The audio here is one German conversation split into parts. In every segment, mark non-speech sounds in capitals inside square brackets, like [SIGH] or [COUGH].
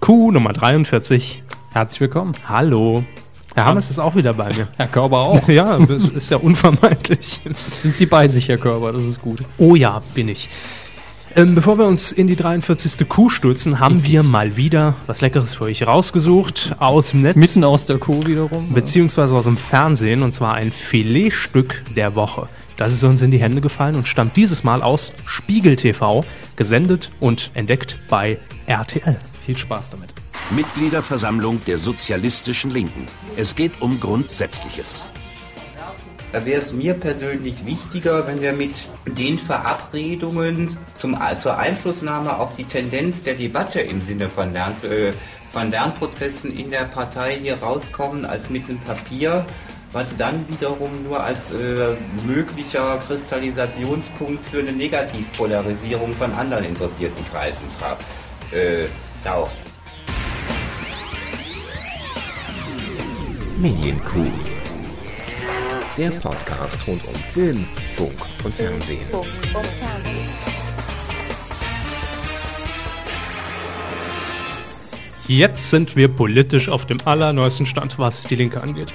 Kuh Nummer 43. Herzlich willkommen. Hallo. Herr Hammes ist auch wieder bei mir. Herr Körber [LAUGHS] auch. Ja, das ist ja unvermeidlich. Sind Sie bei sich, Herr Körber? Das ist gut. Oh ja, bin ich. Ähm, bevor wir uns in die 43. Kuh stürzen, haben wir mal wieder was Leckeres für euch rausgesucht aus dem Netz, Mitten aus der Kuh wiederum. beziehungsweise aus dem Fernsehen, und zwar ein Filetstück der Woche. Das ist uns in die Hände gefallen und stammt dieses Mal aus Spiegel TV, gesendet und entdeckt bei RTL. Viel Spaß damit. Mitgliederversammlung der Sozialistischen Linken. Es geht um Grundsätzliches. Da wäre es mir persönlich wichtiger, wenn wir mit den Verabredungen zum, zur Einflussnahme auf die Tendenz der Debatte im Sinne von, Lern, äh, von Lernprozessen in der Partei hier rauskommen, als mit einem Papier, was dann wiederum nur als äh, möglicher Kristallisationspunkt für eine Negativpolarisierung von anderen interessierten Kreisen traf, äh, taucht. Medienkuh. Der Podcast rund um Film, Funk und Fernsehen. Jetzt sind wir politisch auf dem allerneuesten Stand, was die Linke angeht.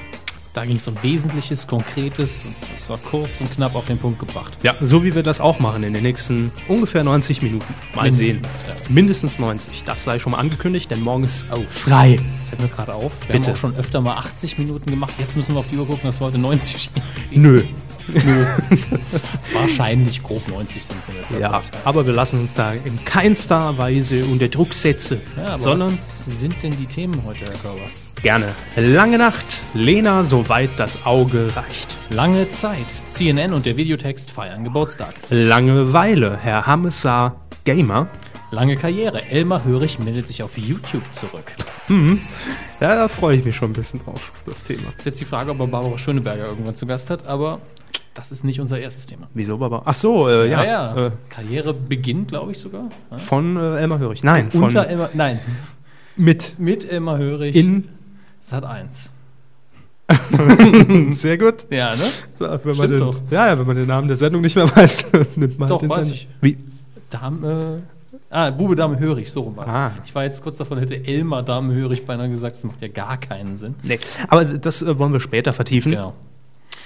Da ging es um Wesentliches, Konkretes. Es war kurz und knapp auf den Punkt gebracht. Ja, so wie wir das auch machen in den nächsten ungefähr 90 Minuten. Mal Mindestens, sehen. ja. Mindestens 90. Das sei schon mal angekündigt, denn morgen ist Oh. frei. Das hätten wir gerade auf. Wir Bitte. haben auch schon öfter mal 80 Minuten gemacht. Jetzt müssen wir auf die Uhr gucken, dass wir heute 90 Nö. [LAUGHS] Wahrscheinlich grob 90 sind es in letzter Ja, Zeit. aber wir lassen uns da in keinster Weise unter Druck setzen, Ja, aber sondern was sind denn die Themen heute, Herr Körber? gerne. Lange Nacht, Lena, soweit das Auge reicht. Lange Zeit. CNN und der Videotext feiern Geburtstag. Langeweile, Herr Hammes sah Gamer. Lange Karriere. Elmar Hörig meldet sich auf YouTube zurück. Ja, da freue ich mich schon ein bisschen drauf, das Thema. Ist jetzt die Frage, ob er Barbara Schöneberger irgendwann zu Gast hat, aber das ist nicht unser erstes Thema. Wieso, Baba? Ach so, äh, ja. Äh, Karrierebeginn, glaube ich sogar. Ja? von äh, Elmar Hörig. Nein, von Unter Elmar, nein, mit mit Elmar Hörig. in. [LAUGHS] Sat 1. Sehr gut. Ja, ne? So, wenn man Stimmt den, doch. Ja, ja, wenn man den Namen der Sendung nicht mehr [LAUGHS] weiß, nimmt man halt Doch, den weiß Sender. ich. Wie? Dame. Ah, Bube Dame Hörig, so rum war's. Ah. Ich war jetzt kurz davon, hätte Elmar Dame Hörig beinahe gesagt, das macht ja gar keinen Sinn. Nee. Aber das äh, wollen wir später vertiefen. Genau.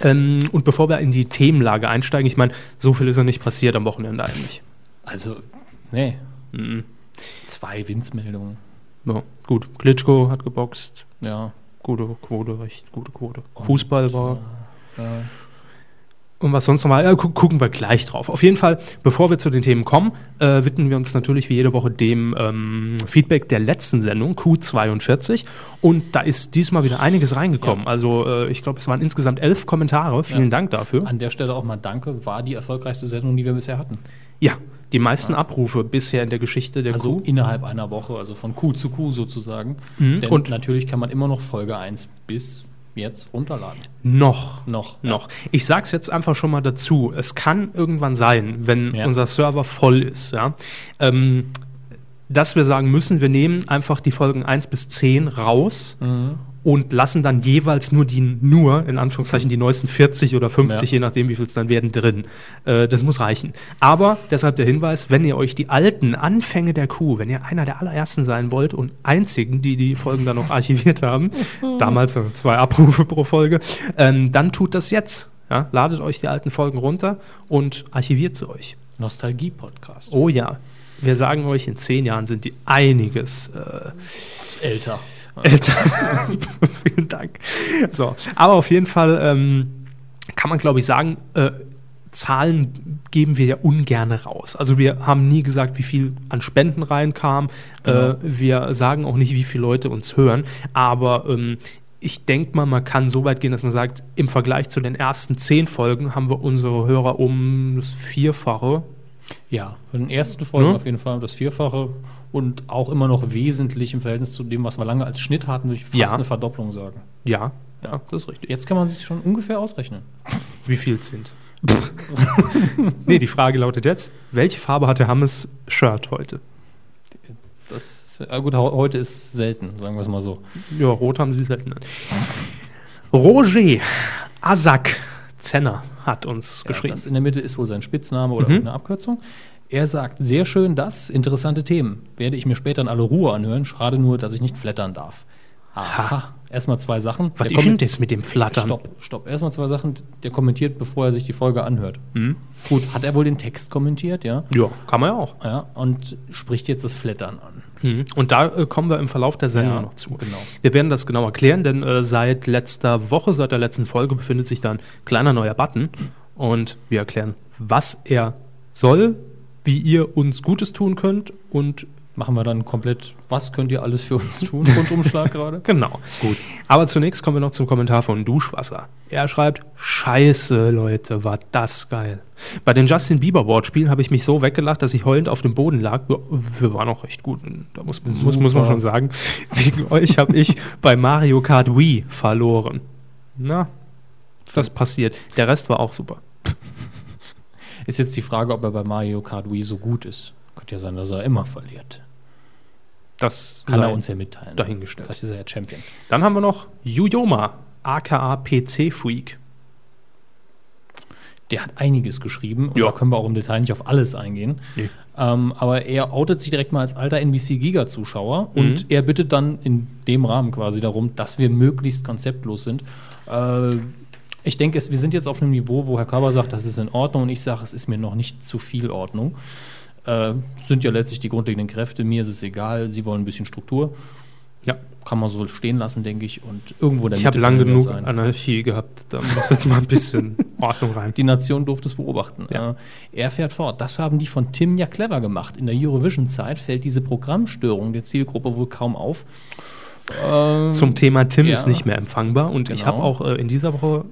Ähm, und bevor wir in die Themenlage einsteigen, ich meine, so viel ist ja nicht passiert am Wochenende eigentlich. Also, nee. Mhm. Zwei Windsmeldungen. Ja, gut, Klitschko hat geboxt, Ja. gute Quote, recht gute Quote. Und, Fußball war. äh, Und was sonst nochmal, ja, gu gucken wir gleich drauf. Auf jeden Fall, bevor wir zu den Themen kommen, äh, widmen wir uns natürlich wie jede Woche dem ähm, Feedback der letzten Sendung, Q42. Und da ist diesmal wieder einiges reingekommen. Also äh, ich glaube, es waren insgesamt elf Kommentare. Vielen Ja. Dank dafür. An der Stelle auch mal Danke, war die erfolgreichste Sendung, die wir bisher hatten. ja, die meisten Abrufe bisher in der Geschichte der Also Q. innerhalb einer Woche, also von Kuh zu Kuh sozusagen. Denn Mhm. und- natürlich kann man immer noch Folge 1 bis jetzt runterladen. Noch. Noch. Noch. Ich sag's jetzt einfach schon mal dazu. Es kann irgendwann sein, wenn Ja. unser Server voll ist, ja, ähm, dass wir sagen müssen, wir nehmen einfach die Folgen 1 bis 10 raus und lassen dann jeweils nur die, nur, in Anführungszeichen, die neuesten 40 oder 50, Ja. je nachdem, wie viel es dann werden, drin. Äh, das muss reichen. Aber deshalb der Hinweis, wenn ihr euch die alten Anfänge der Kuh, wenn ihr einer der allerersten sein wollt und einzigen, die die Folgen dann noch archiviert haben, damals äh, zwei Abrufe pro Folge, ähm, dann tut das jetzt. Ja, ladet euch die alten Folgen runter und archiviert sie euch. Nostalgie-Podcast. Oh ja, wir sagen euch, in zehn Jahren sind die einiges äh, Älter. älter. [LAUGHS] Vielen Dank. So, aber auf jeden Fall ähm, kann man, glaube ich, sagen, äh, Zahlen geben wir ja ungern raus. Also wir haben nie gesagt, wie viel an Spenden reinkam. Äh, Genau. wir sagen auch nicht, wie viele Leute uns hören. Aber ähm, ich denke mal, man kann so weit gehen, dass man sagt, im Vergleich zu den ersten zehn Folgen haben wir unsere Hörer um das Vierfache. Ja, in den ersten Folgen Ne? auf jeden Fall das Vierfache und auch immer noch wesentlich im Verhältnis zu dem, was wir lange als Schnitt hatten, würde ich fast Ja. eine Verdopplung sagen. Ja, ja, das ist richtig. Jetzt kann man sich schon ungefähr ausrechnen. Wie viel sind? [LAUGHS] nee, die Frage lautet jetzt: Welche Farbe hatte Hammes Shirt heute? Das, ah gut, hau- heute ist selten, sagen wir es mal so. Ja, rot haben sie selten. an. Roger Asak Zenner hat uns Ja, geschrieben. Mhm. Das in der Mitte ist wohl sein Spitzname oder eine Abkürzung. Er sagt, sehr schön das, interessante Themen. Werde ich mir später in aller Ruhe anhören. Schade nur, dass ich nicht flattern darf. Aha. Erstmal zwei Sachen. Was Der ist denn Kommen- das mit dem Flattern? Stopp, stopp. Erstmal zwei Sachen. Der kommentiert, bevor er sich die Folge anhört. Mhm. Gut, hat er wohl den Text kommentiert, ja? Ja, kann man ja auch. Ja, und spricht jetzt das Flattern an. Mhm. Und da äh, kommen wir im Verlauf der Sendung Ja, noch zu. genau. Wir werden das genau erklären, denn äh, seit letzter Woche, seit der letzten Folge befindet sich da ein kleiner neuer Button und wir erklären, was er soll, wie ihr uns Gutes tun könnt und Machen wir dann komplett, was könnt ihr alles für uns tun? [LAUGHS] Rundumschlag gerade. genau. Gut. Aber zunächst kommen wir noch zum Kommentar von Duschwasser. Er schreibt, scheiße Leute, war das geil. Bei den Justin Bieber Wortspielen habe ich mich so weggelacht, dass ich heulend auf dem Boden lag. Wir- Wir waren auch recht gut, da muss, muss, muss man Super. schon sagen. [LAUGHS] Wegen euch habe ich bei Mario Kart Wii verloren. Na, das passiert. Der Rest war auch super. Ist jetzt die Frage, ob er bei Mario Kart Wii so gut ist. Könnte ja sein, dass er immer verliert. Das Kann sei- er uns ja mitteilen. dahingestellt. Vielleicht ist er ja Champion. Dann haben wir noch Yuyoma, aka PC Freak. Der hat einiges geschrieben. Und Ja. da können wir auch im Detail nicht auf alles eingehen. Nee. Ähm, aber er outet sich direkt mal als alter NBC-Giga-Zuschauer. Mhm. Und er bittet dann in dem Rahmen quasi darum, dass wir möglichst konzeptlos sind. Äh, ich denke, es- wir sind jetzt auf einem Niveau, wo Herr Kaber sagt, das ist in Ordnung. Und ich sage, es ist mir noch nicht zu viel Ordnung. Äh, sind ja letztlich die grundlegenden Kräfte. Mir ist es egal. Sie wollen ein bisschen Struktur. Ja. Kann man so stehen lassen, denke ich. Und irgendwo in der Ich habe Mitte lang können genug wir sein. Anarchie gehabt, da muss jetzt mal ein [LAUGHS] bisschen Ordnung rein. Die Nation durfte es beobachten. Ja. Äh, Er fährt fort. Das haben die von Tim ja clever gemacht. In der Eurovision-Zeit fällt diese Programmstörung der Zielgruppe wohl kaum auf. Ähm, Zum Thema Tim ja. ist nicht mehr empfangbar und ich Genau. habe auch äh, in dieser Woche,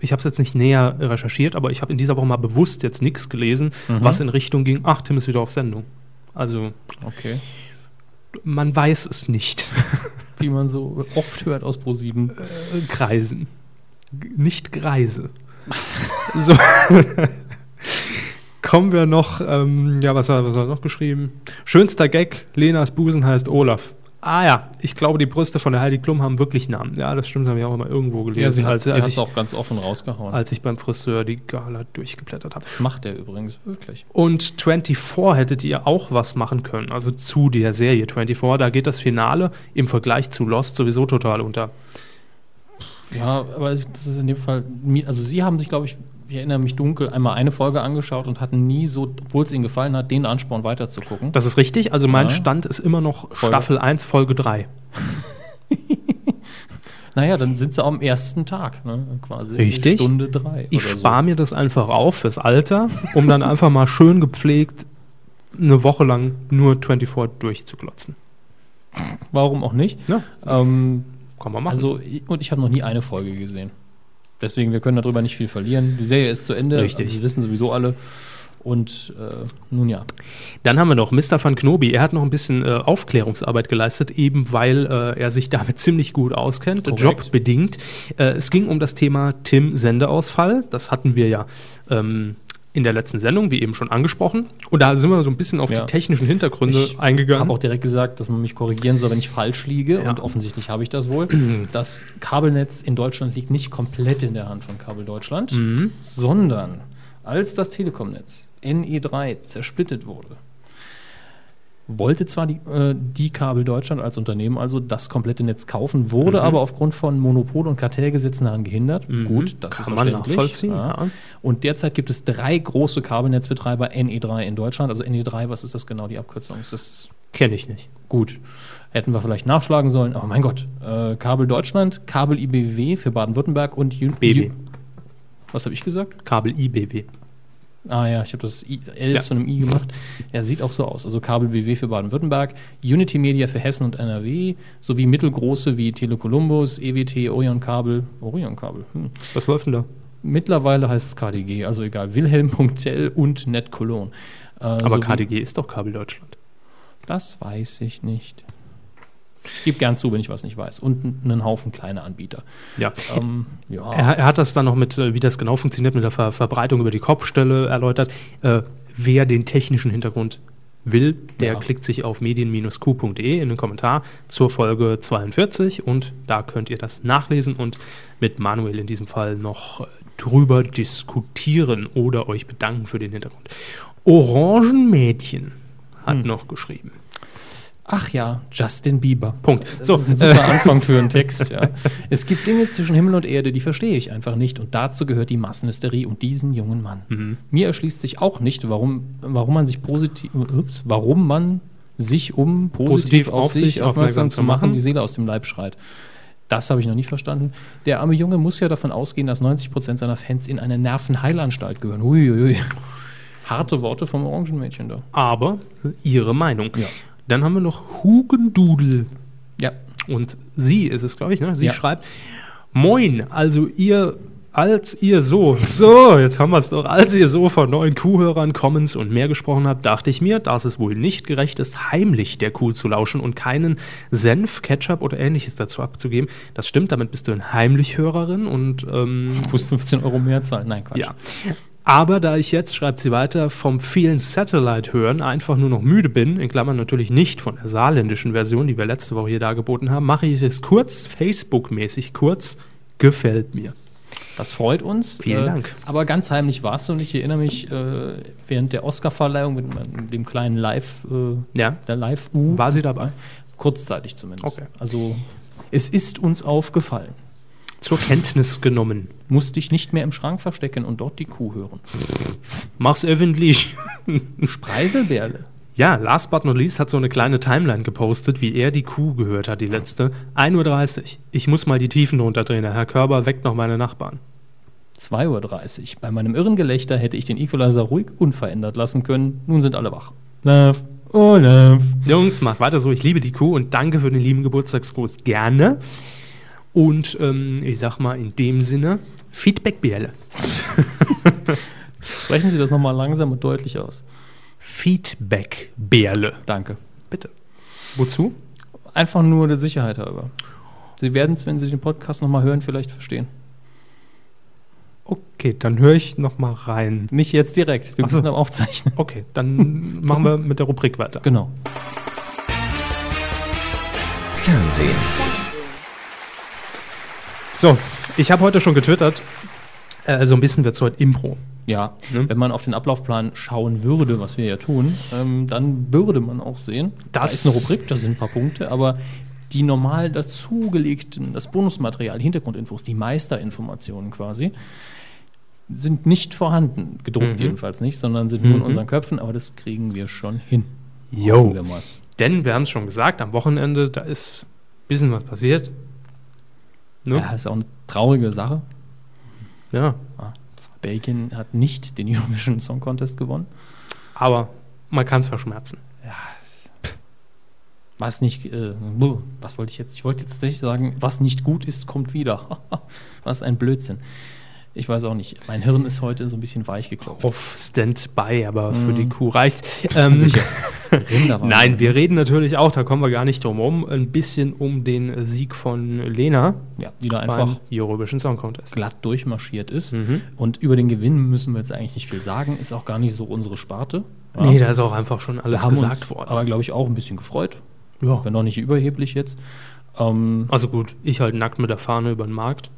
ich habe es jetzt nicht näher recherchiert, aber ich habe in dieser Woche mal bewusst jetzt nichts gelesen, Mhm. was in Richtung ging, ach, Tim ist wieder auf Sendung. Also okay. man weiß es nicht. Wie man so oft hört aus ProSieben. Äh, Kreisen. G- Nicht [LAUGHS] Greise. so. [LAUGHS] Kommen wir noch, ähm, ja, was hat, was hat er noch geschrieben? Schönster Gag, Lenas Busen heißt Olaf. Ah ja, ich glaube, die Brüste von der Heidi Klum haben wirklich Namen. Ja, das stimmt, habe ich auch mal irgendwo gelesen. Ja, sie hat als, als ich, es auch ganz offen rausgehauen. als ich beim Friseur die Gala durchgeblättert habe. das macht er übrigens wirklich. Und 24 hättet ihr auch was machen können, also zu der Serie 24. Da geht das Finale im Vergleich zu Lost sowieso total unter. Ja, aber ich- das ist in dem Fall, mir- also sie haben sich, glaube ich, ich erinnere mich dunkel, einmal eine Folge angeschaut und hatten nie so, obwohl es ihnen gefallen hat, den Ansporn weiterzugucken. Das ist richtig. Also mein Ja. Stand ist immer noch Folge- Staffel 1, Folge 3. Naja, dann sind sie am ersten Tag, ne, quasi. Richtig. Stunde drei. Ich oder so. spare mir das einfach auf fürs Alter, um dann einfach mal schön gepflegt eine Woche lang nur 24 durchzuklotzen. Warum auch nicht? Ja. Ähm, Ne? Kann man machen. also, ich- und ich habe noch nie eine Folge gesehen. Deswegen, wir können darüber nicht viel verlieren. Die Serie ist zu Ende. Richtig. Also, Das wissen sowieso alle. Und äh, nun ja. Dann haben wir noch Mr. Van Knobi. Er hat noch ein bisschen äh, Aufklärungsarbeit geleistet, eben weil äh, er sich damit [LAUGHS] ziemlich gut auskennt, Korrekt. jobbedingt. Äh, es ging um das Thema Tim-Sendeausfall. Das hatten wir ja ähm, in der letzten Sendung, wie eben schon angesprochen. Und da sind wir so ein bisschen auf Ja. die technischen Hintergründe Ich Ich eingegangen. habe auch direkt gesagt, dass man mich korrigieren soll, wenn ich falsch liege. Und offensichtlich habe ich [CLEARS THROAT] das wohl. Das Kabelnetz in Deutschland liegt nicht komplett in der Hand von Kabel Deutschland, Mhm. sondern als das Telekom-Netz NE3 zersplittet wurde, wollte zwar die, äh, die Kabel Deutschland als Unternehmen also das komplette Netz kaufen, Mhm. wurde aber aufgrund von Monopol- und Kartellgesetzen daran gehindert. Gut, das Kann ist man verständlich. nachvollziehen, ja. Und derzeit gibt es drei große Kabelnetzbetreiber NE3 in Deutschland. Also NE3, was ist das genau, die Abkürzung? Ist das Kenne ich nicht. Gut. Hätten wir vielleicht nachschlagen sollen. Oh mein Gott. Äh, Kabel Deutschland, Kabel IBW für Baden-Württemberg und Ju- BW. Ju- Was habe ich gesagt? Kabel IBW. Ah ja, ich habe das I L Ja. zu einem I gemacht. Ja, sieht auch so aus. Also Kabel BW für Baden-Württemberg, Unity Media für Hessen und NRW, sowie mittelgroße wie Tele Columbus, EWT, Orion Kabel, Orion Kabel. Hm. Was läuft denn da? Mittlerweile heißt es KDG, also egal, Wilhelm.tel und Net Cologne. Äh, Aber sowie- KDG ist doch Kabel Deutschland. Das weiß ich nicht. Ich gebe gern zu, wenn ich was nicht weiß. Und einen Haufen kleiner [LAUGHS] Anbieter. Ja. Ähm, ja. Er, er hat das dann noch mit, äh, wie das genau funktioniert, mit der Ver Verbreitung über die Kopfstelle erläutert. Äh, wer den technischen Hintergrund will, der Ja. klickt sich auf medien-q.de in den Kommentar zur Folge 42 und da könnt ihr das nachlesen und mit Manuel in diesem Fall noch äh, drüber diskutieren oder euch bedanken für den Hintergrund. Orangenmädchen hat Hm. noch geschrieben. Ach ja, Justin Bieber. Punkt. Das So, ist ein super [LAUGHS] Anfang für einen Text, ja. Es gibt Dinge zwischen Himmel und Erde, die verstehe ich einfach nicht. Und dazu gehört die Massenhysterie und diesen jungen Mann. Mir erschließt sich auch nicht, warum, warum man sich positiv, ups, warum man sich, um positiv, auf, sich aufmerksam zu machen, die Seele aus dem Leib schreit. Das habe ich noch nicht verstanden. Der arme Junge muss ja davon ausgehen, dass 90% seiner Fans in eine Nervenheilanstalt gehören. Uiuiui. Harte Worte vom Orangenmädchen da. aber ihre Meinung. Dann haben wir noch Hugendudel. Ja. Und sie ist es, glaube ich, ne? Sie Ja. schreibt: Moin, also ihr. Als ihr so, so, jetzt haben wir es doch, als ihr so von neuen Kuhhörern, Comments und mehr gesprochen habt, dachte ich mir, dass es wohl nicht gerecht ist, heimlich der Kuh zu lauschen und keinen Senf, Ketchup oder ähnliches dazu abzugeben. Das stimmt, damit bist du ein Heimlichhörerin und ähm, Du musst 15 Euro mehr zahlen. Nein, Quatsch. ja. Aber da ich jetzt, schreibt sie weiter, vom vielen Satellite-Hören einfach nur noch müde bin, in Klammern natürlich nicht von der saarländischen Version, die wir letzte Woche hier dargeboten haben, mache ich es kurz, Facebook-mäßig kurz, gefällt mir. Das freut uns. äh, Vielen Dank. Aber ganz heimlich war es und ich erinnere mich, äh, während der Oscarverleihung mit meinem- dem kleinen Live, äh, Ja. der Live-U, War sie dabei? kurzzeitig zumindest. Okay. Also es ist uns aufgefallen. Zur Kenntnis genommen. Musste ich nicht mehr im Schrank verstecken und dort die Kuh hören. Mach's öffentlich. [LAUGHS] Spreiselbärle. Ja, last but not least hat so eine kleine Timeline gepostet, wie er die Kuh gehört hat, die letzte. 1.30 Uhr. Ich muss mal die Tiefen runterdrehen. Herr Körber weckt noch meine Nachbarn. 2.30 Uhr. Bei meinem irren Gelächter hätte ich den Equalizer ruhig unverändert lassen können. Nun sind alle wach. Love. Oh, love. Jungs, macht weiter so. Ich liebe die Kuh und danke für den lieben Geburtstagsgruß. Gerne. Und ähm, ich sag mal in dem Sinne, Feedback-Bärle. Sprechen Sie das nochmal langsam und deutlich aus. Feedback-Bärle. Danke. Bitte. Wozu? Einfach nur der Sicherheit halber. Sie werden es, wenn Sie den Podcast nochmal hören, vielleicht verstehen. Okay, dann höre ich noch mal rein. Nicht jetzt direkt. Wir Ach so. müssen am Aufzeichnen. Okay, [LAUGHS] dann machen wir mit der Rubrik weiter. Genau. Fernsehen. So, ich habe heute schon getwittert. Äh, so ein bisschen wird es heute Impro. Ja, Ne? wenn man auf den Ablaufplan schauen würde, was wir ja tun, ähm, dann würde man auch sehen, Das- da ist eine Rubrik, da sind ein paar Punkte, aber die normal dazugelegten, das Bonusmaterial, Hintergrundinfos, die Meisterinformationen quasi, sind nicht vorhanden, gedruckt Mhm. jedenfalls nicht, sondern sind nur in unseren Köpfen, aber das kriegen wir schon hin. Hoffen wir mal. Denn wir haben es schon gesagt, am Wochenende, da ist ein bisschen was passiert. Ne? Ja, ist auch eine traurige Sache. ja. Bacon hat nicht den Eurovision Song Contest gewonnen. Aber man kann es verschmerzen. Was nicht, äh, buh, was wollte ich jetzt? Ich wollte jetzt tatsächlich sagen, was nicht gut ist, kommt wieder. [LAUGHS] was ein Blödsinn. Ich weiß auch nicht. Mein Hirn ist heute so ein bisschen weich geklopft. Also auf Standby, aber für Mhm. die Kuh reicht's. [LAUGHS] Ähm, [LAUGHS] Rinderwagen. nein, wir reden natürlich auch, da kommen wir gar nicht drum rum, ein bisschen um den Sieg von Lena Ja, die da beim einfach Eurovision Song Contest. glatt durchmarschiert ist. Mhm. Und über den Gewinn müssen wir jetzt eigentlich nicht viel sagen. Ist auch gar nicht so unsere Sparte. Ja. Nee, da ist auch einfach schon alles wir haben gesagt uns worden. aber, glaube ich, auch ein bisschen gefreut. Ja. Wenn auch nicht überheblich jetzt. Ähm, Also gut, ich halt nackt mit der Fahne über den Markt.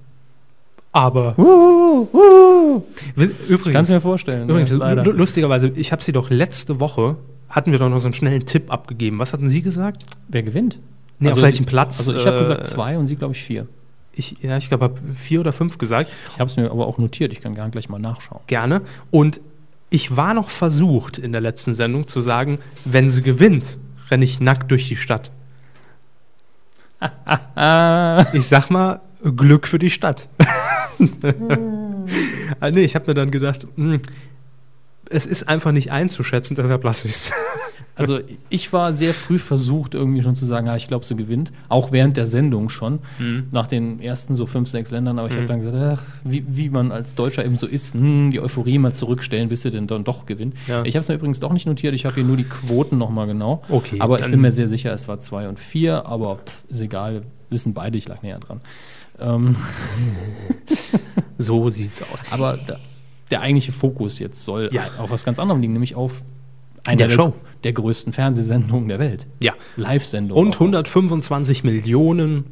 Aber Will- Kannst übrigens, du mir vorstellen. übrigens ja, leider. lu- lustigerweise, ich habe sie doch letzte Woche, hatten wir doch noch so einen schnellen Tipp abgegeben. Was hatten Sie gesagt? Wer gewinnt? Nee, auf welchem ich- Platz? Also ich habe Äh, gesagt zwei und sie, glaube ich, vier. Ich, ja, ich glaube, habe vier oder fünf gesagt. Ich habe es mir aber auch notiert. Ich kann gar gleich mal nachschauen. Gerne. Und ich war noch versucht, in der letzten Sendung zu sagen, wenn sie gewinnt, renne ich nackt durch die Stadt. Äh, ich sag mal, Glück für die Stadt. ah, nee, ich habe mir dann gedacht, hm, es ist einfach nicht einzuschätzen, deshalb lasse ich es. Also ich war sehr früh versucht, irgendwie schon zu sagen, ja, ich glaube, sie gewinnt. Auch während der Sendung schon. Mhm. Nach den ersten so fünf, sechs Ländern. Aber ich habe dann gesagt, ach, wie, wie man als Deutscher eben so ist, hm, die Euphorie mal zurückstellen, bis sie denn dann doch gewinnt. Ja. Ich habe es mir übrigens doch nicht notiert. Ich habe hier nur die Quoten nochmal genau. Okay, Aber ich dann- bin mir sehr sicher, es war zwei und vier. Aber pff, ist egal. Wissen beide, ich lag näher dran. Ähm, So sieht's aus. Aber da, der eigentliche Fokus jetzt soll Ja. auf was ganz anderem liegen, nämlich auf einer Der der, Show. der größten Fernsehsendungen der Welt. Ja. Live-Sendung. Und auch noch. 125 Millionen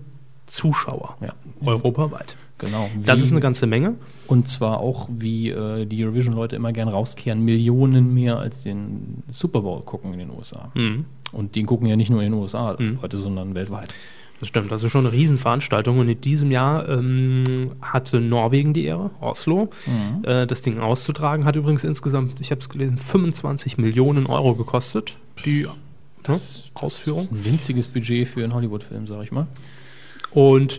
Zuschauer Ja. europaweit. Genau. Das Wie- ist eine ganze Menge. und zwar auch, wie äh, die Eurovision-Leute immer gern rauskehren, Millionen mehr als den Super Bowl gucken in den USA. Hm. Und die gucken ja nicht nur in den USA Leute, sondern Hm. weltweit. Das stimmt, das ist schon eine Riesenveranstaltung. Und in diesem Jahr ähm, hatte Norwegen die Ehre, Oslo, äh, das Ding auszutragen. Hat übrigens insgesamt, ich habe es gelesen, 25 Millionen Euro gekostet. Die ne, Ausführung. ist ein winziges Budget für einen Hollywood-Film, sag ich mal. Und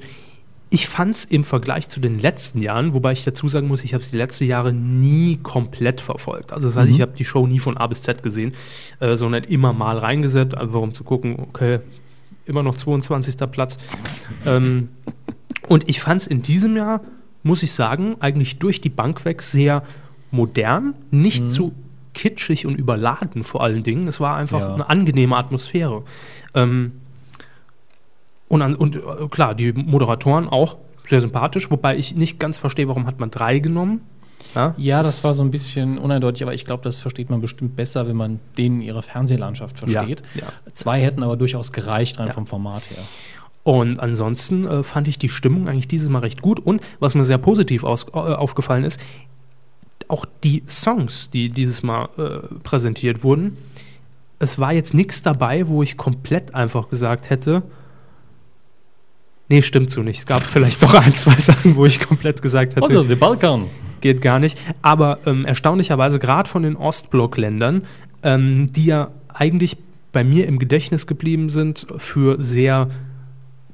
ich fand es im Vergleich zu den letzten Jahren, wobei ich dazu sagen muss, ich habe es die letzten Jahre nie komplett verfolgt. Also das heißt, ich habe die Show nie von A bis Z gesehen, äh, sondern immer mal reingesetzt, einfach um zu gucken, okay, immer noch 22. Platz. ähm, und ich fand es in diesem Jahr, muss ich sagen, eigentlich durch die Bank weg sehr modern, nicht zu kitschig und überladen vor allen Dingen. Es war einfach Ja. eine angenehme Atmosphäre. Ähm, und, an, und äh, klar, die Moderatoren auch sehr sympathisch, wobei ich nicht ganz verstehe, warum hat man drei genommen. Ja, das war so ein bisschen uneindeutig, aber ich glaube, das versteht man bestimmt besser, wenn man denen ihre Fernsehlandschaft versteht. Ja, Zwei hätten aber durchaus gereicht, rein vom Format her. Und ansonsten äh, fand ich die Stimmung eigentlich dieses Mal recht gut. Und was mir sehr positiv aus, äh, aufgefallen ist, auch die Songs, die dieses Mal äh, präsentiert wurden, es war jetzt nichts dabei, wo ich komplett einfach gesagt hätte, nee, stimmt so nicht. Es gab vielleicht doch ein, zwei Sachen, wo ich komplett gesagt hätte, the Also, Balkan. geht gar nicht. Aber ähm, erstaunlicherweise, gerade von den Ostblockländern, ähm, die ja eigentlich bei mir im Gedächtnis geblieben sind für sehr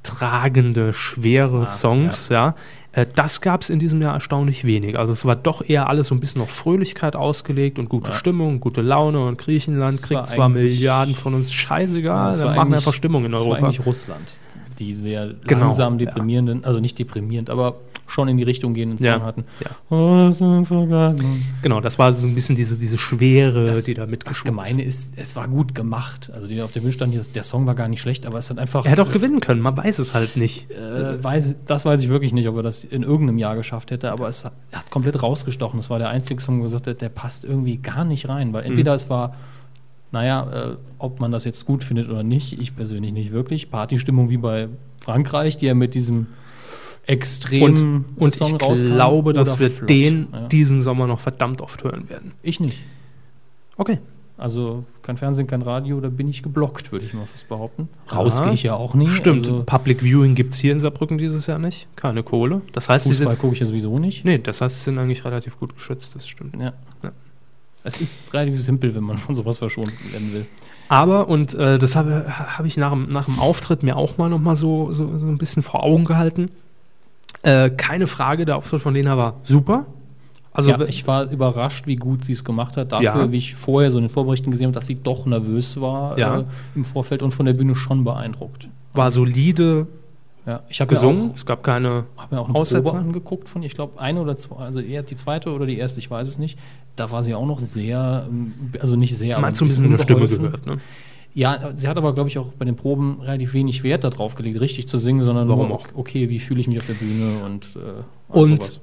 tragende, schwere Ah, Songs, ja. Äh, Das gab es in diesem Jahr erstaunlich wenig. Also es war doch eher alles so ein bisschen auf Fröhlichkeit ausgelegt und gute Stimmung, gute Laune und Griechenland Das war kriegt zwar eigentlich- Milliarden von uns, scheißegal, Das war dann machen wir eigentlich- einfach Stimmung in Das war Europa. eigentlich Russland, die sehr Genau, langsam ja. deprimierenden, also nicht deprimierend, aber schon in die Richtung gehenden Song Ja, hatten. ja. Oh, es ist vergangen. Genau, das war so ein bisschen diese, diese Schwere, Das- die da Das mitgeschwungen Gemeine ist, es war gut gemacht. Also die auf der Bühne stand hier, der Song war gar nicht schlecht, aber es hat einfach. Er hätte auch gewinnen können, man weiß es halt nicht. äh, weiß, das weiß ich wirklich nicht, ob er das in irgendeinem Jahr geschafft hätte, aber es hat, er hat komplett rausgestochen. Es war der einzige Song, wo er gesagt hat, der passt irgendwie gar nicht rein, Mhm. weil entweder es war, naja, äh, ob man das jetzt gut findet oder nicht, ich persönlich nicht wirklich. Partystimmung wie bei Frankreich, die er mit diesem Und, extremen und Song ich rauskam, glaube, oder dass wir flott. den Ja. diesen Sommer noch verdammt oft hören werden. Ich nicht. Okay. Also kein Fernsehen, kein Radio, da bin ich geblockt, würde ich mal fast behaupten. Raus gehe ich ja auch nie. Stimmt, Also, Public Viewing gibt es hier in Saarbrücken dieses Jahr nicht. Keine Kohle. Das heißt, sie Fußball sind, gucke ich ja sowieso nicht. nee, das heißt, sie sind eigentlich relativ gut geschützt, das stimmt. Ja. Ja. Es ist relativ simpel, wenn man von sowas verschont werden will. Aber, und äh, das habe habe ich nach, dem- nach dem Auftritt mir auch mal nochmal so, so, so ein bisschen vor Augen gehalten. Äh, keine Frage, der Auftritt von Lena war super. Also, ja, ich war überrascht, wie gut sie es gemacht hat. Dafür, Ja. wie ich vorher so in den Vorberichten gesehen habe, dass sie doch nervös war Ja. äh, im Vorfeld und von der Bühne schon beeindruckt. war solide Ja, ich habe gesungen. Ja auch, Es gab keine hab mir auch eine Aussetzer. Probe angeguckt von ihr. Ich glaube, eine oder zwei, also eher die zweite oder die erste, ich weiß es nicht. Da war sie auch noch sehr, ähm, also nicht sehr, Man hat so ein bisschen eine Stimme unbeholfen. gehört. Ne? Ja, sie hat aber, glaube ich, auch bei den Proben relativ wenig Wert darauf gelegt, richtig zu singen, sondern Warum nur, auch? okay, wie fühle ich mich auf der Bühne und, äh, all Und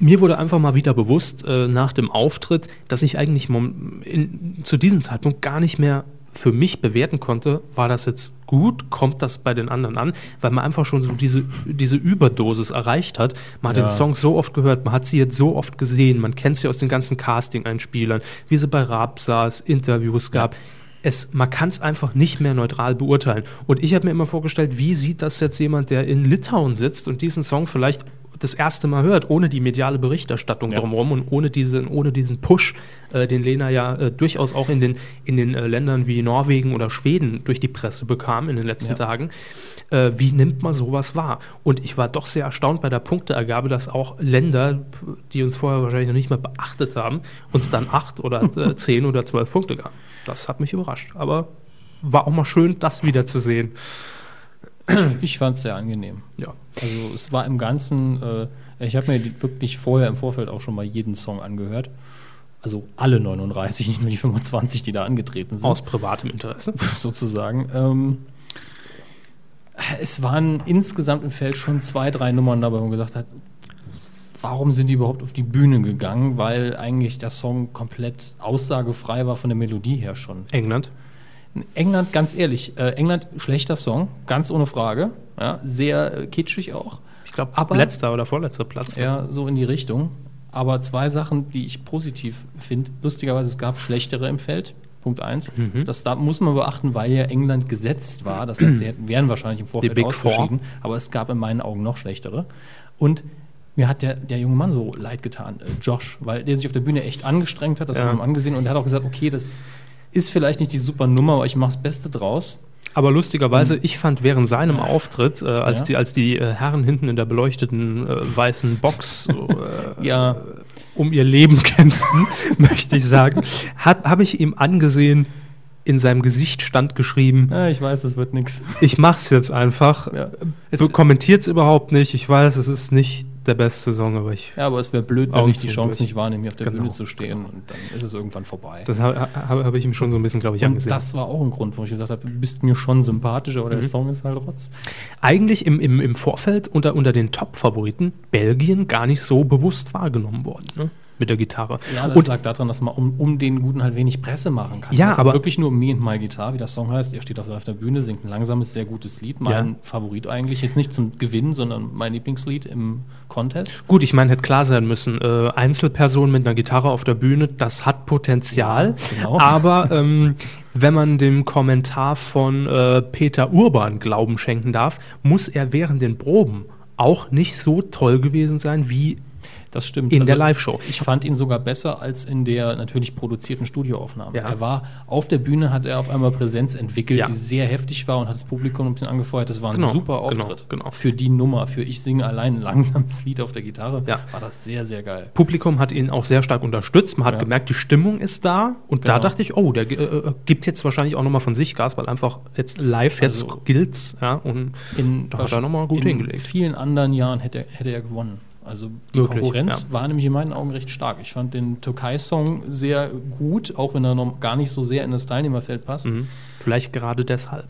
Mir wurde einfach mal wieder bewusst äh, nach dem Auftritt, dass ich eigentlich mom- in, zu diesem Zeitpunkt gar nicht mehr für mich bewerten konnte, war das jetzt gut, kommt das bei den anderen an, weil man einfach schon so diese, diese Überdosis erreicht hat. Man hat Ja. den Song so oft gehört, man hat sie jetzt so oft gesehen, man kennt sie aus den ganzen Casting-Einspielern, wie sie bei Raab saß, Interviews gab. Es, man kann es einfach nicht mehr neutral beurteilen. Und ich habe mir immer vorgestellt, wie sieht das jetzt jemand, der in Litauen sitzt und diesen Song vielleicht das erste Mal hört, ohne die mediale Berichterstattung Ja. drumherum und ohne diesen, ohne diesen Push, äh, den Lena ja äh, durchaus auch in den, in den äh, Ländern wie Norwegen oder Schweden durch die Presse bekam in den letzten Ja. Tagen. Äh, wie nimmt man sowas wahr? Und ich war doch sehr erstaunt bei der Punkteergabe, dass auch Länder, die uns vorher wahrscheinlich noch nicht mal beachtet haben, uns dann acht oder äh, zehn oder zwölf Punkte gaben. Das hat mich überrascht. Aber war auch mal schön, das wieder zu sehen. Ich fand es sehr angenehm. Ja. Also es war im Ganzen, äh, ich habe mir die wirklich vorher im Vorfeld auch schon mal jeden Song angehört. Also alle 39, [LAUGHS] nicht nur die 25, die da angetreten sind, Aus privatem Interesse. [LAUGHS] sozusagen. Ähm, es waren insgesamt im Feld schon zwei, drei Nummern dabei, wo man gesagt hat, warum sind die überhaupt auf die Bühne gegangen? Weil eigentlich der Song komplett aussagefrei war von der Melodie her schon. England. England, ganz ehrlich, äh, England, schlechter Song, ganz ohne Frage. Ja, sehr äh, kitschig auch. ich glaube, Aber- letzter oder vorletzter Platz. ne? Ja, so in die Richtung. Aber zwei Sachen, die ich positiv finde. Lustigerweise, es gab schlechtere im Feld. Punkt eins. Mhm. Das da muss man beachten, weil ja England gesetzt war. Das heißt, sie hätten- wären wahrscheinlich im Vorfeld Big Four. ausgeschieden. Aber es gab in meinen Augen noch schlechtere. Und mir hat der, der junge Mann so leid getan, äh, Josh, weil der sich auf der Bühne echt angestrengt hat. Das Ja. haben wir ihm angesehen. Und er hat auch gesagt, okay, das ist vielleicht nicht die super Nummer, aber ich mache das Beste draus. Aber lustigerweise, ich fand während seinem Auftritt, äh, als Mhm. Ah. Ja. die, als die äh, Herren hinten in der beleuchteten äh, weißen [LAUGHS] Box äh, Ja, um ihr Leben kämpften, [LAUGHS] möchte ich sagen, habe hab ich ihm angesehen, in seinem Gesicht stand geschrieben, ja äh, ich weiß, das wird nichts. ich mach's jetzt einfach. Ja. Es kommentiert's überhaupt nicht. Ich weiß, es ist nicht der beste Song, aber ich. Ja, aber es wäre blöd, wenn Augen ich die zu Chance durch. nicht wahrnehme, hier auf der Genau. Bühne zu stehen und dann ist es irgendwann vorbei. Das habe hab, hab ich ihm schon so ein bisschen, glaube ich, und angesehen. das war auch ein Grund, wo ich gesagt habe, du bist mir schon sympathisch, aber der Song ist halt Rotz. Eigentlich im, im, im Vorfeld unter, unter den Top-Favoriten Belgien gar nicht so bewusst wahrgenommen worden, ne? Mit der Gitarre. Ja, das Und lag daran, dass man um, um den Guten halt wenig Presse machen kann. Ja, Einfach aber- wirklich nur Me and My Guitar, wie der Song heißt. Er steht auf, auf der Bühne, singt ein langsames, sehr gutes Lied. Mein Ja. Favorit eigentlich, jetzt nicht zum Gewinn, sondern mein Lieblingslied im Contest. Gut, ich meine, hätte klar sein müssen, äh, Einzelperson mit einer Gitarre auf der Bühne, das hat Potenzial. genau. Aber ähm, wenn man dem Kommentar von äh, Peter Urban Glauben schenken darf, muss er während den Proben auch nicht so toll gewesen sein wie Das stimmt. Also, in der Live-Show. Ich fand ihn sogar besser als in der natürlich produzierten Studioaufnahme. Ja. Er war auf der Bühne, hat er auf einmal Präsenz entwickelt, Ja. die sehr heftig war und hat das Publikum ein bisschen angefeuert. Das war ein Genau, super genau, Auftritt. genau. Für die Nummer, für Ich singe allein ein langsames Lied auf der Gitarre, Ja. war das sehr, sehr geil. Publikum hat ihn auch sehr stark unterstützt. Man hat Ja. gemerkt, die Stimmung ist da. Und da Genau. dachte ich, oh, der äh, äh, gibt jetzt wahrscheinlich auch nochmal von sich Gas, weil einfach jetzt live jetzt Also- gilt's. Ja, und In, Da hat er noch mal gut in hingelegt. vielen anderen Jahren hätte, er- hätte er gewonnen. Also die Wirklich, Konkurrenz ja. war nämlich in meinen Augen recht stark. Ich fand den Türkei-Song sehr gut, auch wenn er noch gar nicht so sehr in das Teilnehmerfeld passt. Mhm. vielleicht gerade deshalb.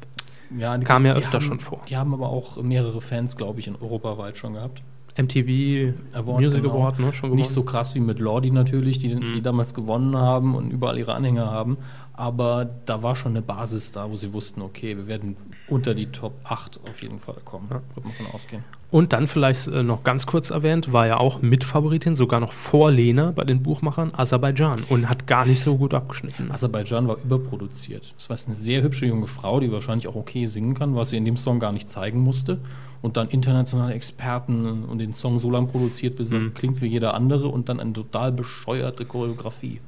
Ja, die, Kam ja die öfter haben, schon vor. Die haben aber auch mehrere Fans, glaube ich, in europaweit schon gehabt. MTV Award, Music genau. Award, ne? Schon Nicht gewonnen. Mhm. so krass wie mit Lordi natürlich, die, die damals gewonnen haben und überall ihre Anhänger haben. Aber da war schon eine Basis da, wo sie wussten, okay, wir werden unter die Top 8 auf jeden Fall kommen. Wird man von ausgehen. Und dann vielleicht äh, noch ganz kurz erwähnt, war ja auch Mitfavoritin, sogar noch vor Lena bei den Buchmachern, Aserbaidschan und hat gar nicht so gut abgeschnitten. Aserbaidschan war überproduziert. Das war eine sehr hübsche junge Frau, die wahrscheinlich auch okay singen kann, was sie in dem Song gar nicht zeigen musste. Und dann internationale Experten und den Song so lange produziert, bis er klingt wie jeder andere und dann eine total bescheuerte Choreografie.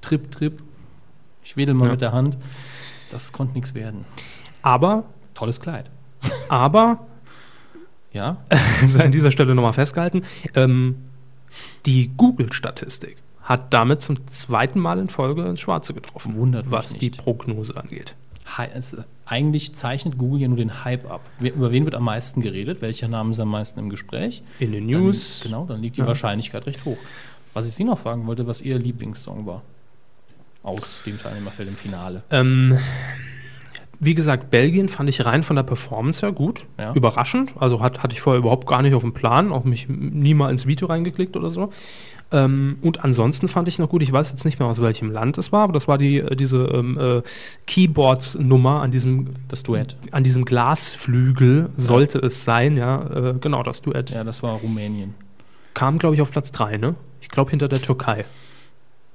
Trip, Trip, ich wedel mal mit der Hand. Das konnte nichts werden. Aber, Tolles Kleid. [LAUGHS] aber, Ja, sei an dieser Stelle nochmal festgehalten, ähm, die Google-Statistik hat damit zum zweiten Mal in Folge ins Schwarze getroffen, Wundert mich was die nicht. Prognose angeht. Hi- es, eigentlich zeichnet Google ja nur den Hype ab. Wer, über wen wird am meisten geredet? Welcher Name ist am meisten im Gespräch? In den News. Dann, genau, dann liegt die Ja. Wahrscheinlichkeit recht hoch. Was ich Sie noch fragen wollte, was Ihr Lieblingssong war. Aus dem Teilnehmerfeld im Finale. Ähm, wie gesagt, Belgien fand ich rein von der Performance her gut. Ja. Überraschend. Also hat, hatte ich vorher überhaupt gar nicht auf dem Plan, auch mich m- nie mal ins Video reingeklickt oder so. Ähm, und ansonsten fand ich noch gut, ich weiß jetzt nicht mehr aus welchem Land es war, aber das war die, äh, diese ähm, äh, Keyboards-Nummer an diesem, Das Duett. an diesem Glasflügel, sollte es sein, ja. Äh, genau, das Duett. Ja, das war Rumänien. Kam, glaube ich, auf Platz 3, ne? Ich glaube, hinter der Türkei.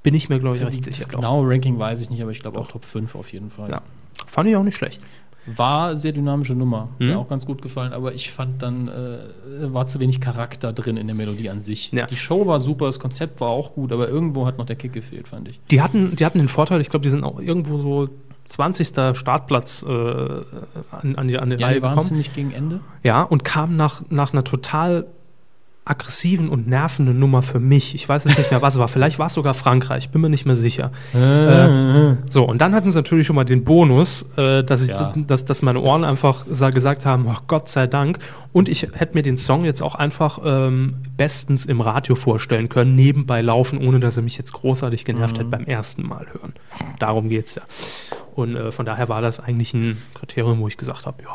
Bin ich mir, glaube ich, recht Das sicher. doch. genaue Genau, Ranking weiß ich nicht, aber ich glaube auch Top 5 auf jeden Fall. Ja. Fand ich auch nicht schlecht. War sehr dynamische Nummer. Mir Hm? auch ganz gut gefallen, aber ich fand dann, äh, war zu wenig Charakter drin in der Melodie an sich. Ja. Die Show war super, das Konzept war auch gut, aber irgendwo hat noch der Kick gefehlt, fand ich. Die hatten, die hatten den Vorteil, ich glaube, die sind auch irgendwo so 20. Startplatz äh, an, an die, an die Ja, Reihe die waren gekommen. ziemlich gegen Ende. Ja, und kamen nach, nach einer total aggressiven und nervenden Nummer für mich. Ich weiß jetzt nicht mehr, was es war. Vielleicht war es sogar Frankreich, bin mir nicht mehr sicher. äh, so, und dann hatten sie natürlich schon mal den Bonus, äh, dass, ich, Ja. dass, dass meine Ohren Das- einfach sa- gesagt haben, oh Gott sei Dank. Und ich hätte mir den Song jetzt auch einfach ähm, bestens im Radio vorstellen können, nebenbei laufen, ohne dass er mich jetzt großartig genervt Mhm. hätte beim ersten Mal hören. Darum geht's ja. Und äh, von daher war das eigentlich ein Kriterium, wo ich gesagt habe, ja,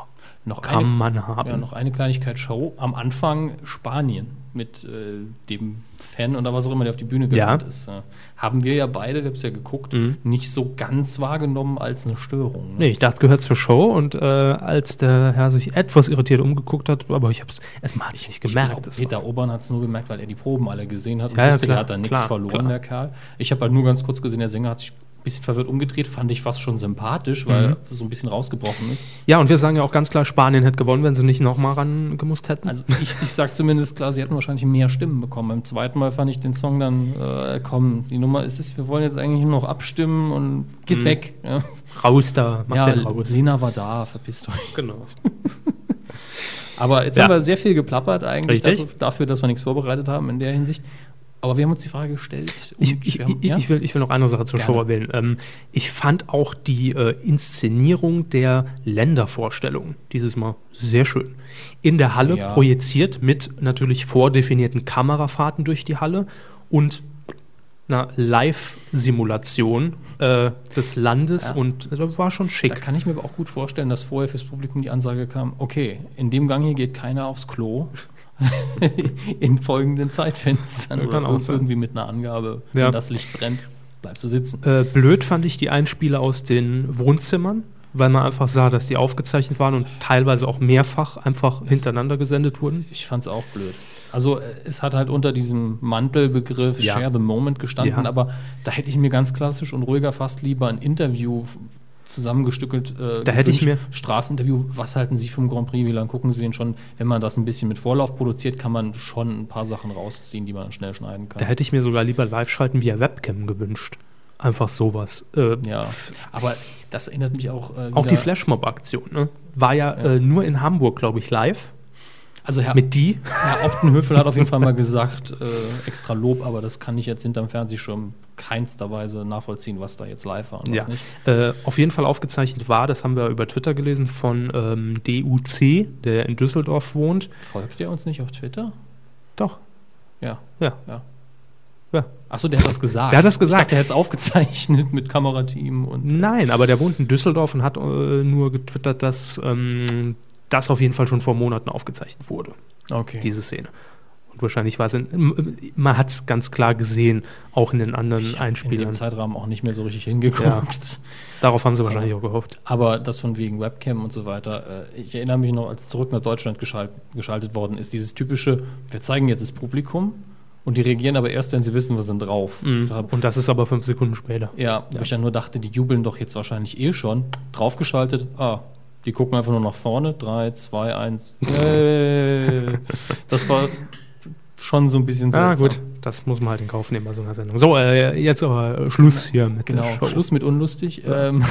Noch Kann eine, man haben. Ja, noch eine Kleinigkeit Show. Am Anfang Spanien mit äh, dem Fan oder was auch immer, der auf die Bühne Ja. Mhm. gerannt ist. Ja. Haben wir ja beide, wir haben es ja geguckt, nicht so ganz wahrgenommen als eine Störung. ne? Nee, ich dachte, gehört zur Show und äh, als der Herr sich etwas irritiert umgeguckt hat, aber ich habe es erstmal hat's nicht Ich gemerkt. glaub, es war- Peter Obern hat es nur gemerkt, weil er die Proben alle gesehen hat und Ja, ja, wusste, klar, der hat da nichts klar, verloren, klar. der Kerl. Ich habe halt nur ganz kurz gesehen, der Sänger hat sich ein bisschen verwirrt umgedreht, fand ich fast schon sympathisch, weil Mhm. es so ein bisschen rausgebrochen ist. ja, und wir sagen ja auch ganz klar, Spanien hätte gewonnen, wenn sie nicht nochmal rangemusst hätten. Also ich, ich sag zumindest klar, sie hätten wahrscheinlich mehr Stimmen bekommen. Beim zweiten Mal fand ich den Song dann, äh, komm, die Nummer ist es, wir wollen jetzt eigentlich nur noch abstimmen und geht weg. Ja, raus da, mach ja Mhm. den raus. Lena war da, verpisst euch. Genau. Aber jetzt Ja. haben wir sehr viel geplappert eigentlich Richtig. dafür, dafür, dass wir nichts vorbereitet haben in der Hinsicht. Aber wir haben uns die Frage gestellt. Ich, und ich, wir haben- ich, ich, will, ich will noch eine Sache zur Gerne. Show erwähnen. Ähm, ich fand auch die äh, Inszenierung der Ländervorstellung dieses Mal sehr schön. In der Halle Ja. projiziert mit natürlich vordefinierten Kamerafahrten durch die Halle und einer Live-Simulation äh, des Landes Ja. und das war schon Da schick. kann ich mir aber auch gut vorstellen, dass vorher fürs Publikum die Ansage kam, okay, in dem Gang hier geht keiner aufs Klo in folgenden Zeitfenstern Ja, oder kann auch irg- sein. irgendwie mit einer Angabe, Ja. wenn das Licht brennt, bleibst du sitzen. Äh, blöd fand ich die Einspiele aus den Wohnzimmern, weil man einfach sah, dass die aufgezeichnet waren und teilweise auch mehrfach einfach hintereinander gesendet wurden. Ich fand's auch blöd. Also äh, es hat halt unter diesem Mantelbegriff Ja. Share the Moment gestanden, Ja. aber da hätte ich mir ganz klassisch und ruhiger fast lieber ein Interview f- zusammengestückelt. äh, Da hätte ich gewünscht. mir- Straßeninterview, was halten Sie vom Grand Prix? Wie lange gucken Sie den schon? Wenn man das ein bisschen mit Vorlauf produziert, kann man schon ein paar Sachen rausziehen, die man schnell schneiden kann. Da hätte ich mir sogar lieber Live-Schalten via Webcam gewünscht. Einfach sowas. Äh, ja, pf, aber das erinnert mich auch. Äh, Auch wieder- die Flashmob-Aktion, ne? War ja, Ja. Äh, nur in Hamburg, glaube ich, live. Also Herr, Mit die. Herr Optenhöfel hat auf jeden Fall mal gesagt, äh, extra Lob, aber das kann ich jetzt hinterm Fernsehschirm keinster Weise nachvollziehen, was da jetzt live war und was nicht. Äh, auf jeden Fall aufgezeichnet war, das haben wir über Twitter gelesen, von ähm, DUC, der in Düsseldorf wohnt. Folgt er uns nicht auf Twitter? Doch. Ja. Ja. Ja. Ja. Achso, der hat das gesagt. Der hat das Ich gesagt. dachte, der hat es aufgezeichnet mit Kamerateam und. Nein, aber der wohnt in Düsseldorf und hat äh, nur getwittert, dass ähm, das auf jeden Fall schon vor Monaten aufgezeichnet wurde. Okay. diese Szene. Und wahrscheinlich war es, in, man hat es ganz klar gesehen, auch in den anderen ich hab in dem Einspielern. Zeitrahmen auch nicht mehr so richtig hingeguckt. Ja. Darauf haben sie wahrscheinlich auch gehofft. Aber das von wegen Webcam und so weiter, äh, ich erinnere mich noch, als zurück nach Deutschland geschalt, geschaltet worden ist, dieses typische, wir zeigen jetzt das Publikum und die reagieren aber erst, wenn sie wissen, was sind drauf. Ich dachte, Und das ist aber fünf Sekunden später. Ja, wo ich dann nur dachte, die jubeln doch jetzt wahrscheinlich eh schon. Draufgeschaltet, ah, die gucken einfach nur nach vorne. Drei, zwei, eins. [LAUGHS] Yay. das war schon so ein bisschen Ah, gut, das muss man halt in Kauf nehmen bei so einer Sendung. So, äh, jetzt aber Schluss hier mit Genau, der Show. Schluss mit unlustig. Ähm,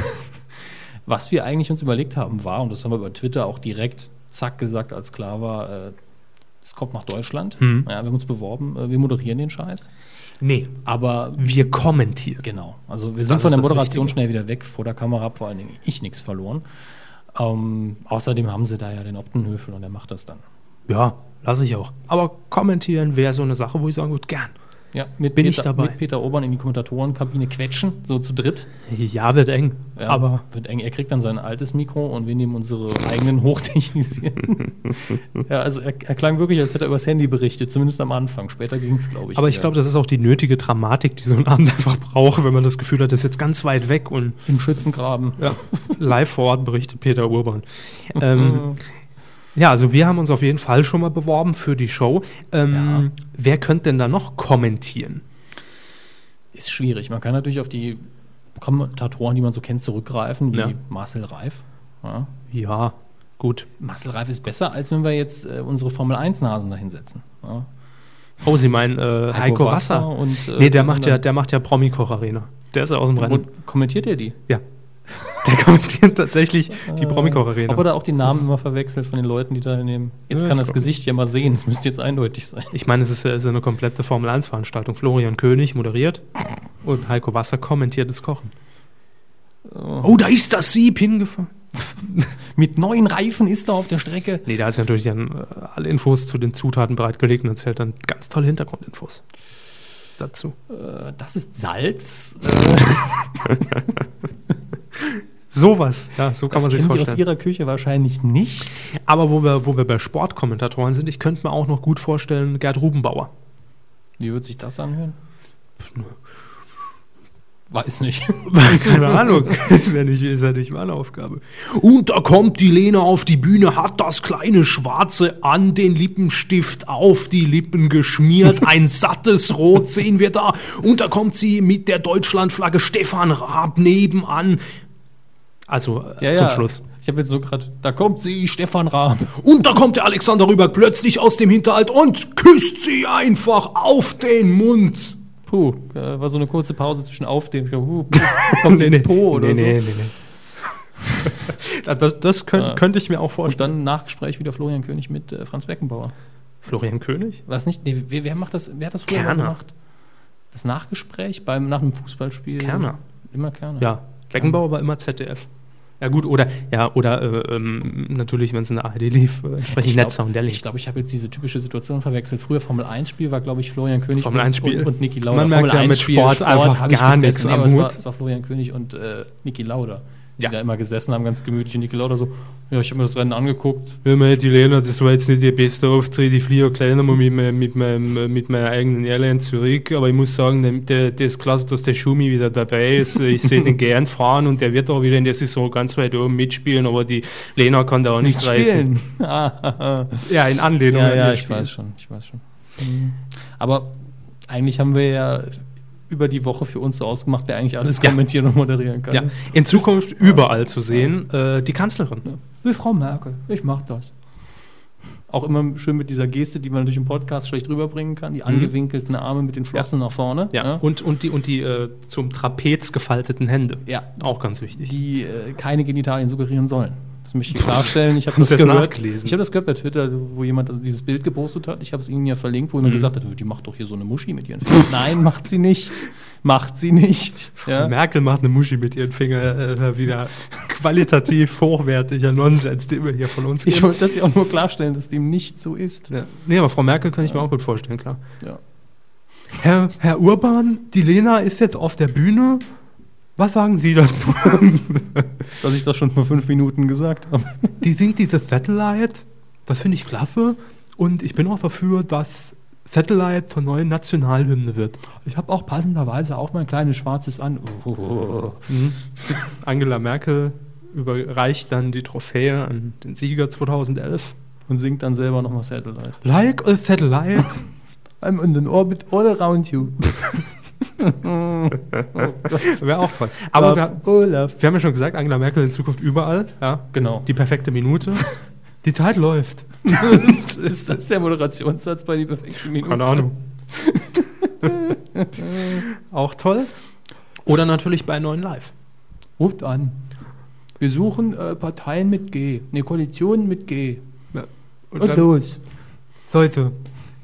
[LAUGHS] was wir eigentlich uns überlegt haben, war, und das haben wir über Twitter auch direkt zack gesagt, als klar war, äh, es kommt nach Deutschland. Hm. Ja, wir haben uns beworben, äh, wir moderieren den Scheiß. Nee, Aber wir kommentieren. Genau. Also wir sind ist von der das Moderation Wichtige. schnell wieder weg. Vor der Kamera habe vor allen Dingen ich nichts verloren. Ähm, außerdem haben sie da ja den Optenhöfel und er macht das dann. Ja, lasse ich auch. Aber kommentieren wäre so eine Sache, wo ich sagen würde, gern. Ja, mit Bin Peter, ich dabei. Mit Peter Obern in die Kommentatorenkabine quetschen, so zu dritt. Ja, wird eng. Ja, Aber wird eng. Er kriegt dann sein altes Mikro und wir nehmen unsere eigenen hochtechnisierten. [LAUGHS] ja, also er, er klang wirklich, als hätte er übers Handy berichtet, zumindest am Anfang. Später ging es, glaube ich. äh, aber ich wieder. glaube, das ist auch die nötige Dramatik, die so ein Abend [LAUGHS] einfach braucht, wenn man das Gefühl hat, das ist jetzt ganz weit weg und im Schützengraben. Ja, [LAUGHS] live vor Ort berichtet Peter Urban. Ähm, ja, also wir haben uns auf jeden Fall schon mal beworben für die Show. Ähm, Wer könnte denn da noch kommentieren? ist schwierig. Man kann natürlich auf die Kommentatoren, die man so kennt, zurückgreifen, wie Ja. Marcel Reif. Ja. Ja, gut. Marcel Reif ist besser, als wenn wir jetzt äh, unsere Formel-1-Nasen dahinsetzen. Ja. Oh, Sie meinen äh, Heiko Wasser? und. Äh, nee, der macht, ja, anderen- der macht ja Promi-Koch-Arena. Der ist ja aus dem Rennen. Und kommentiert er die? Ja. Der kommentiert tatsächlich die Promi-Koch-Arena. Ob er da auch die Namen immer verwechselt von den Leuten, die teilnehmen? Jetzt Ja, kann ich das glaub Gesicht ja mal sehen. Es müsste jetzt eindeutig sein. Ich meine, es ist, ja- es ist ja eine komplette Formel-1-Veranstaltung. Florian König moderiert und Heiko Wasser kommentiert das Kochen. Oh, da ist das Sieb hingefahren. Mit neuen Reifen ist er auf der Strecke. Nee, da ist natürlich dann äh, alle Infos zu den Zutaten bereitgelegt und erzählt dann ganz tolle Hintergrundinfos dazu. Äh, das ist Salz. Sowas. Ja, so kann das man sich kennen Sie aus vorstellen. Ihrer Küche wahrscheinlich nicht. Aber wo wir, wo wir bei Sportkommentatoren sind, ich könnte mir auch noch gut vorstellen, Gerd Rubenbauer. Wie wird sich das anhören? Weiß nicht. [LAUGHS] Keine Ahnung. ist, ja nicht, ist ja nicht meine Aufgabe. Und da kommt die Lena auf die Bühne, hat das kleine Schwarze an den Lippenstift auf die Lippen [LAUGHS] geschmiert. Ein sattes Rot sehen wir da. Und da kommt sie mit der Deutschlandflagge Stefan Raab nebenan. Also äh, zum Schluss. Ich habe jetzt so gerade, da kommt sie, Stefan Rahm. Und da kommt der Alexander Rüberg plötzlich aus dem Hinterhalt und küsst sie einfach auf den Mund. Puh, da Äh, war so eine kurze Pause zwischen auf dem, [LAUGHS] uh, puh, [LAUGHS] kommt sie ins Po oder so. [LAUGHS] [LAUGHS] Das, das könnt, Ja. könnte ich mir auch Und vorstellen. dann Nachgespräch wieder Florian König mit äh, Franz Beckenbauer. Florian König? Was nicht? Nee, wer, wer macht das? Wer hat das früher Kerner. mal gemacht? Das Nachgespräch beim nach einem Fußballspiel. Kerner. Immer Kerner. Ja. Beckenbauer war immer ZDF. Ja gut, oder ja, oder äh, ähm, natürlich, wenn es in der ARD lief, äh, entsprechend glaub- Netzer und der Ich glaube, ich habe jetzt diese typische Situation verwechselt. Früher Formel 1-Spiel war, glaube ich, Florian König Formel und- 1-Spiel. und, und Niki Lauda. Man merkt Formel ja mit 1-Spiel, Sport einfach hab ich gar verwechselt. nichts Nee, am aber es war, Hut. es war Florian König und äh, Niki Lauda, die Ja. da immer gesessen haben, ganz gemütlich. Und Niki Lauda so, ja, ich habe mir das Rennen angeguckt. Hör die Lena, das war jetzt nicht ihr bester Auftritt. Ich fliehe kleiner mal mit, mein- mit, meinem, mit meiner eigenen Airline zurück, aber ich muss sagen, der, der, das ist klasse, dass der Schumi wieder dabei ist. Ich sehe den gern fahren und der wird auch wieder in der Saison ganz weit oben mitspielen, aber die Lena kann da auch nicht [LAUGHS] reißen. Ah, ah, [LAUGHS] ah. Ja, in Anlehnung ja, ja, ihr ich Spiel. weiß schon, ich weiß schon. Mhm. Aber eigentlich haben wir ja über die Woche für uns so ausgemacht, wer eigentlich alles Ja. kommentieren und moderieren kann. Ja, in Zukunft überall zu sehen, äh, die Kanzlerin. Will Frau Merkel, ich mach das. Auch immer schön mit dieser Geste, die man durch den Podcast schlecht rüberbringen kann, die angewinkelten Arme mit den Flossen nach vorne. Mhm. Ja, ne? Und, und die, und die äh, zum Trapez gefalteten Hände. ja Auch ganz wichtig. die äh, keine Genitalien suggerieren sollen. Das möchte [LAUGHS] ich klarstellen. Ich habe das, Kannst du das gehört. nachlesen? Ich habe das gehört bei Twitter, wo jemand also dieses Bild gepostet hat. Ich habe es Ihnen ja verlinkt, wo jemand gesagt hat, die macht doch hier so eine Muschi mit ihren Fingern. Nein, macht sie nicht. Macht sie [LAUGHS] nicht. Ja. Merkel macht eine Muschi mit ihren Fingern äh, wieder [LAUGHS] qualitativ hochwertiger Nonsens, den wir hier von uns Ich wollte das ja auch nur klarstellen, dass dem nicht so ist. Ja. Nee, aber Frau Merkel kann ich mir auch gut vorstellen, klar. Ja. Herr, Herr Urban, die Lena ist jetzt auf der Bühne. Was sagen Sie dazu? Dass ich das schon vor fünf Minuten gesagt habe. die singt dieses Satellite. Das finde ich klasse. Und ich bin auch dafür, dass Satellite zur neuen Nationalhymne wird. Ich habe auch passenderweise auch mein kleines schwarzes an. Oh, oh, oh, oh. Mhm. Angela Merkel überreicht dann die Trophäe an den Sieger 2011. Und singt dann selber nochmal Satellite. Like a satellite. [LAUGHS] I'm in an orbit all around [LAUGHS] you. Wäre auch toll. Aber wir, Olaf. wir haben ja schon gesagt, Angela Merkel in Zukunft überall. Ja. Genau. Die perfekte Minute. [LAUGHS] Die Zeit läuft. [LAUGHS] Ist das der Moderationssatz bei die perfekten Minuten? [LAUGHS] auch toll. Oder natürlich bei neuen Live. Ruft an. Wir suchen äh, Parteien mit G. Ne, Koalitionen mit G. Und Und dann- los. Leute,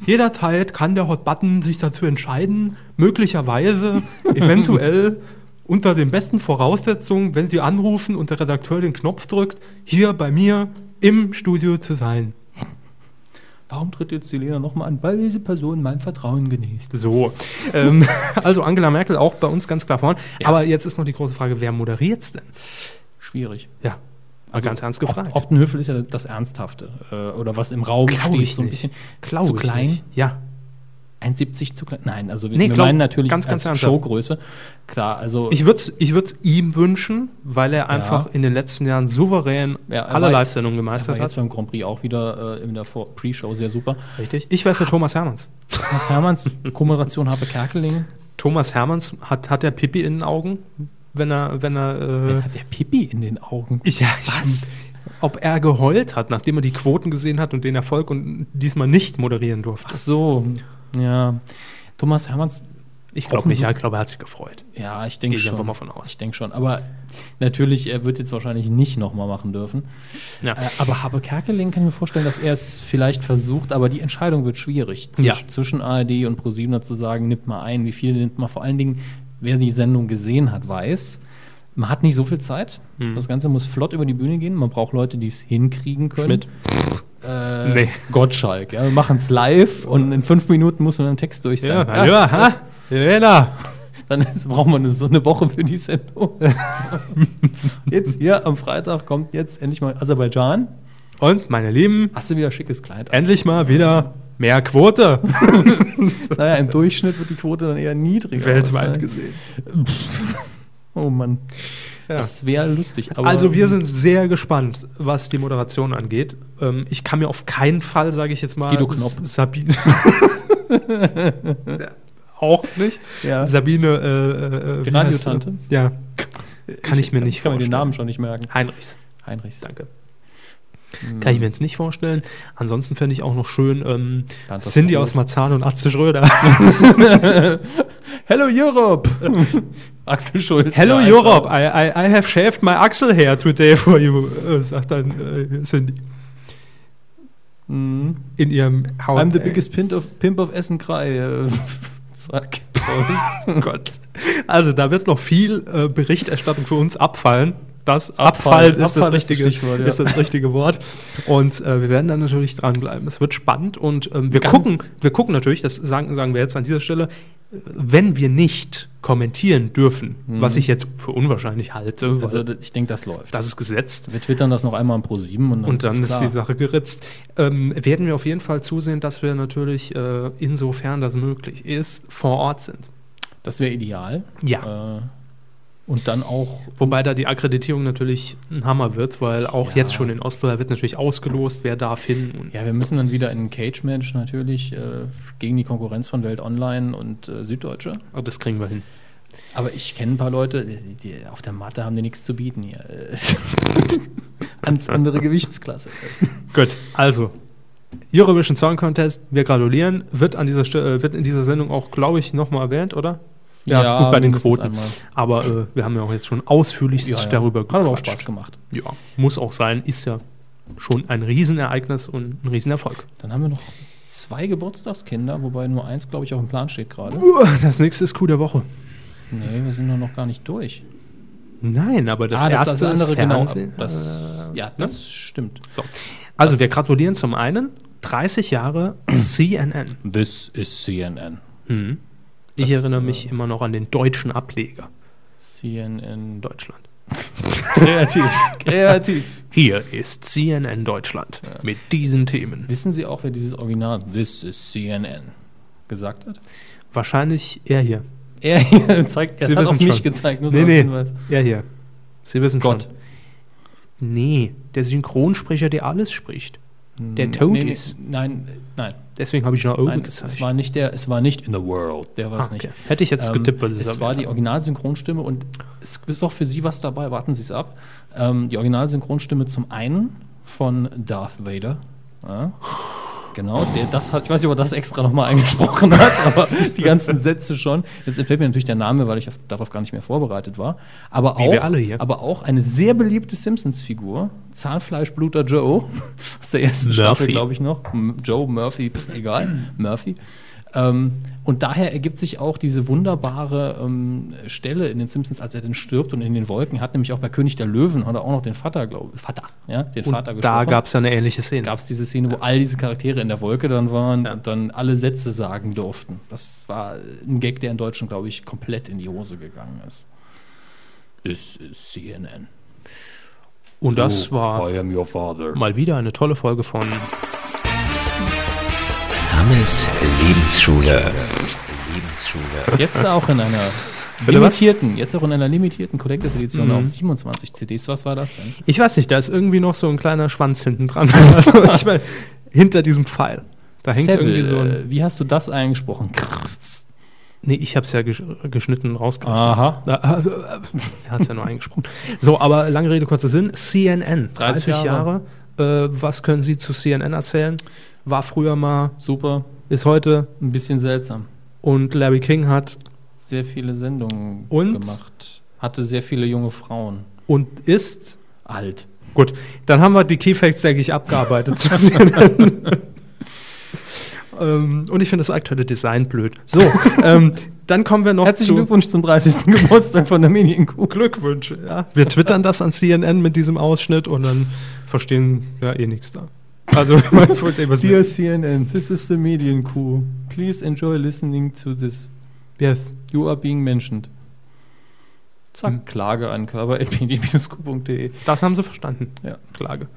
jederzeit kann der Hot Button sich dazu entscheiden, [LAUGHS] möglicherweise, eventuell unter den besten Voraussetzungen, wenn Sie anrufen und der Redakteur den Knopf drückt, hier bei mir im Studio zu sein. Warum tritt jetzt die Lena nochmal an? Weil diese Person mein Vertrauen genießt. So. ähm, [LAUGHS] also Angela Merkel auch bei uns ganz klar vorn. Aber jetzt ist noch die große Frage, wer moderiert es denn? Schwierig. Ja, mal ganz ernst gefragt. Optenhöfel ist ja das Ernsthafte. Äh, oder was im Raum Glaub steht, ich so ein nicht. bisschen. Glaub zu ich klein. nicht. Ja. 1,70 zu klein. Nein, also wir, Nee, wir glaub- meinen natürlich ganz, ganz als ernsthaft. Showgröße. Klar, also Ich würde es ich würd's ihm wünschen, weil er einfach in den letzten Jahren souverän Ja, er alle war- Live-Sendungen das war gemeistert jetzt hat. beim Grand Prix auch wieder äh, in der Vor- Pre-Show sehr super. Richtig. Ich wäre für Thomas Hermanns. Thomas Hermanns, Kombination Harpe Kerkeling. Thomas Hermanns hat, hat der Pippi in den Augen, wenn er, wenn er. Äh, Hat der Pipi in den Augen? ich, ja, ich, Was? Ob er geheult hat, nachdem er die Quoten gesehen hat und den Erfolg und diesmal nicht moderieren durfte. Ach so, ja. Thomas Hermanns, Ich offen glaube nicht, so- ja, ich glaube, er hat sich gefreut. ja, ich Gehe denke ich schon. einfach mal von aus. Ich denke schon. Aber natürlich, er wird es jetzt wahrscheinlich nicht nochmal machen dürfen. Ja. Äh, aber Habe Kerkeling kann ich mir vorstellen, dass er es vielleicht versucht, aber die Entscheidung wird schwierig. Zwisch- Ja. Zwischen ARD und ProSiebener zu sagen, nimmt mal ein, wie viel nimmt man. Vor allen Dingen, wer die Sendung gesehen hat, weiß, man hat nicht so viel Zeit. Das Ganze muss flott über die Bühne gehen. Man braucht Leute, die es hinkriegen können. Schmidt. Äh, Nee. Gottschalk. Ja, wir machen es live und in fünf Minuten muss man einen Text durch sein. ja, ja, ha? Lena. Dann ist, braucht man so eine Woche für die Sendung. [LAUGHS] Jetzt hier am Freitag kommt jetzt endlich mal Aserbaidschan. Und meine Lieben, Hast du wieder schickes Kleid? an. endlich mal wieder mehr [LAUGHS] Quote [LAUGHS] Naja, im Durchschnitt wird die Quote dann eher niedriger. ausfallen. gesehen. Oh Mann. Das wäre lustig. aber- Also wir sind sehr gespannt, was die Moderation angeht. Ähm, ich kann mir auf keinen Fall, sage ich jetzt mal, Guido Knopp. S- Sabine. [LAUGHS] Auch nicht. Ja. Sabine. Äh, äh, Die wie heißt sie? Radiotante? Ja. Kann ich, mir nicht kann mir den vorstellen. Namen schon nicht merken. Heinrichs. Heinrichs. Danke. Kann ich mir jetzt nicht vorstellen. Ansonsten fände ich auch noch schön ähm, Panzers Cindy Brot. aus Marzahn und Atze Schröder. [LAUGHS] Hello Europe! [LAUGHS] Axel Schulz. Hello Ja, also- Europe, I, I, I have shaved my axle hair today for you, äh, sagt dann äh, Cindy Mhm. in ihrem äh, Haus. I'm the biggest pimp of, pimp of Essen Krei. [LAUGHS] äh, Zack. Oh Gott. Also da wird noch viel äh, Berichterstattung für uns abfallen. Das Abfall, ist, Abfall. Abfall das ist das richtige, Stichwort, ja. ist das richtige Wort. Und äh, wir werden dann natürlich dranbleiben. Es wird spannend und ähm, wir, Ganz- gucken, wir gucken natürlich, das sagen, sagen wir jetzt an dieser Stelle, äh, wenn wir nicht kommentieren dürfen, was ich jetzt für unwahrscheinlich halte, weil Mhm. Also ich denke, das läuft. das ist gesetzt, wir twittern das noch einmal pro 7 und dann, Und dann es ist, klar. die Sache geritzt. Ähm, werden wir auf jeden Fall zusehen, dass wir natürlich, äh, insofern das möglich ist, vor Ort sind. Das wäre ideal. Ja. Äh, und dann auch Wobei da die Akkreditierung natürlich ein Hammer wird, weil auch Ja. jetzt schon in Oslo, da wird natürlich ausgelost, wer darf hin. Und Ja, wir müssen dann wieder in ein Cage-Match natürlich äh, gegen die Konkurrenz von Welt Online und äh, Süddeutsche. Ah, Das kriegen wir hin. Aber ich kenne ein paar Leute, die, die auf der Matte haben die nichts zu bieten hier. [LAUGHS] Äh, Ganz andere Gewichtsklasse. Gut, also Eurovision Song Contest, wir gratulieren. Wird, an dieser, Stelle- äh, wird in dieser Sendung auch, glaube ich, nochmal erwähnt, oder? gut, bei den mindestens Quoten. einmal. Aber äh, wir haben ja auch jetzt schon ausführlichst Ja, ja. darüber Hat aber auch gequatscht. Spaß gemacht. Ja, muss auch sein, ist ja schon ein Riesenereignis und ein Riesenerfolg. Dann haben wir noch zwei Geburtstagskinder, wobei nur eins, glaube ich, auf dem Plan steht gerade. Das nächste ist Coup der Woche. Nee, wir sind doch noch gar nicht durch. Nein, aber Ah, das erste ist Fernsehen. genau. Äh, ne? Das, ja, das stimmt. so. Also das- wir gratulieren zum einen 30 [CLEARS THROAT] Jahre CNN. This is CNN. Hm? Ich Das, erinnere äh, mich immer noch an den deutschen Ableger CNN in Deutschland. [LAUGHS] Kreativ. Kreativ. Hier ist CNN Deutschland mit diesen Themen. Wissen Sie auch, wer dieses Original This is CNN gesagt hat? Wahrscheinlich er hier. Er [LAUGHS] hier zeigt, er Sie hat auf wissen mich schon. gezeigt, nur Nee, als nee. Hinweis. Er hier. Sie wissen Gott. schon. Nee, der Synchronsprecher, der alles spricht. Der Toad Hm. Nee, nee, ist. nein, nein, Deswegen habe ich nach oben nein es, es gezeigt. war nicht der, es war nicht in the world, der war Ah, es okay. nicht. Hätte ich jetzt Ähm, getippt, weil es erwähnt war die hat. Originalsynchronstimme und es ist auch für Sie was dabei, warten Sie es ab. Ähm, die Originalsynchronstimme zum einen von Darth Vader. Ja. Genau, der, das hat, ich weiß nicht, ob er das extra nochmal eingesprochen hat, [LAUGHS] aber die ganzen Sätze schon. Jetzt entfällt mir natürlich der Name, weil ich auf, darauf gar nicht mehr vorbereitet war. Aber Wie auch, wir alle hier. aber auch eine sehr beliebte Simpsons-Figur, Zahnfleischbluter Joe, [LAUGHS] aus der ersten Staffel, Murphy. glaube ich, noch. M- Joe, Murphy, pf, egal, Murphy. Ähm, und daher ergibt sich auch diese wunderbare ähm, Stelle in den Simpsons, als er denn stirbt und in den Wolken hat, nämlich auch bei König der Löwen hat er auch noch den Vater, glaube ich, Vater, ja, den Vater Und da gab es eine ähnliche Szene. gab es diese Szene, wo all diese Charaktere in der Wolke dann waren und dann alle Sätze sagen durften. Das war ein Gag, der in Deutschland, glaube ich, komplett in die Hose gegangen ist. This is CNN. Und Oh, das war I am your father. mal wieder eine tolle Folge von Hammes Lebensschule. Lebensschule. [LAUGHS] Jetzt auch in einer Bitte was? Mhm. limitierten, jetzt auch in einer limitierten Collectors Edition auf 27 CDs. Was war das denn? Ich weiß nicht, da ist irgendwie noch so ein kleiner Schwanz hinten dran. [LAUGHS] Also, ich mein, hinter diesem Pfeil. Da hängt Seville, irgendwie so ein. äh, Wie hast du das eingesprochen? Krrrz. Nee, ich hab's ja gesch geschnitten und rausgeschnitten. Aha. Äh, äh, [LAUGHS] Er hat's ja nur eingesprochen. So, aber lange Rede, kurzer Sinn. CNN, 30, 30 Jahre. Jahre. Äh, was können Sie zu CNN erzählen? War früher mal, Super. ist heute Ein bisschen seltsam. und Larry King hat Sehr viele Sendungen Und? gemacht. Hatte sehr viele junge Frauen. und ist Alt. Gut, dann haben wir die Key Facts, denke ich, abgearbeitet. zu [LAUGHS] CNN. ähm, und ich finde das aktuelle Design blöd. So, ähm, dann kommen wir noch Herzlichen zu Glückwunsch zum 30. [LAUGHS] Geburtstag von der Medienkuh. Glückwünsche. Ja. Wir twittern das an CNN mit diesem Ausschnitt und dann verstehen ja eh nichts da. Also, [LAUGHS] ich meine, von dem, was wir- Dear CNN, this is the Medienkuh. Please enjoy listening to this. yes. You are being mentioned. Hm. Zack, Klage an körper.pd-q.de. Das haben sie verstanden. Ja. Klage.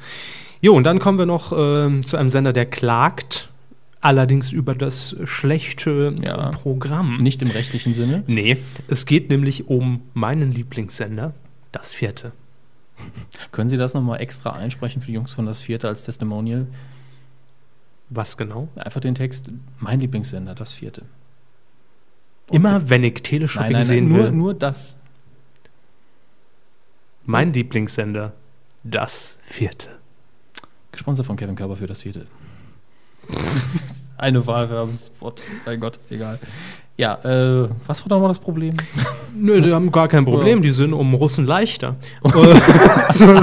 Jo, und dann kommen wir noch ähm, zu einem Sender, der klagt, allerdings über das schlechte Ja. Programm. Nicht im rechtlichen Sinne. Nee, es geht nämlich um meinen Lieblingssender, das vierte. Können Sie das nochmal extra einsprechen für die Jungs von das Vierte als Testimonial? Was genau? Einfach den Text, mein Lieblingssender, das Vierte. Immer wenn ich Teleshopping Nein, nein, nein, sehen nur, will, nur das. mein Lieblingssender, das vierte. Gesponsert von Kevin Körber für das Vierte. Eine Wahl, wir haben es. Wort. Mein Gott, egal. Ja, äh, was war da nochmal das [LAUGHS] Problem? Nö, die haben gar kein Problem, die sind um Russen [LAUGHS] leichter. Also,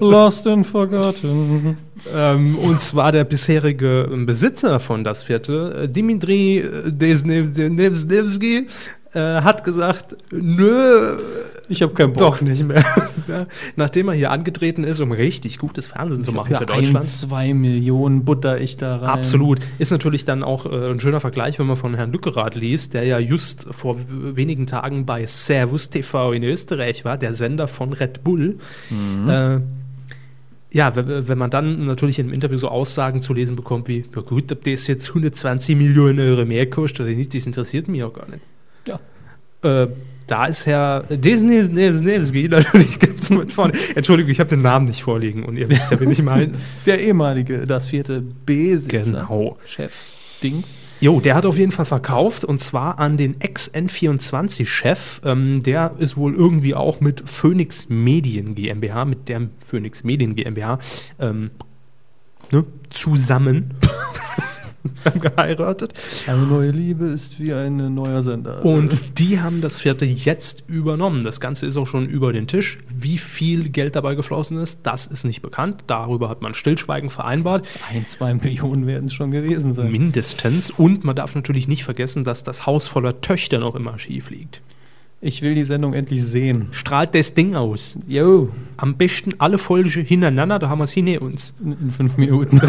Lost and Forgotten. ähm, und zwar der bisherige Besitzer von das vierte, äh, Dimitri äh, Desnevsky, äh, hat gesagt, nö, Ich habe keinen Bock. doch nicht mehr. [LAUGHS] Ja, Nachdem er hier angetreten ist, um richtig gutes Fernsehen zu machen für Deutschland. zwei Millionen butter ich da rein. Absolut. Ist natürlich dann auch äh, ein schöner Vergleich, wenn man von Herrn Lückerath liest, der ja just vor w- wenigen Tagen bei Servus TV in Österreich war, der Sender von Red Bull. Äh, ja, w- w- wenn man dann natürlich im Interview so Aussagen zu lesen bekommt wie, ja gut, ob das jetzt 120 Millionen Euro mehr kostet oder nicht, das interessiert mich auch gar nicht. Ja. Äh, da ist Herr Disney Disney [LAUGHS] natürlich ganz mit vorne. Entschuldigung, ich habe den Namen nicht vorliegen und ihr wisst ja, wen ich meine. [LAUGHS] Der ehemalige, das vierte Besitzer. Genau. Chef Dings. Jo, der hat auf jeden Fall verkauft und zwar an den Ex-N24-Chef. Ähm, der ist wohl irgendwie auch mit Phoenix Medien GmbH, mit der Phoenix Medien GmbH, ähm, ne, zusammen [LAUGHS] haben geheiratet. Eine neue Liebe ist wie ein neuer Sender. Und die haben das vierte jetzt übernommen. Das Ganze ist auch schon über den Tisch. Wie viel Geld dabei geflossen ist, das ist nicht bekannt. Darüber hat man Stillschweigen vereinbart. ein, zwei Millionen werden es schon gewesen sein. Mindestens. Und man darf natürlich nicht vergessen, dass das Haus voller Töchter noch immer schief liegt. Ich will die Sendung endlich sehen. strahlt das Ding aus. Yo, Am besten alle Folgen hintereinander, da haben wir es hinter uns. in, in [LAUGHS] fünf Minuten.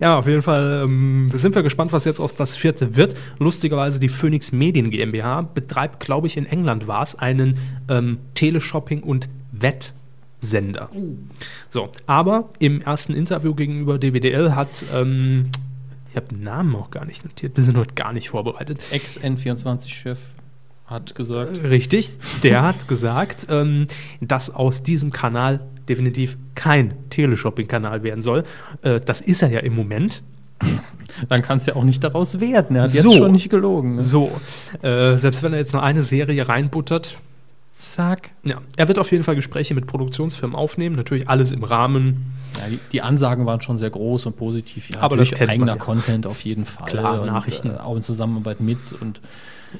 Ja, auf jeden Fall ähm, sind wir gespannt, was jetzt aus das vierte wird. Lustigerweise, die Phoenix Medien GmbH betreibt, glaube ich, in England war es, einen ähm, Teleshopping- und Wettsender. So, aber im ersten Interview gegenüber DWDL hat, ähm, ich habe den Namen auch gar nicht notiert, wir sind heute gar nicht vorbereitet. Ex-N24-Chef hat gesagt. Richtig, der hat gesagt, ähm, dass aus diesem Kanal definitiv kein Teleshopping-Kanal werden soll. Äh, das ist er ja im Moment. Dann kann es ja auch nicht daraus werden. Er hat So. jetzt schon nicht gelogen. Ne? So, äh, selbst wenn er jetzt nur eine Serie reinbuttert, Zack. ja, er wird auf jeden Fall Gespräche mit Produktionsfirmen aufnehmen, natürlich alles im Rahmen. Ja, die, die Ansagen waren schon sehr groß und positiv. Ja, Aber natürlich das kennt eigener man ja. Content auf jeden Fall. Klar, und, Nachrichten. Äh, auch in Zusammenarbeit mit und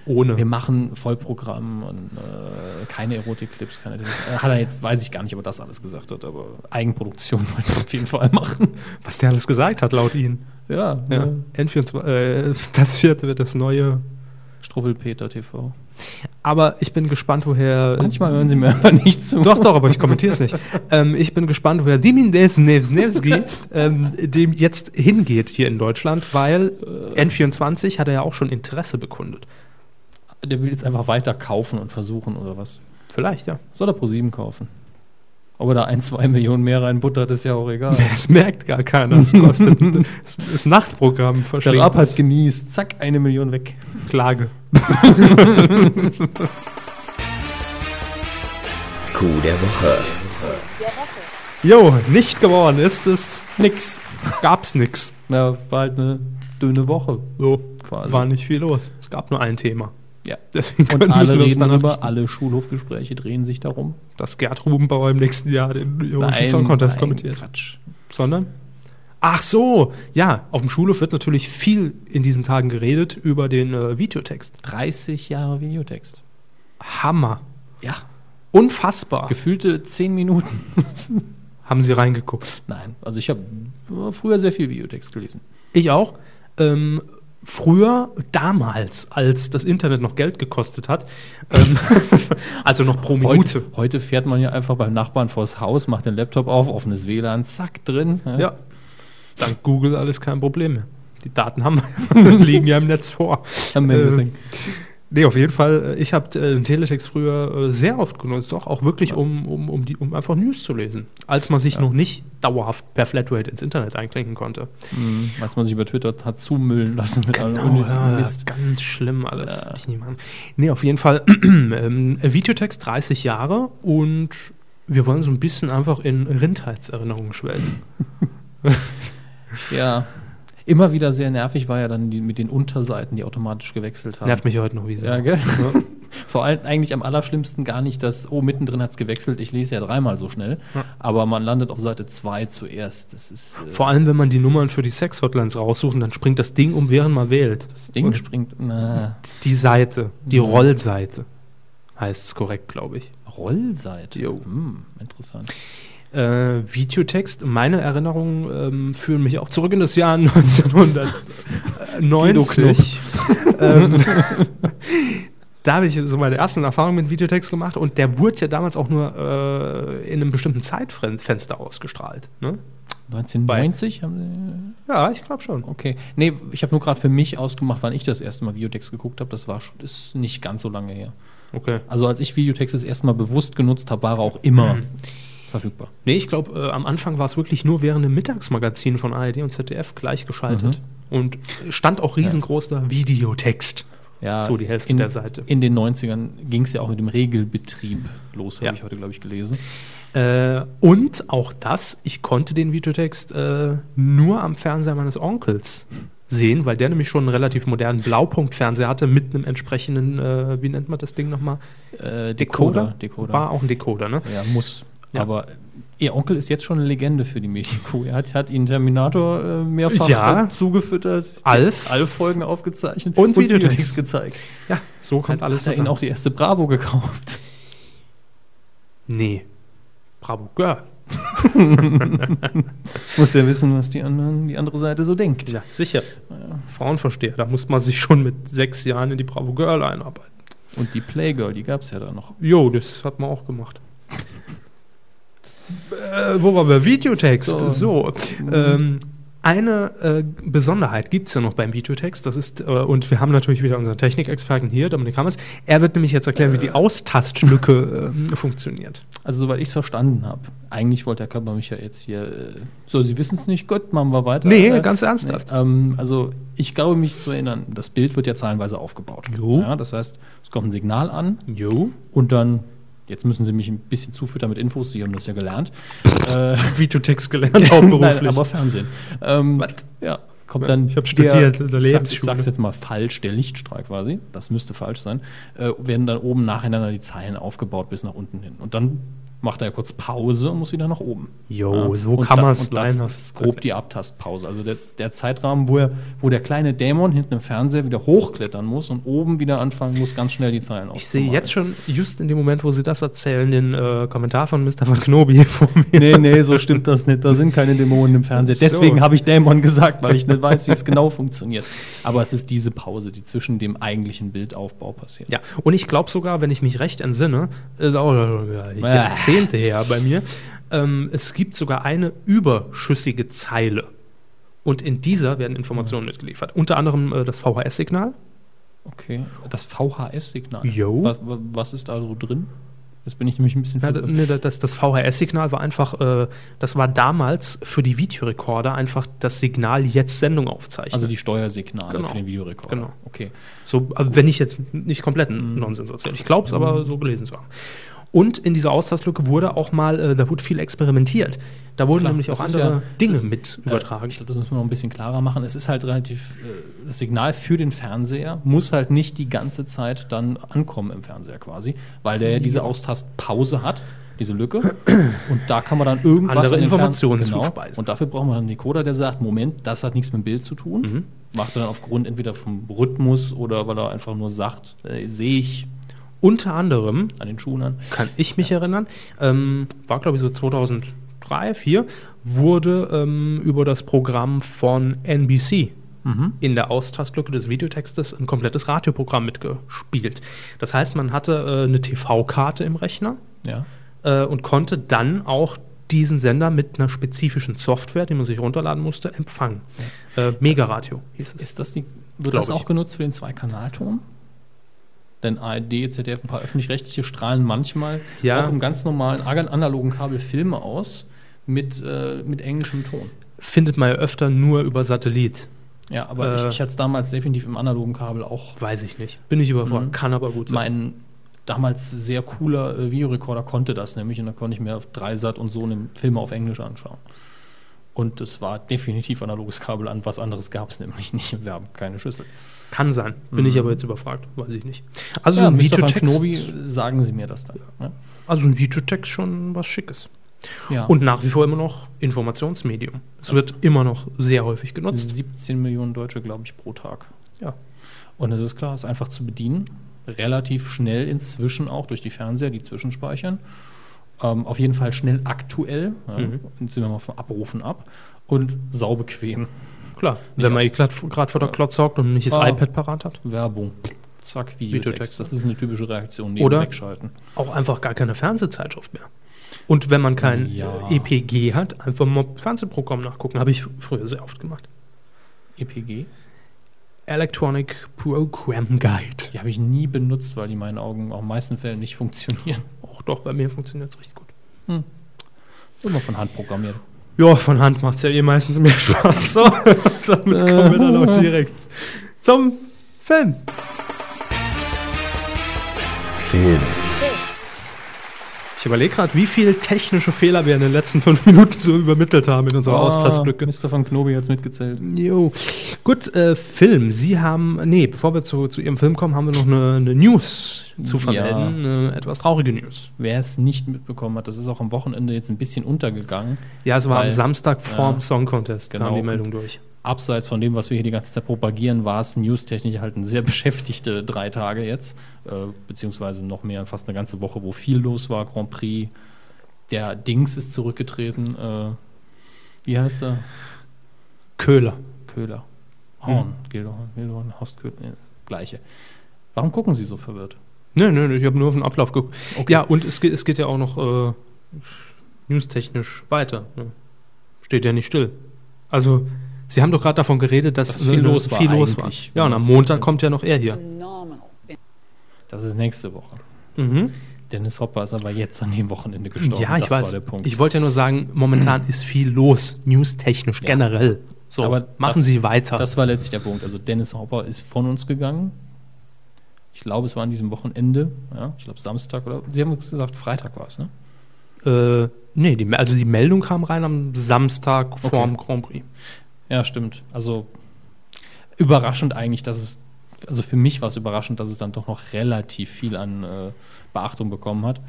wir Ohne. machen Vollprogramm und äh, keine Erotikclips, keine. Äh, hat er jetzt, weiß ich gar nicht, ob er das alles gesagt hat, aber Eigenproduktion [LAUGHS] wollte er auf jeden Fall machen. Was der alles gesagt hat, laut Ihnen. Ja, Ja. ne? N24, äh, das vierte wird das neue. Struppelpeter TV. Aber ich bin gespannt, woher. Manchmal hören sie mir einfach nicht zu. Doch, doch, aber ich kommentiere [LAUGHS] es nicht. ähm, ich bin gespannt, woher Dimin Nevsnevski ähm, dem jetzt hingeht hier in Deutschland, weil N24 hat er ja auch schon Interesse bekundet. Der will jetzt einfach weiter kaufen und versuchen oder was. Vielleicht, [LAUGHS] ja. Soll er ProSieben kaufen? Ob er da ein, zwei Millionen mehr reinbuttert, ist ja auch [LAUGHS] egal. Das merkt gar keiner. Es [LAUGHS] kostet. das ist Nachtprogramm Der Rapp verschlingt. hat genießt. Zack, eine Million weg. Klage. Coup der Woche. Jo, nicht geworden ist es, Nix. gab's nix. Na, war halt eine dünne Woche. So, Quasi. war nicht viel los. Es gab nur ein Thema. Also Ja. Deswegen Und können, alle müssen wir uns reden dann darüber, über, alle Schulhofgespräche drehen sich darum. dass Gerd Rubenbauer im nächsten Jahr den Eurovision Song Contest kommentiert. Quatsch. sondern Ach so, ja, auf dem Schulhof wird natürlich viel in diesen Tagen geredet über den äh, Videotext. 30 Jahre Videotext. Hammer. Ja. Unfassbar. Gefühlte 10 Minuten. [LAUGHS] haben sie reingeguckt. Nein, also ich habe früher sehr viel Videotext gelesen. Ich auch. Ähm, früher, damals, als das Internet noch Geld gekostet hat, [LAUGHS] ähm, also noch pro Minute. Heute, heute fährt man ja einfach beim Nachbarn vors Haus, macht den Laptop auf, offenes WLAN, zack, drin. ne? Ja. Dank Google [LAUGHS] alles kein Problem mehr. Die Daten haben wir, liegen ja im Netz vor. Amazing. Nee, auf jeden Fall. Ich habe äh, den Teletext früher äh, sehr oft genutzt, doch auch wirklich, um, um, um, die, um einfach News zu lesen, als man sich noch nicht dauerhaft per Flatrate ins Internet einklinken konnte. Mhm. Als man sich über Twitter hat zumüllen lassen mit allem Genau, unnötigen ja, Mist. ganz schlimm alles. Ja. Die niemand- Nee, auf jeden Fall. [CLEARS THROAT] ähm, Videotext 30 Jahre und wir wollen so ein bisschen einfach in Rindheitserinnerungen schwelgen. Ja. Immer wieder sehr nervig war ja dann die, mit den Unterseiten, die automatisch gewechselt haben. Nervt mich heute noch wie so. ja, gell? [LAUGHS] Vor allem eigentlich am allerschlimmsten gar nicht das, oh, mittendrin hat es gewechselt, ich lese ja dreimal so schnell. Aber man landet auf Seite 2 zuerst. Das ist. Äh, Vor allem, wenn man die Nummern für die Sex-Hotlines raussucht, dann springt das Ding um, während man wählt. das Ding springt. Na, Die Seite, Mhm. die Rollseite heißt es korrekt, glaube ich. Rollseite. Jo. Hm, interessant. Äh, Videotext, meine Erinnerungen ähm, führen mich auch zurück in das Jahr [LAUGHS] 1990. ähm, [LAUGHS] da habe ich so meine ersten Erfahrungen mit Videotext gemacht und der wurde ja damals auch nur äh, in einem bestimmten Zeitfenster ausgestrahlt. Ne? 1990 haben Ja, ich glaube schon. Sie, Okay. Nee, ich habe nur gerade für mich ausgemacht, wann ich das erste Mal Videotext geguckt habe. Das war schon, ist nicht ganz so lange her. Okay. Also als ich Videotext das erste Mal bewusst genutzt habe, war er auch immer Mhm. verfügbar. Nee, ich glaube, äh, am Anfang war es wirklich nur während dem Mittagsmagazin von ARD und ZDF gleichgeschaltet. Und stand auch riesengroß da Videotext. Ja, So die Hälfte in, der Seite. In den 90ern ging es ja auch mit dem Regelbetrieb los, habe Ja. ich heute, glaube ich, gelesen. Äh, und auch das, ich konnte den Videotext äh, nur am Fernseher meines Onkels sehen, weil der nämlich schon einen relativ modernen Blaupunktfernseher hatte mit einem entsprechenden, äh, wie nennt man das Ding nochmal? Äh, Decoder. War auch ein Decoder, ne? Ja, muss. Ja. Aber ihr Onkel ist jetzt schon eine Legende für die Medienkuh. Er hat, hat ihnen Terminator äh, mehrfach Ja. äh, zugefüttert, Alf. alle Folgen aufgezeichnet Und Videotext. gezeigt. Ja, so kommt Hat alles alles hat er ihnen zusammen. auch die erste Bravo [LAUGHS] gekauft. nee. Bravo Girl. Muss ja wissen, was die, anderen, die andere Seite so denkt. Ja, sicher. Frauenversteher, da muss man sich schon mit sechs Jahren in die Bravo Girl einarbeiten. Und die Playgirl, die gab es ja da noch. Jo, das hat man auch gemacht. Äh, wo waren wir? Videotext. So. So. Ähm, eine äh, Besonderheit gibt es ja noch beim Videotext. Das ist, äh, und wir haben natürlich wieder unseren Technikexperten hier, Dominik Hammers. Er wird nämlich jetzt erklären, wie die Austastlücke ähm, funktioniert. Also, soweit ich es verstanden habe. Eigentlich wollte Herr Körper mich ja jetzt hier. Äh, so, Sie wissen es nicht. Gut, machen wir weiter. Nee, äh, ganz ernsthaft. Nee, ähm, also, ich glaube, mich zu erinnern, das Bild wird ja zahlenweise aufgebaut. Jo. Ja, das heißt, es kommt ein Signal an, Jo. Und dann, jetzt müssen Sie mich ein bisschen zufüttern mit Infos, Sie haben das ja [LAUGHS] gelernt. äh, [LAUGHS] Videotext gelernt, hauptberuflich. [LAUGHS] Nein, aber Fernsehen. Ähm, ja, kommt dann. Ich hab studiert der, in der ich sag- Ich Lebensschule. sag's jetzt mal falsch, der Lichtstrahl quasi, das müsste falsch sein, äh, werden dann oben nacheinander die Zeilen aufgebaut bis nach unten hin. Und dann macht er kurz Pause und muss wieder nach oben. Jo, so und kann da- man's und Das leider- ist grob die Abtastpause. Also der, der Zeitrahmen, wo, er, wo der kleine Dämon hinten im Fernseher wieder hochklettern muss und oben wieder anfangen muss, ganz schnell die Zeilen Ich sehe aufzumalen. jetzt schon, just in dem Moment, wo Sie das erzählen, den äh, Kommentar von Mr. Van Knobi [LAUGHS] vor mir. Nee, nee, so stimmt das nicht. Da sind keine Dämonen im Fernseher. So. Deswegen habe ich Dämon gesagt, weil ich nicht weiß, wie es genau funktioniert. Aber es ist diese Pause, die zwischen dem eigentlichen Bildaufbau passiert. Ja, und ich glaube sogar, wenn ich mich recht entsinne, ist auch schon wieder Jahrzehnte her bei mir, ähm, es gibt sogar eine überschüssige Zeile. Und in dieser werden Informationen mitgeliefert. Unter anderem äh, das VHS-Signal. Okay. Das VHS-Signal. Jo. Was, wa- was ist da so drin? Das bin ich nämlich ein bisschen Ja, da- verwirrt. ne, das das VHS-Signal war einfach, äh, das war damals für die Videorekorder einfach das Signal, jetzt Sendung aufzeichnen. Also die Steuersignale Genau. für den Videorekorder. Genau. Okay. So, äh, wenn ich jetzt nicht kompletten Mhm. Nonsens erzähle. Ich glaube es aber so gelesen zu haben. Und in dieser Austastlücke wurde auch mal, äh, da wurde viel experimentiert. Da wurden Klar, nämlich auch das ist andere ja- Dinge das ist, mit äh, übertragen. Ich glaube, das müssen wir noch ein bisschen klarer machen. Es ist halt relativ, äh, das Signal für den Fernseher muss halt nicht die ganze Zeit dann ankommen im Fernseher quasi, weil Mhm. der ja diese Austastpause hat, diese Lücke. Und da kann man dann irgendwas Andere an den Fern- Genau. Informationen zuspeisen. Und dafür braucht man dann einen Decoder, der sagt, Moment, das hat nichts mit dem Bild zu tun. Mhm. Macht er dann aufgrund entweder vom Rhythmus oder weil er einfach nur sagt, äh, sehe ich Unter anderem, an den Schuhen an. kann ich mich erinnern, ähm, war glaube ich so 2003, 2004, wurde ähm, über das Programm von NBC Mhm. in der Austastlücke des Videotextes ein komplettes Radioprogramm mitgespielt. Das heißt, man hatte äh, eine TV-Karte im Rechner. Ja. äh, und konnte dann auch diesen Sender mit einer spezifischen Software, die man sich runterladen musste, empfangen. Äh, Megaradio hieß es. Ist das die, wird Glaub das auch ich. genutzt für den Zweikanalton? Denn ARD, ZDF, ein paar öffentlich-rechtliche strahlen manchmal Ja. auch im ganz normalen, an- analogen Kabel Filme aus mit, äh, mit englischem Ton. Findet man ja öfter nur über Satellit. Ja, aber ich, Äh. ich hatte es damals definitiv im analogen Kabel auch. Weiß ich nicht. Bin ich überfordert. Mhm. Kann aber gut sein. Mein damals sehr cooler äh, Videorekorder konnte das nämlich und da konnte ich mir auf Dreisat und so einen Filme auf Englisch anschauen. Und es war definitiv analoges Kabel an, was anderes gab es nämlich nicht. Wir haben keine Schüssel. Kann sein. Bin ich aber jetzt überfragt. Weiß ich nicht. Also Mhm. ja, ein Mr. Van Videotext, Knobi, sagen Sie mir das dann. Ne? also ein Videotext schon was Schickes. Ja. Und nach wie vor immer noch Informationsmedium. Es wird immer noch sehr häufig genutzt. 17 Millionen Deutsche, glaube ich, pro Tag. Ja. Und es ist klar, es ist einfach zu bedienen. Relativ schnell inzwischen auch durch die Fernseher, die zwischenspeichern. Ähm, auf jeden Fall schnell aktuell. Ja. Mhm. Jetzt sind wir mal vom Abrufen ab. Und saubequem. Klar, wenn man eh gerade vor der Klotz hockt und nicht das Ah. iPad parat hat. Werbung. Zack, Videotext, Videotext. Das ist eine typische Reaktion. neben Oder? Wegschalten. Auch einfach gar keine Fernsehzeitschrift mehr. Und wenn man kein Ja. äh, EPG hat, einfach mal Fernsehprogramm nachgucken. Habe ich früher sehr oft gemacht. EPG. Electronic Program Guide. Die habe ich nie benutzt, weil die in meinen Augen auch in den meisten Fällen nicht funktionieren. Auch doch, bei mir funktioniert es richtig gut. Immer von Hand programmiert. Ja, von Hand macht es ja eh meistens mehr [LAUGHS] Spaß. So, damit kommen wir dann auch direkt zum Film. Film. Ich überlege gerade, wie viele technische Fehler wir in den letzten fünf Minuten so übermittelt haben mit unserer Austastglück. Mr. Ah, von Knobi hat es mitgezählt. Jo. Gut, äh, Film. Sie haben, nee, bevor wir zu, zu Ihrem Film kommen, haben wir noch eine, eine News zu Ja. vermelden. Eine etwas traurige News. Wer es nicht mitbekommen hat, das ist auch am Wochenende jetzt ein bisschen untergegangen. Ja, es war am Weil- Samstag vorm ja. Song Contest, kam Genau. die Meldung durch. Abseits von dem, was wir hier die ganze Zeit propagieren, war es newstechnisch halt ein sehr [LAUGHS] beschäftigte drei Tage jetzt, äh, beziehungsweise noch mehr, fast eine ganze Woche, wo viel los war. Grand Prix, der Dings ist zurückgetreten. Äh, wie heißt er? Köhler. Köhler. Horn, Hm. Gildehorn, Gildehorn, Horst Köhler, nee, gleiche. Warum gucken Sie so verwirrt? Nö, nö, nö, ich habe nur auf den Ablauf geguckt. Okay. Ja, und es, geht- es geht ja auch noch äh, newstechnisch weiter. Ne? Steht ja nicht still. Also, Sie haben doch gerade davon geredet, dass ne, Dass viel los war viel los war. eigentlich. Ja, und am ne? Montag kommt ja noch er hier. phenomenal. Das ist nächste Woche. Mhm. Dennis Hopper ist aber jetzt an dem Wochenende gestorben. Ja, ich das weiß. war der Punkt. Ich wollte ja nur sagen, momentan ist viel los, newstechnisch generell. So, Aber machen das- Sie weiter. Das war letztlich der Punkt. Also Dennis Hopper ist von uns gegangen. Ich glaube, es war an diesem Wochenende. Ja, ich glaube, Samstag oder Sie haben gesagt, Freitag war es, ne? äh, nee, die, also die Meldung kam rein am Samstag vorm Grand Prix. Ja, stimmt. Also überraschend eigentlich, dass es, also für mich war es überraschend, dass es dann doch noch relativ viel an äh, Beachtung bekommen hat.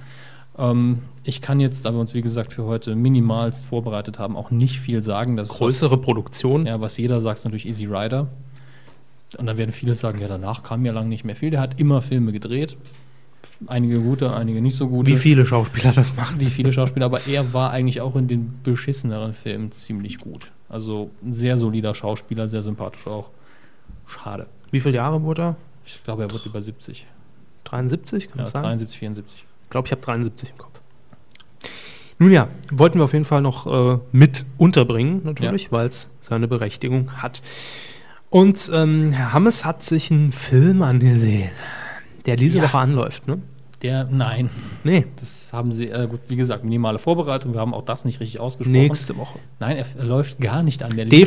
Ähm, ich kann jetzt, da wir uns wie gesagt für heute minimalst vorbereitet haben, auch nicht viel sagen. Das ist was- Größere Produktion. Ja, was jeder sagt, ist natürlich Easy Rider. Und dann werden viele sagen, ja, danach kam ja lang nicht mehr viel. Der hat immer Filme gedreht. Einige gute, einige nicht so gute. Wie viele Schauspieler das machen. Wie viele Schauspieler, aber er war eigentlich auch in den beschisseneren Filmen ziemlich gut. Also ein sehr solider Schauspieler, sehr sympathisch auch. Schade. Wie viele Jahre wurde er? Ich glaube, er wird über 70. 73, kann Ja, das sein? 73, 74. Ich glaube, ich habe 73 im Kopf. Nun ja, wollten wir auf jeden Fall noch äh, mit unterbringen, natürlich, weil es seine Berechtigung hat. Und ähm, Herr Hammes hat sich einen Film angesehen, der diese Ja. Woche anläuft, ne? Der, nein, Nee, das haben sie, äh, gut, wie gesagt, minimale Vorbereitung. Wir haben auch das nicht richtig ausgesprochen. nächste Woche. Nein, er, f- er läuft gar nicht an der DVD.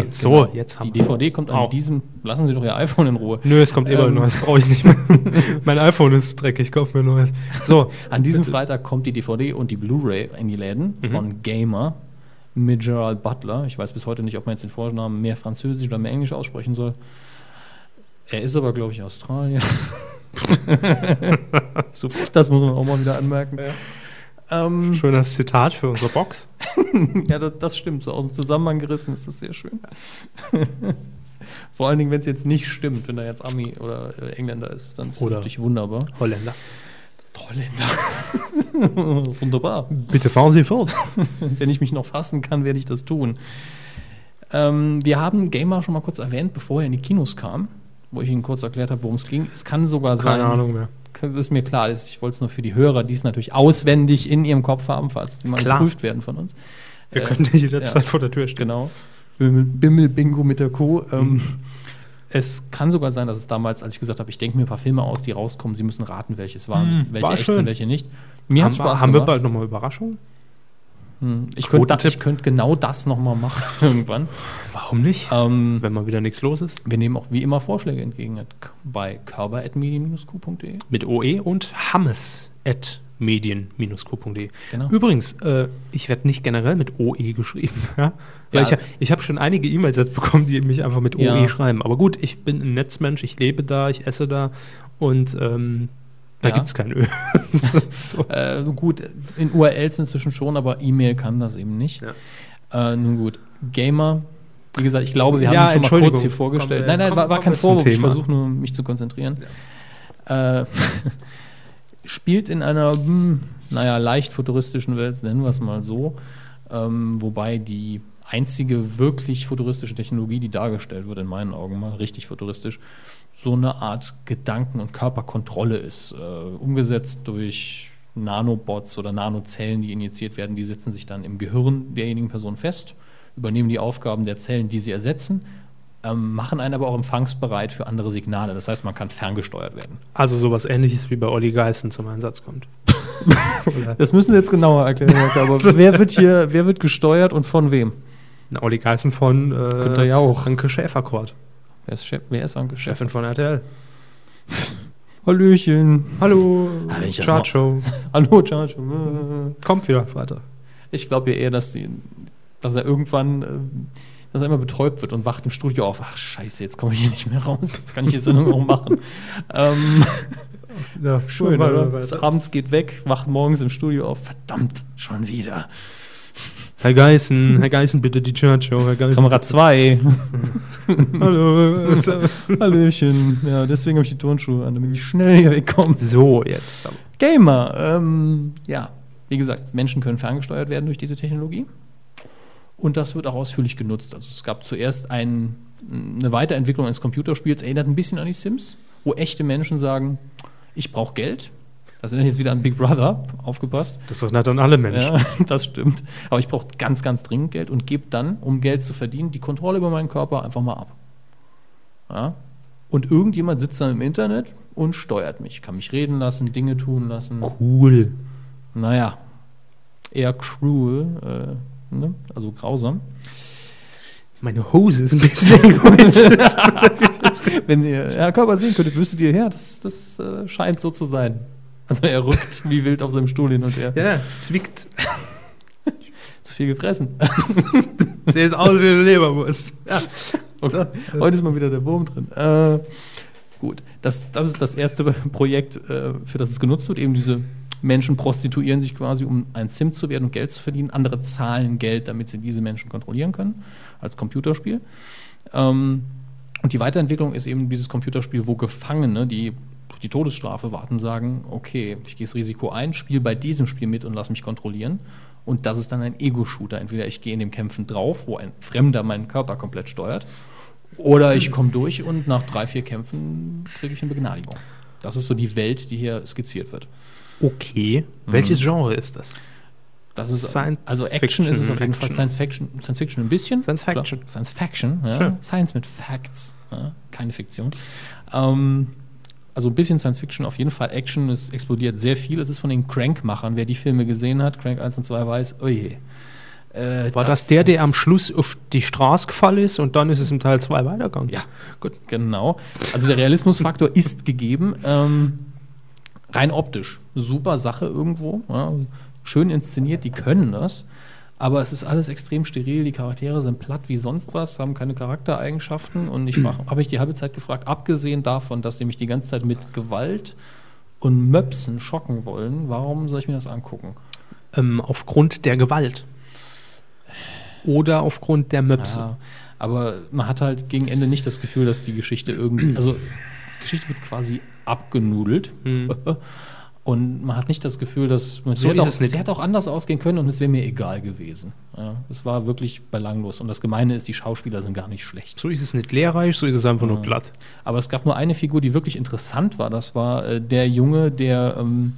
schon mal. So, Genau. jetzt haben Die wir's. DVD kommt an Au. diesem. Lassen Sie doch Ihr iPhone in Ruhe. Nö, es kommt eh bald Ähm. neues, brauche ich nicht mehr. [LAUGHS] mein iPhone ist dreckig, ich kaufe mir neues. So, [LAUGHS] An diesem Freitag kommt die DVD und die Blu-ray in die Läden Mhm. von Gamer mit Gerald Butler. Ich weiß bis heute nicht, ob man jetzt den Vornamen mehr Französisch oder mehr Englisch aussprechen soll. Er ist aber, glaube ich, [LAUGHS] Australier. [LAUGHS] Super. Das muss man auch mal wieder anmerken. Ähm, schönes Zitat für unsere Box. Ja, das, das stimmt. So aus dem Zusammenhang gerissen ist das [LAUGHS] sehr schön. Vor allen Dingen, wenn es jetzt nicht stimmt, wenn da jetzt Ami oder äh, Engländer ist, dann ist Oder- das natürlich wunderbar. Holländer. Holländer. [LAUGHS] Wunderbar. Bitte fahren Sie fort. Wenn ich mich noch fassen kann, werde ich das tun. Ähm, wir haben Gamer schon mal kurz erwähnt, bevor er in die Kinos kam, wo ich Ihnen kurz erklärt habe, worum es ging. Es kann sogar sein, Keine Ahnung mehr. das ist mir klar, das- ich wollte es nur für die Hörer, die es natürlich auswendig in ihrem Kopf haben, falls sie mal Klar. geprüft werden von uns. Wir Äh, könnten ja jederzeit ja. vor der Tür stehen. Genau. Bimmel- Bimmel-Bingo mit der Kuh. Ähm, [LAUGHS] Es kann sogar sein, dass es damals, als ich gesagt habe, ich denke mir ein paar Filme aus, die rauskommen, Sie müssen raten, welches waren, Hm, welche war echt schön. sind, welche nicht. Mir haben, hat Spaß haben wir gemacht. bald nochmal Überraschungen? Hm, ich könnte Quotentipp? ich könnte genau das nochmal machen [LAUGHS] irgendwann. Warum nicht? Ähm, Wenn mal wieder nichts los ist. wir nehmen auch wie immer Vorschläge entgegen at- bei körper.medien-q.de. Mit OE und Hammes at medien-q.de. Genau. Übrigens, äh, ich werde nicht generell mit OE geschrieben. [LAUGHS] Ja? Weil Ja. Ich, hab- ich habe schon einige E-Mails jetzt bekommen, die mich einfach mit OE Ja. schreiben. Aber gut, ich bin ein Netzmensch, ich lebe da, ich esse da und ähm, da Ja. gibt es kein [LAUGHS] Öl. Äh, gut, in URLs inzwischen schon, aber E-Mail kann das eben nicht. Äh, nun gut, Gamer, wie gesagt, ich glaube, wir haben Ja, ihn schon mal Entschuldigung. kurz hier vorgestellt. Komm, äh, nein, nein, komm, war, war komm kein jetzt zum Vorwurf, ich Thema. versuche nur, mich zu konzentrieren. Äh, [LAUGHS] spielt in einer, hm, naja, leicht futuristischen Welt, nennen wir es mal so, ähm, wobei die einzige wirklich futuristische Technologie, die dargestellt wird, in meinen Augen mal richtig futuristisch, so eine Art Gedanken- und Körperkontrolle ist. Äh, umgesetzt durch Nanobots oder Nanozellen, die injiziert werden, die setzen sich dann im Gehirn derjenigen Person fest, übernehmen die Aufgaben der Zellen, die sie ersetzen, ähm, machen einen aber auch empfangsbereit für andere Signale. Das heißt, man kann ferngesteuert werden. Also sowas ähnliches wie bei Olli Geißen zum Einsatz kommt. Oder- Das müssen Sie jetzt genauer erklären, Herr [LAUGHS] Körber. wer wird hier, wer wird gesteuert und von wem? Na, Olli Geißen von äh, er ja auch. Anke Schäferkord, Wer ist, Chef, wer ist Anke Chef? Chefin von RTL. Hallöchen. [LAUGHS] Hallo, Ah, wenn ich das Chart Show. Hallo, Charge. Kommt wieder, Freitag. Ich glaube ja eher, dass, die, dass er irgendwann, ähm, dass er immer betäubt wird und wacht im Studio auf. Ach, scheiße, jetzt komme ich hier nicht mehr raus. Jetzt kann ich die Sendung [LAUGHS] auch machen. ähm, Ja, schön, mal oder? weiter. Das Abends geht weg, wacht morgens im Studio auf. Verdammt, schon wieder. Herr Geißen, Herr Geißen, bitte die Chart Show. Herr Geißen, Kamera 2. hallo. [LAUGHS] Hallöchen. Ja, deswegen habe ich die Turnschuhe an, damit ich schnell hier wegkomme. so, jetzt. aber. Gamer, ähm, ja, wie gesagt, Menschen können ferngesteuert werden durch diese Technologie. Und das wird auch ausführlich genutzt. Also es gab zuerst ein, eine Weiterentwicklung eines Computerspiels, erinnert ein bisschen an die Sims, wo echte Menschen sagen, ich brauche Geld. Das erinnert jetzt wieder an Big Brother, aufgepasst. Das erinnert an alle Menschen. Ja, [LAUGHS] das stimmt. Aber ich brauche ganz, ganz dringend Geld und gebe dann, um Geld zu verdienen, die Kontrolle über meinen Körper einfach mal ab. Ja? Und irgendjemand sitzt dann im Internet und steuert mich, kann mich reden lassen, Dinge tun lassen Cool. naja, eher cruel, äh, ne? also grausam. Meine Hose ist ein bisschen [LAUGHS] eng heute. Wenn ihr Herr Körper sehen könntet, wüsstet ihr, ja, das, das äh, scheint so zu sein. Also er rückt wie wild auf seinem Stuhl hin und her. Ja, es zwickt. Zu viel gefressen. Sieht aus wie eine Leberwurst. [LAUGHS] Okay. Heute ist mal wieder der Wurm drin. Äh, gut, das, das ist das erste [LAUGHS] Projekt, äh, für das es genutzt wird. Eben diese Menschen prostituieren sich quasi, um ein Sim zu werden und Geld zu verdienen. Andere zahlen Geld, damit sie diese Menschen kontrollieren können, als Computerspiel. Ähm, und die Weiterentwicklung ist eben dieses Computerspiel, wo Gefangene, die auf die Todesstrafe warten, sagen, okay, ich gehe das Risiko ein, spiele bei diesem Spiel mit und lass mich kontrollieren. Und das ist dann ein Ego-Shooter. Entweder ich gehe in dem Kämpfen drauf, wo ein Fremder meinen Körper komplett steuert, oder ich komme durch und nach drei, vier Kämpfen kriege ich eine Begnadigung. Das ist so die Welt, die hier skizziert wird. Mhm. Okay. Mhm. Welches Genre ist das? Das ist Science also Action ist es auf jeden Fiction. Fall Science Fiction, Science Fiction ein bisschen. Science Fiction. Klar, Science Fiction, ja. Schön. Science mit Facts, ja. keine Fiktion. Ähm, also ein bisschen Science Fiction, auf jeden Fall Action, es explodiert sehr viel. Es ist von den Crank-Machern, wer die Filme gesehen hat, Crank 1 und 2 weiß, oje. Äh, War das, der, der am Schluss auf die Straße gefallen ist und dann ist es im Teil 2 weitergegangen? Ja, Gut. Genau. Also der Realismusfaktor [LAUGHS] ist gegeben. Ähm, rein optisch. Super Sache irgendwo. Ja. Schön inszeniert, die können das. Aber es ist alles extrem steril. Die Charaktere sind platt wie sonst was, haben keine Charaktereigenschaften. Und ich habe ich die halbe Zeit gefragt, abgesehen davon, dass sie mich die ganze Zeit mit Gewalt und Möpsen schocken wollen, warum soll ich mir das angucken? Ähm, aufgrund der Gewalt. Oder aufgrund der Möpse. Ja, aber man hat halt gegen Ende nicht das Gefühl, dass die Geschichte irgendwie, also die Geschichte wird quasi abgenudelt. [LAUGHS] Und man hat nicht das Gefühl, dass man, Hm. So sie, hätte ist auch, es nicht. sie hätte auch anders ausgehen können und es wäre mir egal gewesen. Ja, es war wirklich belanglos. Und das Gemeine ist, die Schauspieler sind gar nicht schlecht. So ist es nicht lehrreich, so ist es einfach nur platt. Aber es gab nur eine Figur, die wirklich interessant war. Das war äh, der Junge, der ähm,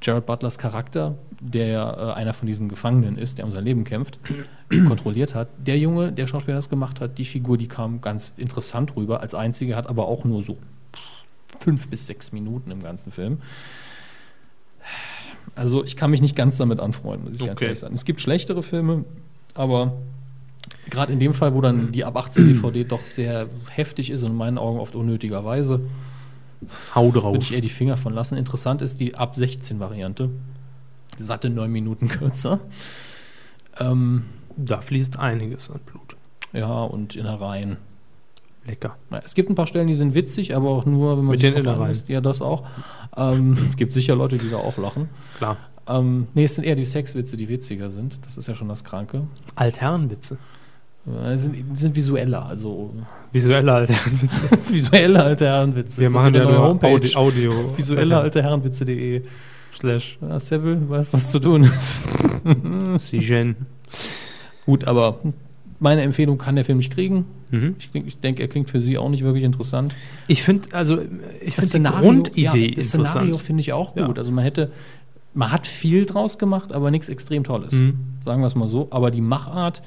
Jared Butlers Charakter, der ja äh, einer von diesen Gefangenen ist, der um sein Leben kämpft, [CLEARS THROAT] kontrolliert hat. Der Junge, der Schauspieler das gemacht hat, die Figur, die kam ganz interessant rüber. Als einzige hat aber auch nur so fünf bis sechs Minuten im ganzen Film. Also ich kann mich nicht ganz damit anfreunden, muss ich ganz Okay. ehrlich sagen. Es gibt schlechtere Filme, aber gerade in dem Fall, wo dann die ab 18 DVD doch sehr heftig ist und in meinen Augen oft unnötigerweise, Hau würde drauf. ich eher die Finger von lassen. Interessant ist die ab 16 Variante. Satte neun Minuten kürzer. Ähm, Da fließt einiges an Blut. ja, und Innereien. Lecker. Na, Es gibt ein paar Stellen, die sind witzig, aber auch nur, wenn man Mit sich den drauf Innereien. einlässt. Ja, das auch. Ähm, es gibt sicher Leute, die da auch lachen. Klar. Ähm, nee, es sind eher die Sexwitze, die witziger sind. Das ist ja schon das Kranke. Altherrenwitze. Äh, sind, sind visueller, also [LAUGHS] Visuelle Altherrenwitze. visuelle alte Herrenwitze. Wir Ist das machen ja wieder nur neue Audio. Audio [LAUGHS] Visuelle alte Herrenwitze.de. Slash. Ja, Seville weiß, was zu tun ist. Sigen. Gut, aber meine Empfehlung kann der Film nicht kriegen. Mhm. Ich, denk- ich denke, er klingt für Sie auch nicht wirklich interessant. Ich finde, also, ich Das finde die Szenario- Grundidee ja, das Szenario interessant. finde ich auch Ja. gut. Also man hätte, man hat viel draus gemacht, aber nichts extrem Tolles. Mhm. Sagen wir es mal so. Aber die Machart,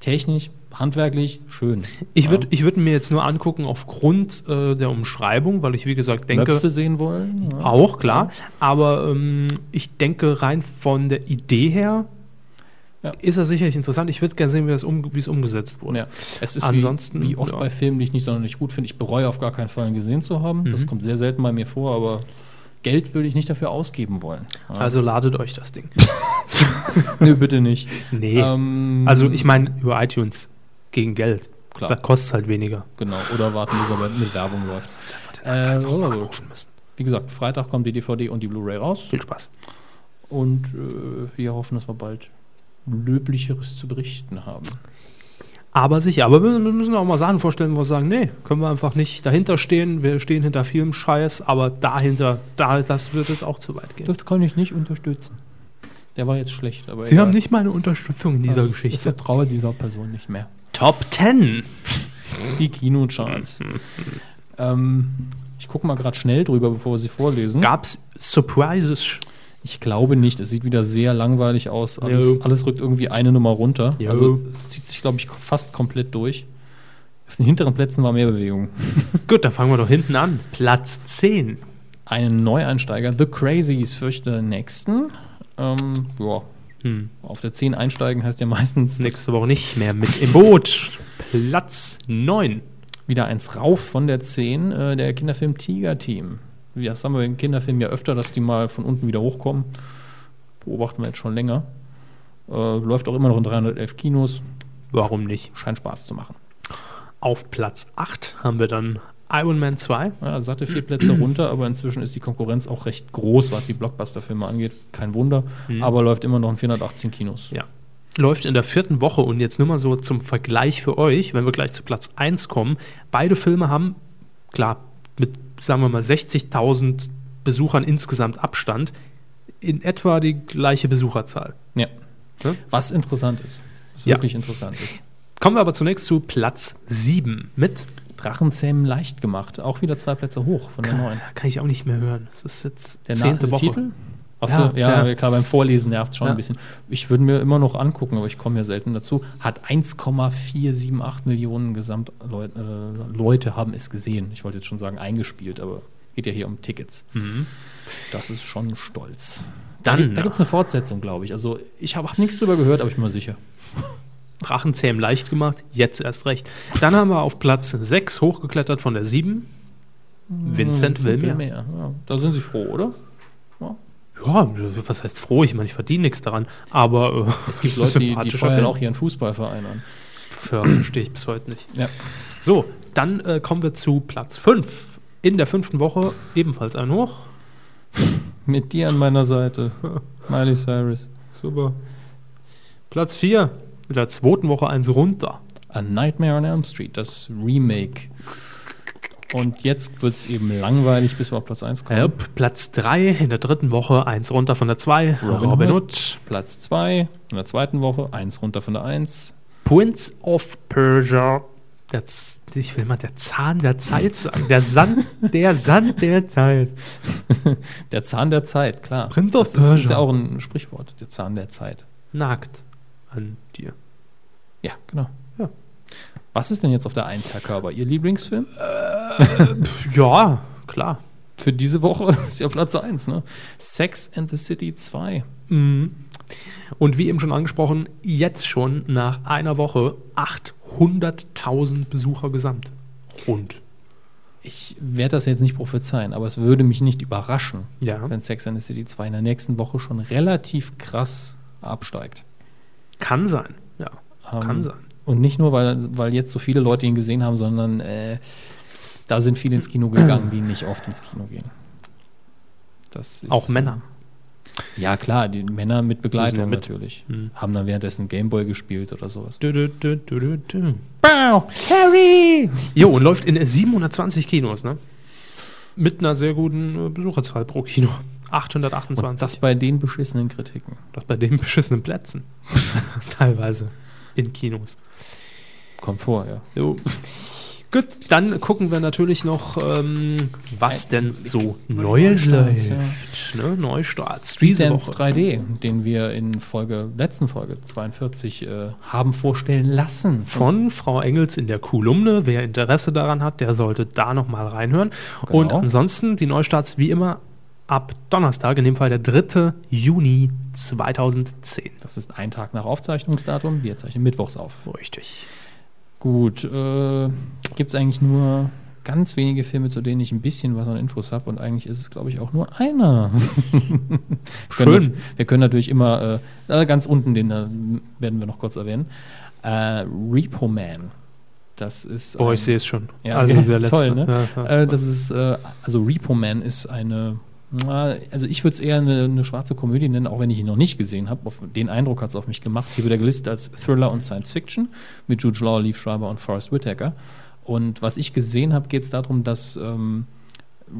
technisch, handwerklich, schön. Ich würde ich würd mir jetzt nur angucken aufgrund äh, der Umschreibung, weil ich, wie gesagt, denke. Ah. Möpse sehen wollen. Ja. Auch, klar. Aber ähm, ich denke, rein von der Idee her Ja. ist er sicherlich interessant. Ich würde gerne sehen, wie es um, wie es umgesetzt wurde. Ja. Es ist Ansonsten, wie, wie oft ja. bei Filmen, die ich nicht sonderlich gut finde. Ich bereue auf gar keinen Fall, ihn gesehen zu haben. Mhm. Das kommt sehr selten bei mir vor, aber Geld würde ich nicht dafür ausgeben wollen. Ja. Also ladet euch das [LAUGHS] Ding. Nö, bitte nicht. Nee. Ähm, also ich meine, über iTunes gegen Geld. Klar. Da kostet es halt weniger. Genau, oder warten, bis aber mit Werbung läuft. Äh, Einfach nochmal also. anrufen müssen. Wie gesagt, Freitag kommt die DVD und die Blu-ray raus. Viel Spaß. Und äh, wir hoffen, dass wir bald löblicheres zu berichten haben. Aber sicher. Aber wir wir müssen auch mal Sachen vorstellen, wo wir sagen, nee, können wir einfach nicht dahinter stehen. Wir stehen hinter vielem Scheiß, aber dahinter, da, das wird jetzt auch zu weit gehen. Das kann ich nicht unterstützen. Der war jetzt schlecht, aber Sie haben nicht meine Unterstützung in dieser Ich Geschichte. vertraue dieser Person nicht mehr. Top 10. Die [LAUGHS] Kinocharts. ähm, ich gucke mal gerade schnell drüber, bevor wir sie vorlesen. Gab's Surprises? Ich glaube nicht. Es sieht wieder sehr langweilig aus. Alles, Jo. alles rückt irgendwie eine Nummer runter. Jo. Also es zieht sich, glaube ich, fast komplett durch. Auf den hinteren Plätzen war mehr Bewegung. Gut, dann fangen wir doch hinten an. Platz 10. Einen Neueinsteiger, The Crazies, fürchte den nächsten. Ähm, ja. Hm. Auf der 10 einsteigen heißt ja meistens Nächste Woche nicht mehr mit im Boot. Platz 9. wieder eins rauf von der 10, äh, der Kinderfilm Tiger Team. Wie, Das haben wir im Kinderfilm ja öfter, dass die mal von unten wieder hochkommen. Beobachten wir jetzt schon länger. Äh, läuft auch immer noch in 311 Kinos. Warum nicht? Scheint Spaß zu machen. Auf Platz 8 haben wir dann Iron Man 2. Ja, satte vier Plätze runter, aber inzwischen ist die Konkurrenz auch recht groß, was die Blockbuster-Filme angeht. Kein Wunder, aber läuft immer noch in 418 Kinos. Ja. Läuft in der vierten Woche und jetzt nur mal so zum Vergleich für euch, wenn wir gleich zu Platz 1 kommen. Beide Filme haben, klar, mit, sagen wir mal, 60.000 Besuchern insgesamt Abstand, in etwa die gleiche Besucherzahl. Ja. Ne? Was interessant ist. Was Ja. wirklich interessant ist. Kommen wir aber zunächst zu Platz 7 mit Drachenzähmen leicht gemacht. Auch wieder zwei Plätze hoch von der neuen. ah, Kann ich auch nicht mehr hören. Das ist jetzt Der zehnte Na- Woche. Titel? Achso, ja, Ja, ja, ja. klar, beim Vorlesen nervt es schon Ja. ein bisschen. Ich würde mir immer noch angucken, aber ich komme ja selten dazu. Hat 1,478 Millionen Gesamtleute äh, Leute haben es gesehen. Ich wollte jetzt schon sagen eingespielt, aber geht ja hier um Tickets. Das ist schon stolz. Da, Mhm. Dann- gibt- da gibt es eine Fortsetzung, glaube ich. Also ich habe hab nichts drüber gehört, aber ich bin mir sicher. Drachenzähm leicht gemacht, jetzt erst recht. Dann haben wir auf Platz 6 hochgeklettert von der 7. Hm, Vincent will mehr. Ja, da sind sie froh, oder? Ja, was heißt froh? Ich meine, ich verdiene nichts daran. Aber äh, Es [LAUGHS] gibt Leute, die, die sympathischer feuern Film. auch ihren Fußballverein an. Ver- Verstehe ich bis heute nicht. Ja. So, dann äh, kommen wir zu Platz 5. In der fünften Woche ebenfalls ein Hoch. Mit dir an [LAUGHS] meiner Seite. Miley Cyrus. Super. Platz 4. In der zweiten Woche eins runter. A Nightmare on Elm Street, das Remake. Und jetzt wird es eben langweilig, bis wir auf Platz 1 kommen. Yep. Platz 3. In der dritten Woche eins runter von der 2. Robin Robin, Hood. Hood. Platz 2 in der zweiten Woche, 1 runter von der 1. Prince of Persia. Der, Z- ich will mal der Zahn der Zeit sagen. Der Sand, der Sand der Zeit. Der Zahn der Zeit, klar. Prinz of das ist, ist Persia. ja auch ein Sprichwort, der Zahn der Zeit. Nagt an dir. Ja, genau. Ja. Was ist denn jetzt auf der 1, Herr Körber? Ihr Lieblingsfilm? Ja, klar. Für diese Woche [LAUGHS] ist ja Platz 1, ne? Sex and the City 2. Mm. Und wie eben schon angesprochen, jetzt schon nach einer Woche 800.000 Besucher gesamt. Rund. Ich werde das jetzt nicht prophezeien, aber es würde mich nicht überraschen, Ja. wenn Sex and the City 2 in der nächsten Woche schon relativ krass absteigt. Kann sein. Ja, Ähm, kann sein. Und nicht nur, weil, weil jetzt so viele Leute ihn gesehen haben, sondern äh, da sind viele ins Kino gegangen, die nicht oft ins Kino gehen. Das ist, Auch Männer. Ja, klar, die Männer mit Begleitung ja mit. natürlich. Mhm. Haben dann währenddessen Gameboy gespielt oder sowas. Du, du, du, du, du, du. Harry! Jo, und läuft in 720 Kinos, ne? Mit einer sehr guten äh, Besucherzahl pro Kino. 828. Und das bei den beschissenen Kritiken. Das bei den beschissenen Plätzen. [LAUGHS] Teilweise. In Kinos. Kommt vor, ja. Jo. Gut, dann gucken wir natürlich noch, ähm, was denn so Neues Neustarts, läuft. Ne? Neustarts. Street Diese Dance Woche. 3D, den wir in Folge, letzten Folge 42 äh, haben vorstellen lassen. von Frau Engels in der Kolumne. Wer Interesse daran hat, der sollte da nochmal reinhören. Genau. Und ansonsten die Neustarts wie immer ab Donnerstag, in dem Fall der 3. Juni 2010. Das ist ein Tag nach Aufzeichnungsdatum. Wir zeichnen mittwochs auf. Richtig. Gut, äh, gibt es eigentlich nur ganz wenige Filme, zu denen ich ein bisschen was an Infos habe und eigentlich ist es, glaube ich, auch nur einer. [LAUGHS] Können Schön. nat- Wir können natürlich immer, äh, äh, ganz unten, den äh, werden wir noch kurz erwähnen, äh, Repo Man. Das ist. Boah, ein- Oh, ich sehe es schon. Ja, ja, toll, ne? ne? Ja, ja, äh, das ist, äh, also Repo Man ist eine, na, also ich würde es eher eine, eine schwarze Komödie nennen, auch wenn ich ihn noch nicht gesehen habe. Auf- Den Eindruck hat es auf mich gemacht. Hier wird er gelistet als Thriller und Science Fiction mit Jude Law, Liev Schreiber und Forrest Whitaker. Und was ich gesehen habe, geht es darum, dass ähm,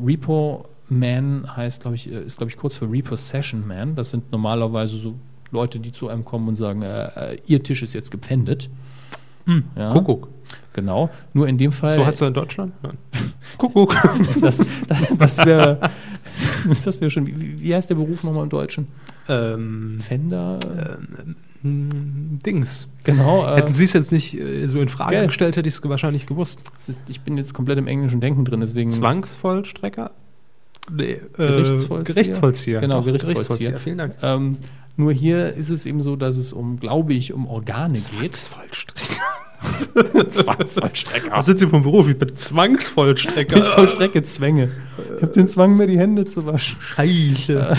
Repo Man heißt, glaube ich, äh, ist, glaube ich, kurz für Repossession Man. Das sind normalerweise so Leute, die zu einem kommen und sagen, äh, äh, ihr Tisch ist jetzt gepfändet. Ja, Kuckuck. Genau. Nur in dem Fall. So hast du in Deutschland? [LAUGHS] Nein. Kuckuck. Das, das, das wäre das wär schon. Wie, wie heißt der Beruf nochmal im Deutschen? ähm, Fender? mh, Dings. genau. Hm, Äh, Hätten Sie es jetzt nicht äh, so in Frage Gell. gestellt, hätte ich es wahrscheinlich gewusst. es ist, ich bin jetzt komplett im englischen Denken drin, deswegen. Zwangsvollstrecker? Nee, äh, Gerichtsvollzieher. Gerichtsvollzieher. Genau, Doch, Gerichtsvollzieher. Vielen Dank. Ähm, nur hier ist es eben so, dass es um, glaube ich, um Organe geht. [LAUGHS] Zwangsvollstrecker. Was sind Sie vom Beruf? Ich bin Ich Zwangsvollstrecker. vollstrecke Zwänge. Ich habe den Zwang, mir die Hände zu waschen. Äh, Scheiße.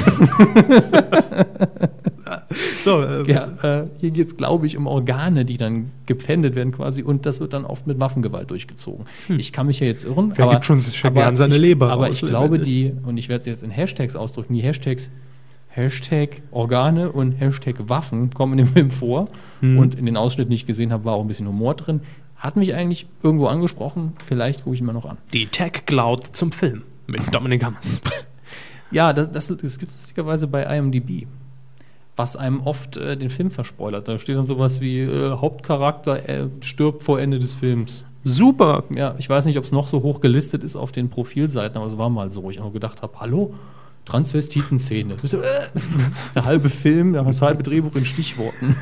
so, äh, Ja, äh, hier geht es, glaube ich, um Organe, die dann gepfändet werden quasi und das wird dann oft mit Waffengewalt durchgezogen. Ich kann mich ja jetzt irren, Hm. Wer gibt schon sich schon gern seine ich, Leber aber raus, ich glaube lebendig? die, und ich werde es jetzt in Hashtags ausdrücken, die Hashtags Hashtag Organe und Hashtag Waffen kommen in dem Film vor Hm. und in den Ausschnitt, den ich gesehen habe, war auch ein bisschen Humor drin. Hat mich eigentlich irgendwo angesprochen, vielleicht gucke ich ihn mal noch an. die Tech Cloud zum Film mit Dominik [LAUGHS] Hammers. Ja, das, das, das gibt es lustigerweise bei IMDb, was einem oft äh, den Film verspoilert. Da steht dann sowas wie äh, Hauptcharakter äh, stirbt vor Ende des Films. Super. Ja, ich weiß nicht, ob es noch so hoch gelistet ist auf den Profilseiten, aber es war mal so, wo ich auch gedacht habe, hallo, Transvestiten-Szene. Bist du, [LAUGHS] äh, Der halbe Film, das halbe Drehbuch in Stichworten.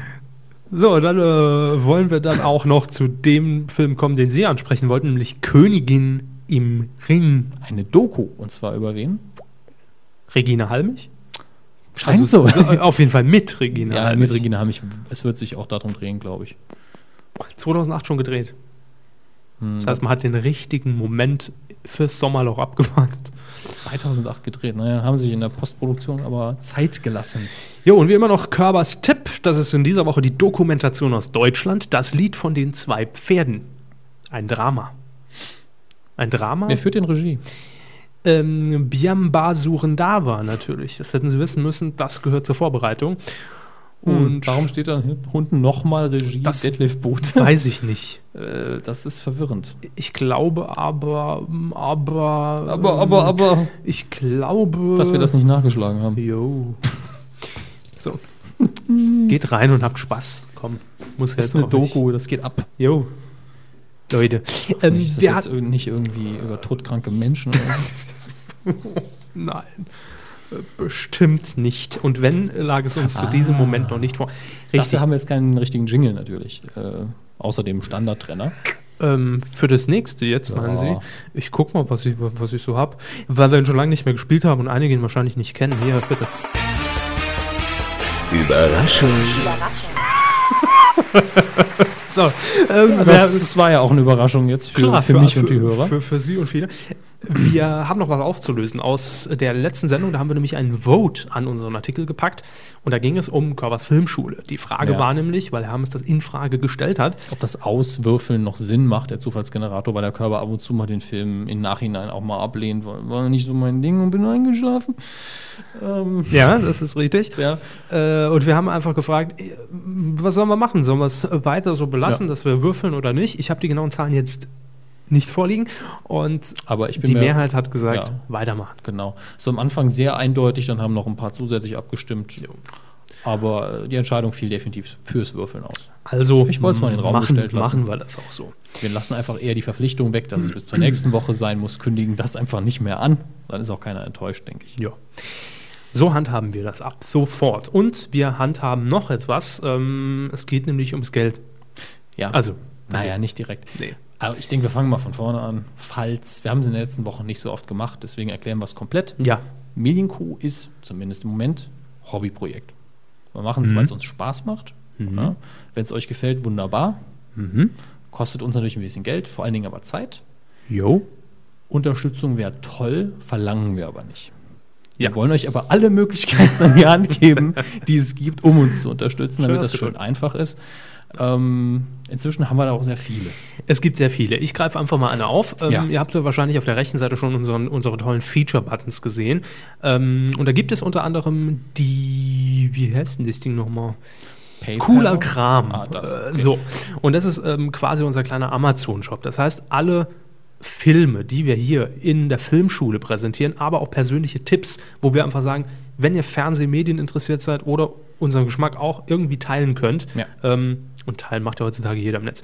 So, dann äh, wollen wir dann auch noch zu dem Film kommen, den Sie ansprechen wollten, nämlich Königin im Ring. Eine Doku, und zwar über wen? Regina Halmich? Scheint Also, [LAUGHS] so. also auf jeden Fall mit Regina Ja, Halmich. mit Regina Hammich, es wird sich auch darum drehen, glaube ich. 2008 schon gedreht. Hm, Das heißt, man hat den richtigen Moment fürs Sommerloch abgewartet. 2008 gedreht, naja, haben sie sich in der Postproduktion aber Zeit gelassen. Jo, und wie immer noch Körbers Tipp. Das ist in dieser Woche die Dokumentation aus Deutschland. Das Lied von den zwei Pferden. Ein Drama. Ein Drama? Wer führt den Regie? Ähm, Biambasur Ndava natürlich. Das hätten sie wissen müssen. Das gehört zur Vorbereitung. Und Hm, warum steht da unten nochmal Regie Das- Detlef Bote? Weiß ich nicht. [LAUGHS] Äh, das ist verwirrend. Ich glaube aber, aber, aber, Ich glaube, Ähm, dass wir das nicht nachgeschlagen haben. Jo. [LAUGHS] [LAUGHS] So. Geht rein und habt Spaß. Komm, muss Das jetzt ist eine auch nicht. Doku, das geht ab. Jo. Leute. Ähm, Ähm, ist das wir jetzt hat, irg- nicht irgendwie über todkranke Menschen? oder? nein. Äh, Bestimmt nicht. Und wenn, lag es uns zu diesem Moment noch nicht vor. Ah. Dafür Richtig. haben wir jetzt keinen richtigen Jingle natürlich. Äh, außer dem Standardtrenner. Ähm, für das nächste jetzt, meinen Sie? Ja. Ich guck mal, was ich, was ich so hab. Weil wir ihn schon lange nicht mehr gespielt haben und einige ihn wahrscheinlich nicht kennen. Hier, bitte. Überraschung. [LAUGHS] So, ähm, Das, das war ja auch eine Überraschung jetzt für, Also für, mich und die Hörer. Für, für Sie und viele. Wir haben noch was aufzulösen aus der letzten Sendung. Da haben wir nämlich einen Vote an unseren Artikel gepackt. Und da ging es um Körpers Filmschule. Die Frage Ja. war nämlich, weil Hermes das in Frage gestellt hat, ob das Auswürfeln noch Sinn macht, der Zufallsgenerator, weil der Körper ab und zu mal den Film im Nachhinein auch mal ablehnt. War war nicht so mein Ding und bin eingeschlafen. Ähm, [LAUGHS] Ja, das ist richtig. Ja. Äh, und wir haben einfach gefragt, äh, was sollen wir machen? Sollen wir es weiter so belassen, Ja. dass wir würfeln oder nicht? Ich habe die genauen Zahlen jetzt nicht vorliegen. Und aber ich bin die mir- Mehrheit hat gesagt, Ja. weitermachen. Genau. So am Anfang sehr eindeutig, dann haben noch ein paar zusätzlich abgestimmt. Aber äh, die Entscheidung fiel definitiv fürs Würfeln aus. Also Ich wollt's mal in den Raum machen, gestellt lassen. machen wir das auch so. Wir lassen einfach eher die Verpflichtung weg, dass es bis zur nächsten Woche sein muss, kündigen das einfach nicht mehr an. Dann ist auch keiner enttäuscht, denke ich. Ja. So handhaben wir das ab sofort. Und wir handhaben noch etwas. Ähm, es geht nämlich ums Geld. Ja. Also, Naja, nicht direkt. Nee. Aber ich denke, wir fangen mal von vorne an. Falls, wir haben es in den letzten Wochen nicht so oft gemacht, deswegen erklären wir es komplett. ja. Medienkuh ist, zumindest im Moment, Hobbyprojekt. Wir machen Mhm. es, weil es uns Spaß macht. Ja. Wenn es euch gefällt, wunderbar. Mhm. Kostet uns natürlich ein bisschen Geld, vor allen Dingen aber Zeit. Jo. Unterstützung wäre toll, verlangen wir aber nicht. Ja. Wir wollen euch aber alle Möglichkeiten an die Hand geben, [LAUGHS] die es gibt, um uns zu unterstützen, damit das ausgedrückt. schön einfach ist. Ähm, inzwischen haben wir da auch sehr viele. Es gibt sehr viele. Ich greife einfach mal eine auf. Ähm, Ja. Ihr habt ja wahrscheinlich auf der rechten Seite schon unseren, unsere tollen Feature-Buttons gesehen. Ähm, und da gibt es unter anderem die, wie heißt denn das Ding nochmal? PayPal. Cooler Kram. Ah, das, äh, so. Und das ist ähm, quasi unser kleiner Amazon-Shop. Das heißt, alle Filme, die wir hier in der Filmschule präsentieren, aber auch persönliche Tipps, wo wir einfach sagen, wenn ihr Fernsehmedien interessiert seid oder unseren Geschmack auch irgendwie teilen könnt, Ja. ähm, und teilen macht ja heutzutage jeder im Netz,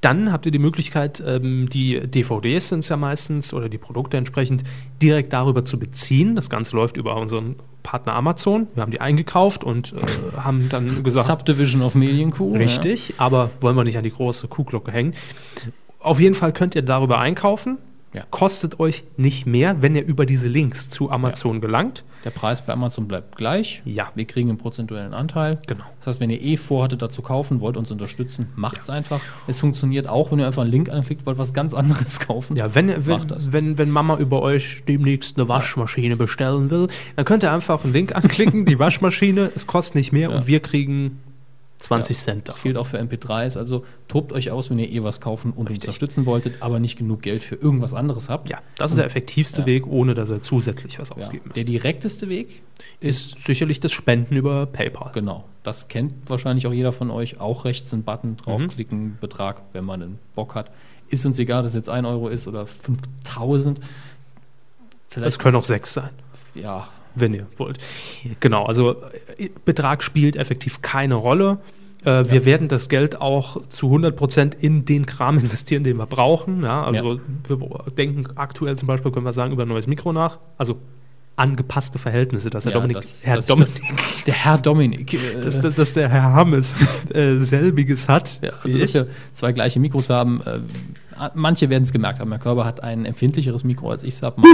dann habt ihr die Möglichkeit, ähm, die DVDs sind es ja meistens oder die Produkte entsprechend direkt darüber zu beziehen. Das Ganze läuft über unseren Partner Amazon. Wir haben die eingekauft und äh, haben dann gesagt, Subdivision of Medienkuh. Richtig, aber wollen wir nicht an die große Kuhglocke hängen. Auf jeden Fall könnt ihr darüber einkaufen. Ja. Kostet euch nicht mehr, wenn ihr über diese Links zu Amazon gelangt. Ja. Der Preis bei Amazon bleibt gleich. Ja. Wir kriegen einen prozentuellen Anteil. Genau. Das heißt, wenn ihr eh vorhattet, dazu kaufen wollt, uns unterstützen, macht's einfach. Es funktioniert auch, wenn ihr einfach einen Link anklickt, wollt was ganz anderes [LAUGHS] kaufen. Ja, wenn, wenn, Macht das. wenn, wenn Mama über euch demnächst eine Waschmaschine bestellen will, dann könnt ihr einfach einen Link anklicken, [LAUGHS] die Waschmaschine, es kostet nicht mehr und wir kriegen 20 Cent Das davon. gilt auch für MP3s. Also tobt euch aus, wenn ihr eh was kaufen und unterstützen wolltet, aber nicht genug Geld für irgendwas anderes habt. Ja, das ist der effektivste Ja. Weg, ohne dass ihr zusätzlich was Ja. ausgeben Der müsst. direkteste Weg, Ist sicherlich das Spenden über PayPal. genau, das kennt wahrscheinlich auch jeder von euch, auch rechts einen Button draufklicken, Mhm. Betrag, wenn man einen Bock hat. Ist uns egal, ob es jetzt 1 Euro ist oder 5000. Es können auch sechs sein. ja, wenn ihr wollt. Genau, also äh, Betrag spielt effektiv keine Rolle. Äh, wir werden das Geld auch zu 100% in den Kram [LAUGHS] investieren, den wir brauchen. Ja, also wir denken aktuell zum Beispiel, können wir sagen, über ein neues Mikro nach. Also angepasste Verhältnisse, dass der ja, Dominik, das- Herr das- Dominik, Das, der [LAUGHS] Herr Dominik. Äh, dass, dass, dass der Herr Hammes [LAUGHS] äh, selbiges hat. ja, also, dass wir zwei gleiche Mikros haben. Äh, manche werden es gemerkt haben. Herr Körber hat ein empfindlicheres Mikro als ich. Sag mal.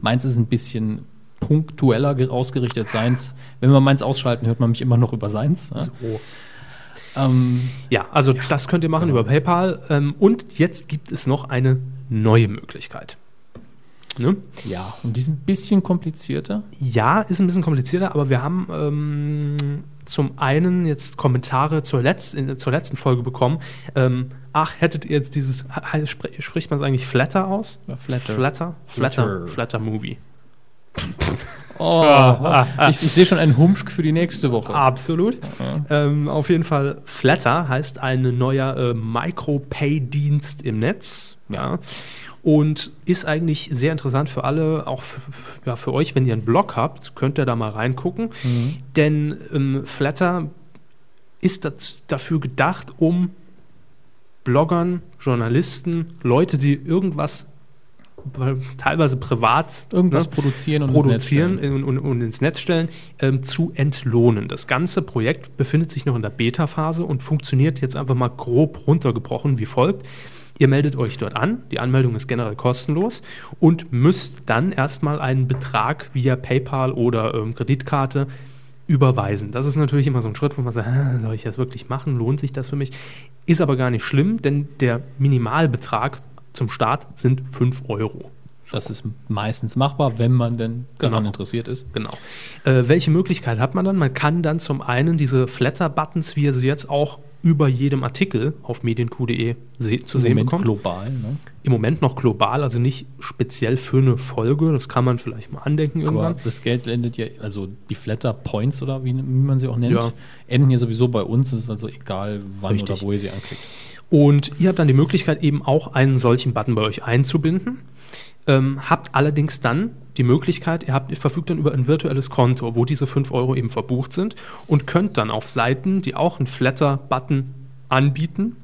Meins ist ein bisschen punktueller ge- ausgerichtet. Seins, wenn wir meins ausschalten, hört man mich immer noch über seins. Ja, So. ähm, Ja, also das könnt ihr machen genau. über PayPal. Ähm, und jetzt gibt es noch eine neue Möglichkeit. Ne? ja. und die ist ein bisschen komplizierter. Ja, ist ein bisschen komplizierter, aber wir haben ähm, zum einen jetzt Kommentare zur, Letz in, zur letzten Folge bekommen. Ähm, ach, hättet ihr jetzt dieses, he- spr spricht man es eigentlich Flatter aus? Ja, Flatter. Flatter? Flatter, Flatter. Flatter Movie. [LAUGHS] Oh, ich, ich sehe schon einen Humschk für die nächste Woche. Ah, Absolut. Ähm, auf jeden Fall, Flatter heißt ein neuer äh, Micro-Pay-Dienst im Netz. Ja. Und ist eigentlich sehr interessant für alle, auch f- f- ja, für euch, wenn ihr einen Blog habt, könnt ihr da mal reingucken. Denn ähm, Flatter ist das, dafür gedacht, um Bloggern, Journalisten, Leute, die irgendwas äh, teilweise privat Irgendwas ne, produzieren und ins Netz produzieren stellen. und, und, und ins Netz stellen, ähm, zu entlohnen. Das ganze Projekt befindet sich noch in der Beta-Phase und funktioniert jetzt einfach mal grob runtergebrochen wie folgt. Ihr meldet euch dort an, die Anmeldung ist generell kostenlos und müsst dann erstmal einen Betrag via PayPal oder ähm, Kreditkarte überweisen. Das ist natürlich immer so ein Schritt, wo man sagt, "Hä, soll ich das wirklich machen? Lohnt sich das für mich? Ist aber gar nicht schlimm, denn der Minimalbetrag zum Start sind 5 Euro. Das ist meistens machbar, wenn man denn daran Genau. interessiert ist. Genau. Äh, welche Möglichkeit hat man dann? Man kann dann zum einen diese Flatter-Buttons, wie ihr sie jetzt auch über jedem Artikel auf medienq.de se zu Im sehen Moment bekommt. global. Ne? Im Moment noch global, also nicht speziell für eine Folge. Das kann man vielleicht mal andenken Aber irgendwann. das Geld endet ja, also die Flatter Points oder wie, wie man sie auch nennt, Ja. enden ja sowieso bei uns. Es ist also egal, wann Richtig. oder wo ihr sie anklickt. Und ihr habt dann die Möglichkeit, eben auch einen solchen Button bei euch einzubinden. Ähm, habt allerdings dann die Möglichkeit, ihr, habt, ihr verfügt dann über ein virtuelles Konto, wo diese 5 Euro eben verbucht sind und könnt dann auf Seiten, die auch einen Flatter-Button anbieten,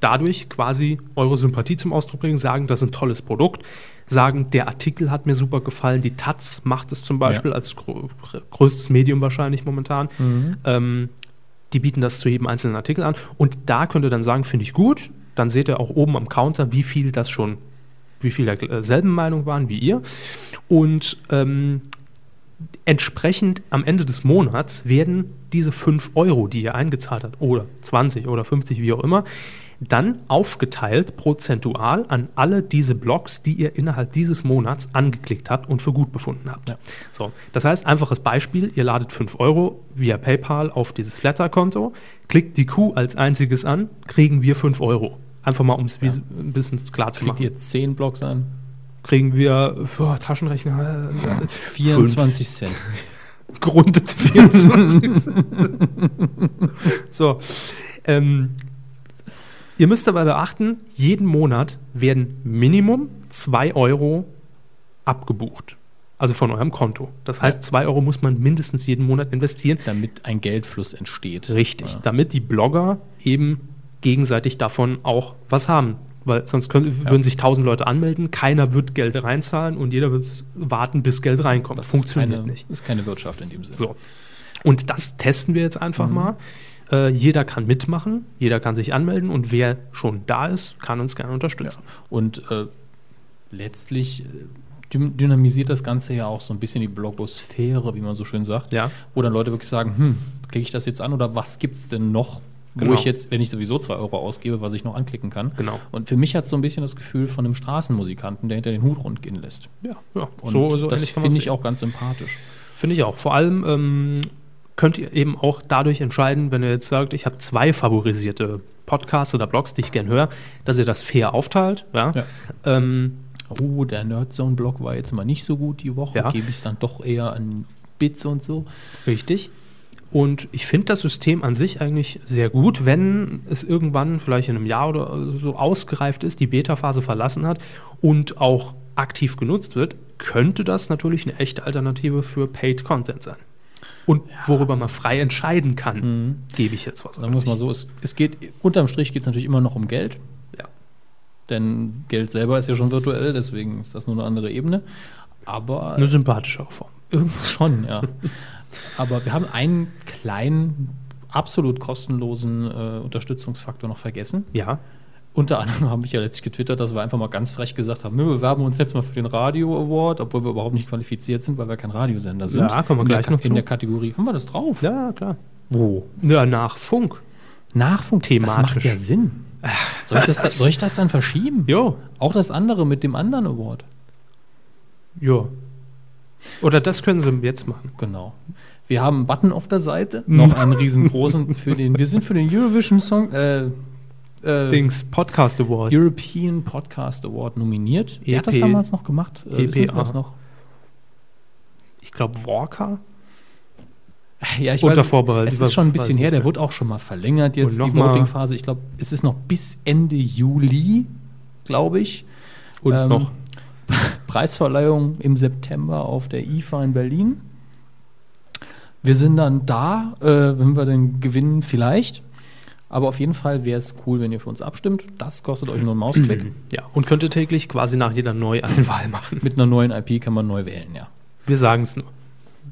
dadurch quasi eure Sympathie zum Ausdruck bringen, sagen, das ist ein tolles Produkt, sagen, der Artikel hat mir super gefallen, die Taz macht es zum Beispiel Ja. als grö größtes Medium wahrscheinlich momentan. Ähm, die bieten das zu jedem einzelnen Artikel an und da könnt ihr dann sagen, finde ich gut. Dann seht ihr auch oben am Counter, wie viel das schon, wie viel der äh, selben Meinung waren wie ihr. Und ähm, entsprechend am Ende des Monats werden diese 5 Euro, die ihr eingezahlt habt, oder 20 oder 50, wie auch immer, dann aufgeteilt prozentual an alle diese Blogs, die ihr innerhalb dieses Monats angeklickt habt und für gut befunden habt. Ja. So, das heißt, einfaches Beispiel, ihr ladet 5 Euro via PayPal auf dieses Flatter-Konto, klickt die Q als einziges an, kriegen wir 5 Euro. Einfach mal, um es vis- ein bisschen klar zu Klickt machen. ihr 10 Blocks an, Kriegen wir boah, Taschenrechner, äh, 24 Cent. gerundet 24. so. Ähm, ihr müsst dabei beachten, jeden Monat werden Minimum 2 Euro abgebucht. Also von eurem Konto. Das heißt, 2 Euro muss man mindestens jeden Monat investieren. damit ein Geldfluss entsteht. Richtig, Ja. damit die Blogger eben gegenseitig davon auch was haben. Weil sonst können, würden sich tausend Leute anmelden, keiner wird Geld reinzahlen und jeder wird warten, bis Geld reinkommt. Das Funktioniert ist keine, nicht. Ist keine Wirtschaft in dem Sinne. So. Und das testen wir jetzt Mhm. einfach mal. Äh, jeder kann mitmachen, jeder kann sich anmelden und wer schon da ist, kann uns gerne unterstützen. Und äh, letztlich äh, dym- dynamisiert das Ganze ja auch so ein bisschen die Blogosphäre, wie man so schön sagt. Ja. Wo dann Leute wirklich sagen, hm, klicke ich das jetzt an oder was gibt es denn noch, wo Genau. ich jetzt, wenn ich sowieso 2 Euro ausgebe, was ich noch anklicken kann. Genau. Und für mich hat es so ein bisschen das Gefühl von einem Straßenmusikanten, der hinter den Hut rund gehen lässt. Ja, ja. Und so, so das ähnlich kann man's finde ich sehen. auch ganz sympathisch. Finde ich auch. Vor allem ähm, könnt ihr eben auch dadurch entscheiden, wenn ihr jetzt sagt, ich habe zwei favorisierte Podcasts oder Blogs, die ich gern höre, dass ihr das fair aufteilt. Ja. Ja. Ähm, Oh, der Nerdzone-Blog war jetzt mal nicht so gut die Woche, Ja. gebe ich es dann doch eher an Bits und so. Richtig. Und ich finde das System an sich eigentlich sehr gut, wenn es irgendwann vielleicht in einem Jahr oder so ausgereift ist, die Beta-Phase verlassen hat und auch aktiv genutzt wird, könnte das natürlich eine echte Alternative für Paid Content sein. Und worüber man frei entscheiden kann, gebe ich jetzt was. Mhm. Sagen wir es mal so, es, es geht, unterm Strich geht es natürlich immer noch um Geld. Ja. Denn Geld selber ist ja schon virtuell, deswegen ist das nur eine andere Ebene. Aber [LAUGHS] Eine sympathischere Form. irgendwie schon, ja. Aber wir haben einen kleinen, absolut kostenlosen äh, Unterstützungsfaktor noch vergessen. Ja. Unter anderem habe ich ja letztlich getwittert, dass wir einfach mal ganz frech gesagt haben, wir bewerben uns jetzt mal für den Radio Award, obwohl wir überhaupt nicht qualifiziert sind, weil wir kein Radiosender sind. Ja, kommen wir in der, gleich Ka- noch In zu. der Kategorie, haben wir das drauf? Ja, klar. Wo? Ja, nach Funk. Nachfunkthematisch. Das macht Thematisch. ja Sinn. Soll ich das, soll ich das dann verschieben? Jo. Auch das andere mit dem anderen Award. Jo. Oder das können sie jetzt machen. Genau. Wir haben einen Button auf der Seite, Mhm. noch einen riesengroßen für den. Wir sind für den Eurovision Song äh, äh, Dings, Podcast Award. European Podcast Award nominiert. Wer hat das EP. damals noch gemacht? Äh, wissen Sie EPA. das noch? Ich glaube, Walker. Ja, ich Unter weiß, Vorbehalt, Es weiß- ist schon ein weiß bisschen nicht her, der mehr. wurde auch schon mal verlängert Und jetzt, die noch mal- Voting-Phase. Ich glaube, es ist noch bis Ende Juli, glaube ich. Und Ähm, noch. [LAUGHS] Preisverleihung im September auf der IFA in Berlin. Wir sind dann da, äh, wenn wir den gewinnen, vielleicht. Aber auf jeden Fall wäre es cool, wenn ihr für uns abstimmt. Das kostet euch nur einen Mausklick. Ja, und könnte täglich quasi nach jeder Neueinwahl machen. Mit einer neuen IP kann man neu wählen, ja. Wir sagen es nur.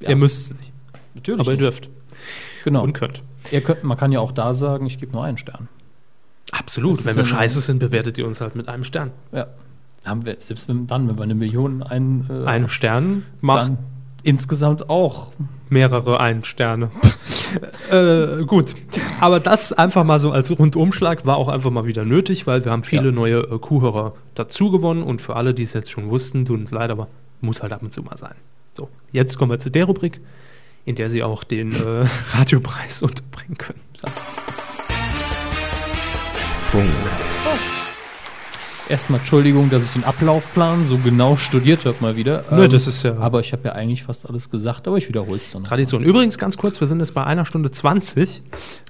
Ja. Ihr müsst es nicht, Natürlich. aber Aber ihr nicht. dürft Genau. und könnt. Ihr könnt, man kann ja auch da sagen, ich gebe nur einen Stern. Das Absolut. ist Wenn wir ja eine- scheiße sind, bewertet ihr uns halt mit einem Stern. Ja. Da haben wir, selbst wenn, dann, wenn wir eine Million einen, äh, Einen Stern macht dann insgesamt auch. mehrere einen Sterne. [LAUGHS] äh, gut. Aber das einfach mal so als Rundumschlag war auch einfach mal wieder nötig, weil wir haben viele Ja. neue äh, Kuhhörer dazu gewonnen und für alle, die es jetzt schon wussten, tut uns leid, aber muss halt ab und zu mal sein. So, jetzt kommen wir zu der Rubrik, in der Sie auch den äh, [LAUGHS] Radiopreis unterbringen können. Funk. Erstmal Entschuldigung, dass ich den Ablaufplan so genau studiert habe mal wieder. Ähm, Nö, das ist ja- Aber ich habe ja eigentlich fast alles gesagt, aber ich wiederhole es dann. noch. Tradition. Übrigens ganz kurz, wir sind jetzt bei einer Stunde 20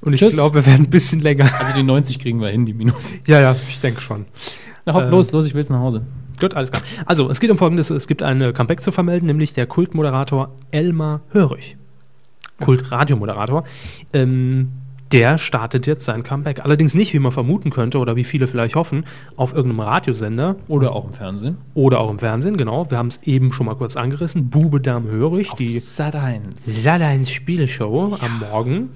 und ich Tschüss. glaube, wir werden ein bisschen länger. [LAUGHS] Also die 90 kriegen wir hin, die Minute. ja, ja, ich denke schon. Na, hopp, Ähm. los, los, ich will's nach Hause. Gut, alles klar. Also, es geht um Folgendes. Es gibt ein äh, Comeback zu vermelden, nämlich der Kultmoderator Elmar Hörig. Kultradiomoderator. Ähm, der startet jetzt sein Comeback. Allerdings nicht, wie man vermuten könnte oder wie viele vielleicht hoffen, auf irgendeinem Radiosender Oder auch im Fernsehen. oder auch im Fernsehen, genau. Wir haben es eben schon mal kurz angerissen. Bube Dame Hörig, die Sat 1. Sat1 Spielshow am Morgen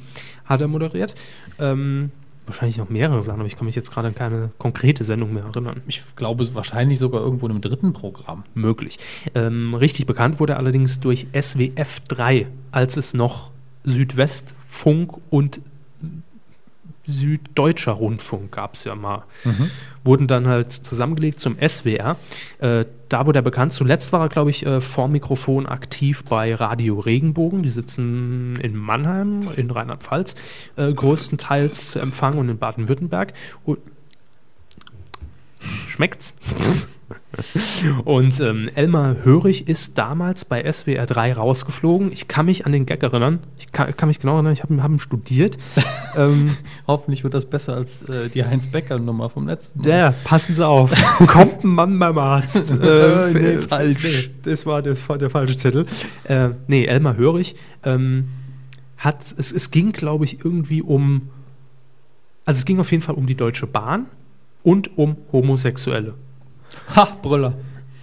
hat er moderiert. Ähm, wahrscheinlich noch mehrere Sachen, aber ich kann mich jetzt gerade an keine konkrete Sendung mehr erinnern. Ich glaube, es wahrscheinlich sogar irgendwo in einem dritten Programm. möglich. Ähm, richtig bekannt wurde er allerdings durch SWF 3, als es noch Südwestfunk und Süddeutscher Rundfunk gab es ja mal. Wurden dann halt zusammengelegt zum SWR. Äh, da wurde er bekannt. Zuletzt war er, glaube ich, äh, vor Mikrofon aktiv bei Radio Regenbogen. Die sitzen in Mannheim, in Rheinland-Pfalz, äh, größtenteils zu empfangen und in Baden-Württemberg. Und- Schmeckt's? Und ähm, Elmar Hörig ist damals bei SWR 3 rausgeflogen. Ich kann mich an den Gag erinnern. Ich kann, kann mich genau erinnern, ich habe ihn hab ihn [LAUGHS] studiert. ähm, Hoffentlich wird das besser als äh, die Heinz-Becker-Nummer vom letzten Mal. ja, passen Sie auf. [LAUGHS] Kommt ein Mann beim [LAUGHS] Arzt. Äh, nee, f- falsch. nee, das, war, das war der falsche Titel. Äh, nee, Elmar Hörig ähm, hat, es, es ging, glaube ich, irgendwie um, also es ging auf jeden Fall um die Deutsche Bahn und um Homosexuelle. Ha, Brüller.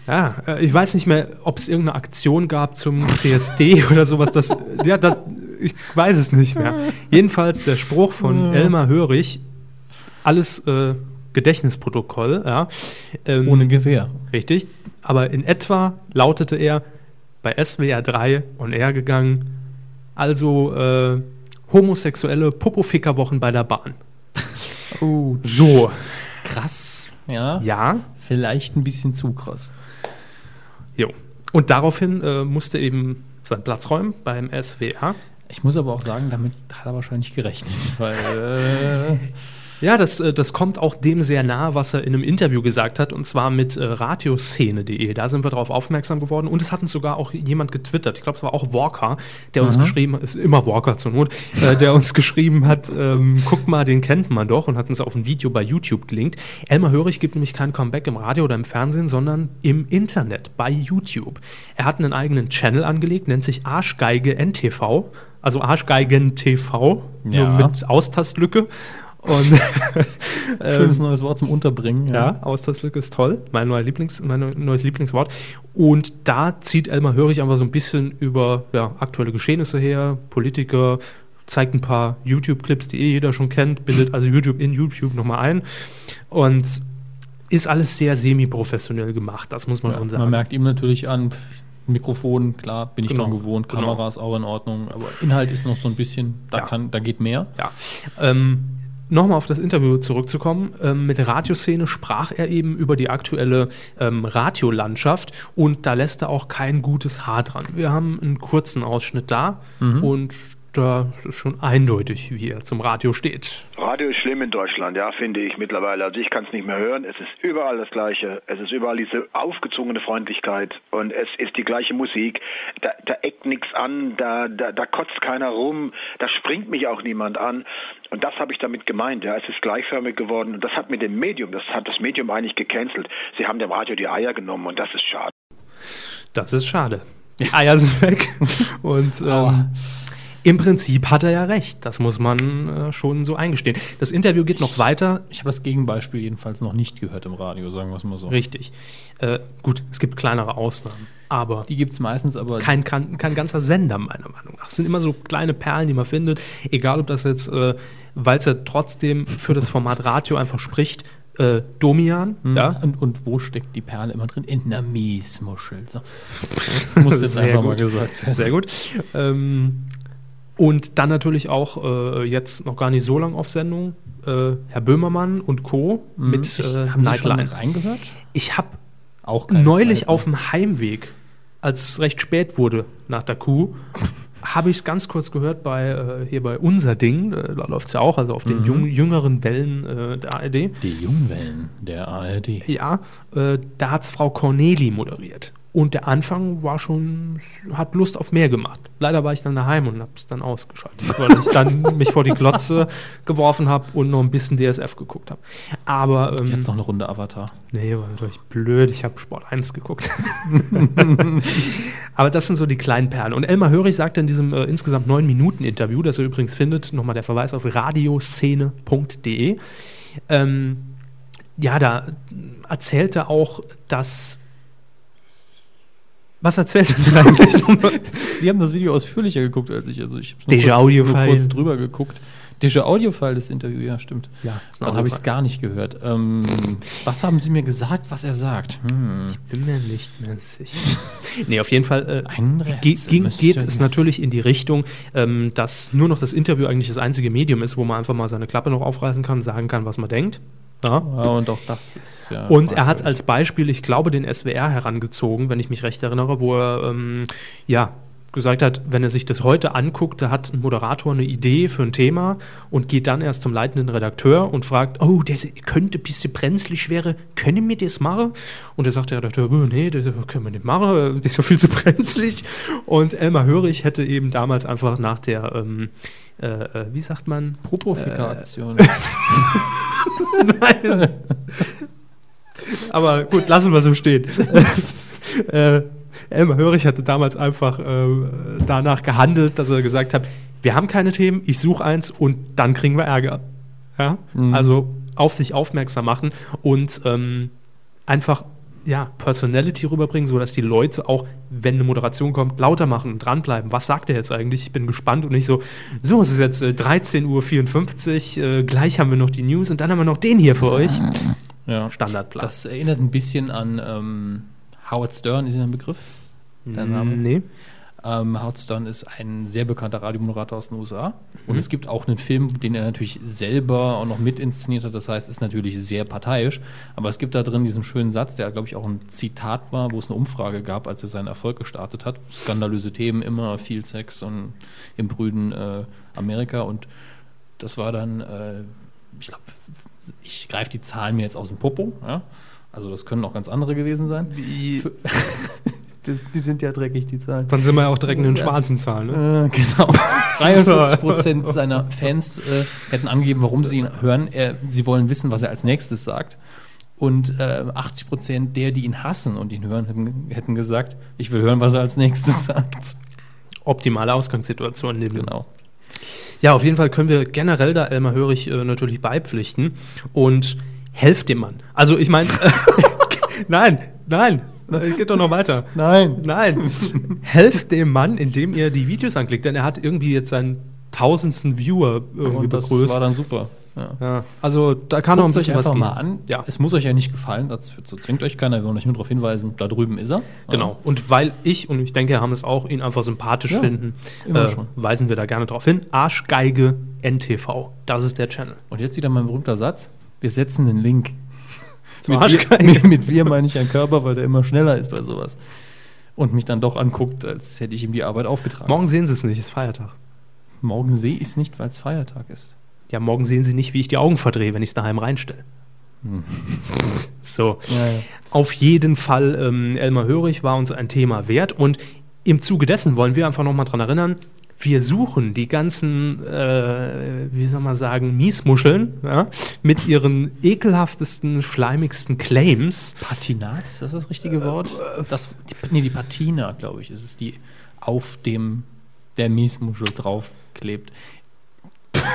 Ja, äh, ich weiß nicht mehr, ob es irgendeine Aktion gab zum CSD [LAUGHS] oder sowas. Das, ja, das, ich weiß es nicht mehr. Jedenfalls der Spruch von Elmar Hörig, alles äh, Gedächtnisprotokoll, ja. Ähm, Ohne Gewehr. Richtig. Aber in etwa lautete er bei SWR 3 on air gegangen, also äh, homosexuelle Popofickerwochen bei der Bahn. Oh, So, krass. Ja, ja, vielleicht ein bisschen zu krass. jo. Und daraufhin äh, musste eben seinen Platz räumen beim SWR. Ich muss aber auch sagen, damit hat er wahrscheinlich gerechnet. [LAUGHS] Weil, äh, Ja, das, äh, das kommt auch dem sehr nahe, was er in einem Interview gesagt hat, und zwar mit äh, radioszene.de. Da sind wir darauf aufmerksam geworden und es hat uns sogar auch jemand getwittert. Ich glaube, es war auch Walker, der uns geschrieben hat, ist immer Walker zur Not, äh, der uns [LAUGHS] geschrieben hat, ähm, guck mal, den kennt man doch und hat uns auf ein Video bei YouTube gelinkt. Elmar Hörig gibt nämlich kein Comeback im Radio oder im Fernsehen, sondern im Internet, bei YouTube. Er hat einen eigenen Channel angelegt, nennt sich Arschgeige NTV, also Arschgeigen TV, Ja. nur mit Austastlücke. Und ähm, schönes neues Wort zum Unterbringen. ja, Austastlücke ist toll. Mein, neuer Lieblings, mein neu- neues Lieblingswort. Und da zieht Elmar Hörig einfach so ein bisschen über ja, aktuelle Geschehnisse her, Politiker, zeigt ein paar YouTube-Clips, die eh jeder schon kennt, bindet also YouTube in YouTube nochmal ein. Und ist alles sehr semi-professionell gemacht, das muss man Ja, schon Man sagen. merkt ihm natürlich an, pff, Mikrofon, klar, bin ich Genau, dran gewohnt, genau. Kamera ist auch in Ordnung, aber Inhalt ist noch so ein bisschen, da, Ja. kann, da geht mehr. Ja. Ähm, Nochmal auf das Interview zurückzukommen. Ähm, mit Radioszene sprach er eben über die aktuelle ähm, Radiolandschaft und da lässt er auch kein gutes Haar dran. Wir haben einen kurzen Ausschnitt da und da ist es schon eindeutig, wie er zum Radio steht. Radio ist schlimm in Deutschland, ja, finde ich mittlerweile. Also ich kann es nicht mehr hören. Es ist überall das Gleiche. Es ist überall diese aufgezwungene Freundlichkeit und es ist die gleiche Musik. Da, da eckt nichts an, da, da, da kotzt keiner rum, da springt mich auch niemand an. Und das habe ich damit gemeint, ja. Es ist gleichförmig geworden und das hat mit dem Medium, das hat das Medium eigentlich gecancelt. Sie haben dem Radio die Eier genommen und das ist schade. Das ist schade. Die Eier sind weg. Und ähm, Im Prinzip hat er ja recht. Das muss man äh, schon so eingestehen. Das Interview geht noch weiter. Ich habe das Gegenbeispiel jedenfalls noch nicht gehört im Radio, sagen wir es mal so. Richtig. Äh, gut, es gibt kleinere Ausnahmen. Aber Die gibt es meistens aber. kein, kein, kein ganzer Sender, meiner Meinung nach. Es sind immer so kleine Perlen, die man findet. Egal, ob das jetzt, äh, weil es ja trotzdem für das Format Radio einfach spricht, äh, Domian, ja, Hm, Und, und wo steckt die Perle immer drin? In einer Miesmuschel. So. Das [LAUGHS] muss jetzt Sehr einfach gut. mal gesagt werden. Sehr gut. Ähm, und dann natürlich auch äh, jetzt noch gar nicht so lang auf Sendung, äh, Herr Böhmermann und Co. mit Hm, Ich- äh, haben Sie schon mal Nightline. reingehört? Ich habe Auch neulich Zeit, ne? auf dem Heimweg, als es recht spät wurde nach der [LAUGHS] Kuh, habe ich es ganz kurz gehört bei äh, hier bei unser Ding, äh, da läuft es ja auch, also auf Mhm. den jung, jüngeren Wellen äh, der ARD. Die Jungwellen der ARD. Ja, äh, da hat es Frau Corneli moderiert. Und der Anfang war schon, hat Lust auf mehr gemacht. Leider war ich dann daheim und hab's dann ausgeschaltet, weil ich [LAUGHS] dann mich vor die Glotze geworfen habe und noch ein bisschen DSF geguckt habe. Aber, ähm, Jetzt noch eine Runde Avatar. nee, war natürlich blöd, ich habe Sport 1 geguckt. Aber das sind so die kleinen Perlen. Und Elmar Hörig sagte in diesem äh, insgesamt neun Minuten Interview, das ihr übrigens findet, nochmal der Verweis auf radioszene.de. Ähm, ja, da erzählte auch, dass. Was erzählt er denn eigentlich? nochmal? Sie haben das Video ausführlicher geguckt als ich. Also ich habe Déjà Audio-File. kurz drüber geguckt. Déjà Audio-File, das Interview, ja, stimmt. Ja, ist ein Dann habe ich es Audio-File. gar nicht gehört. Ähm, was haben Sie mir gesagt, was er sagt? Hm. bin mir nicht mehr sicher. [LAUGHS] nee, auf jeden Fall Ein äh, Rätsel ge ging, müsste geht jetzt. es natürlich in die Richtung, ähm, dass nur noch das Interview eigentlich das einzige Medium ist, wo man einfach mal seine Klappe noch aufreißen kann, sagen kann, was man denkt. Ja. Ja, und auch das ist ja. Und er hat fragwürdig. als Beispiel, ich glaube, den SWR herangezogen, wenn ich mich recht erinnere, wo er ähm, ja gesagt hat, wenn er sich das heute anguckt, da hat ein Moderator eine Idee für ein Thema und geht dann erst zum leitenden Redakteur und fragt, oh, das könnte ein bisschen brenzlig wäre, können wir das machen? Und da sagt der Redakteur, "Oh, nee, das können wir nicht machen, [LAUGHS] das ist ja viel zu brenzlig. Und Elmar Hörig hätte eben damals einfach nach der, ähm, äh, äh, wie sagt man, [LAUGHS] Propofika-Aktion. [LAUGHS] Aber gut, lassen wir so stehen. äh, Elmar Hörig hatte damals einfach äh, danach gehandelt, dass er gesagt hat, wir haben keine Themen, ich suche eins und dann kriegen wir Ärger. Ja? Also auf sich aufmerksam machen und ähm, einfach ja, Personality rüberbringen, sodass die Leute auch, wenn eine Moderation kommt, lauter machen und dranbleiben. Was sagt er jetzt eigentlich? Ich bin gespannt und nicht so, so, es ist jetzt äh, 13.54 Uhr, äh, gleich haben wir noch die News und dann haben wir noch den hier für euch. ja. Standardplan. Das erinnert ein bisschen an ähm, Howard Stern, ist Ihnen ein Begriff? Der Mm, Name? Nee. Ähm, Howard Stern ist ein sehr bekannter Radiomoderator aus den USA. Und es gibt auch einen Film, den er natürlich selber auch noch mit inszeniert hat. Das heißt, ist natürlich sehr parteiisch. Aber es gibt da drin diesen schönen Satz, der, glaube ich, auch ein Zitat war, wo es eine Umfrage gab, als er seinen Erfolg gestartet hat. Skandalöse Themen, immer viel Sex und im brüden äh, Amerika. Und das war dann, äh, ich glaube, ich greife die Zahlen mir jetzt aus dem Popo. Ja? Also, das können auch ganz andere gewesen sein. [LAUGHS] Für- die sind ja dreckig, die Zahlen. Dann sind wir ja auch direkt in den schwarzen Zahlen. Ne? Äh, [LAUGHS] genau. 43 Prozent seiner Fans äh, hätten angegeben, warum sie ihn hören. Er, sie wollen wissen, was er als nächstes sagt. Und äh, 80 Prozent der, die ihn hassen und ihn hören, hätten, hätten gesagt, ich will hören, was er als nächstes [LAUGHS] sagt. Optimale Ausgangssituation nehmen. Genau. Ja, auf jeden Fall können wir generell da Elmar Hörig äh, natürlich beipflichten und helft dem Mann. Also ich meine, [LAUGHS] nein, nein, äh, geht doch noch weiter. Nein. Nein, helft dem Mann, indem ihr die Videos anklickt, denn er hat irgendwie jetzt seinen tausendsten Viewer irgendwie Und das begrüßt. war dann super. Ja. Ja, also da kann Guckt noch ein euch bisschen was einfach gehen. mal an. Ja. Es muss euch ja nicht gefallen, dazu dazu zwingt euch keiner. Wir wollen euch nur darauf hinweisen, da drüben ist er. Genau. Und weil ich und ich denke, wir haben es auch, ihn einfach sympathisch Ja, finden, immer äh, schon. weisen wir da gerne drauf hin. Arschgeige NTV. Das ist der Channel. Und jetzt wieder mein berühmter Satz: Wir setzen den [LAUGHS] Link. Zum wir, Arschgeige. mit, mit wir meine ich einen Körper, weil der immer schneller ist bei sowas. Und mich dann doch anguckt, als hätte ich ihm die Arbeit aufgetragen. Morgen sehen sie es nicht, ist Feiertag. Morgen sehe ich es nicht, weil es Feiertag ist. Ja, morgen sehen sie nicht, wie ich die Augen verdrehe, wenn ich es daheim reinstelle. so. ja. Auf jeden Fall, ähm, Elmar Hörig war uns ein Thema wert und im Zuge dessen wollen wir einfach nochmal dran erinnern, wir suchen die ganzen, äh, wie soll man sagen, Miesmuscheln ja, mit ihren ekelhaftesten, schleimigsten Claims. Patinat, ist das das richtige Wort? Das, die, nee, die Patina, glaube ich, ist es die auf dem der Miesmuschel draufklebt.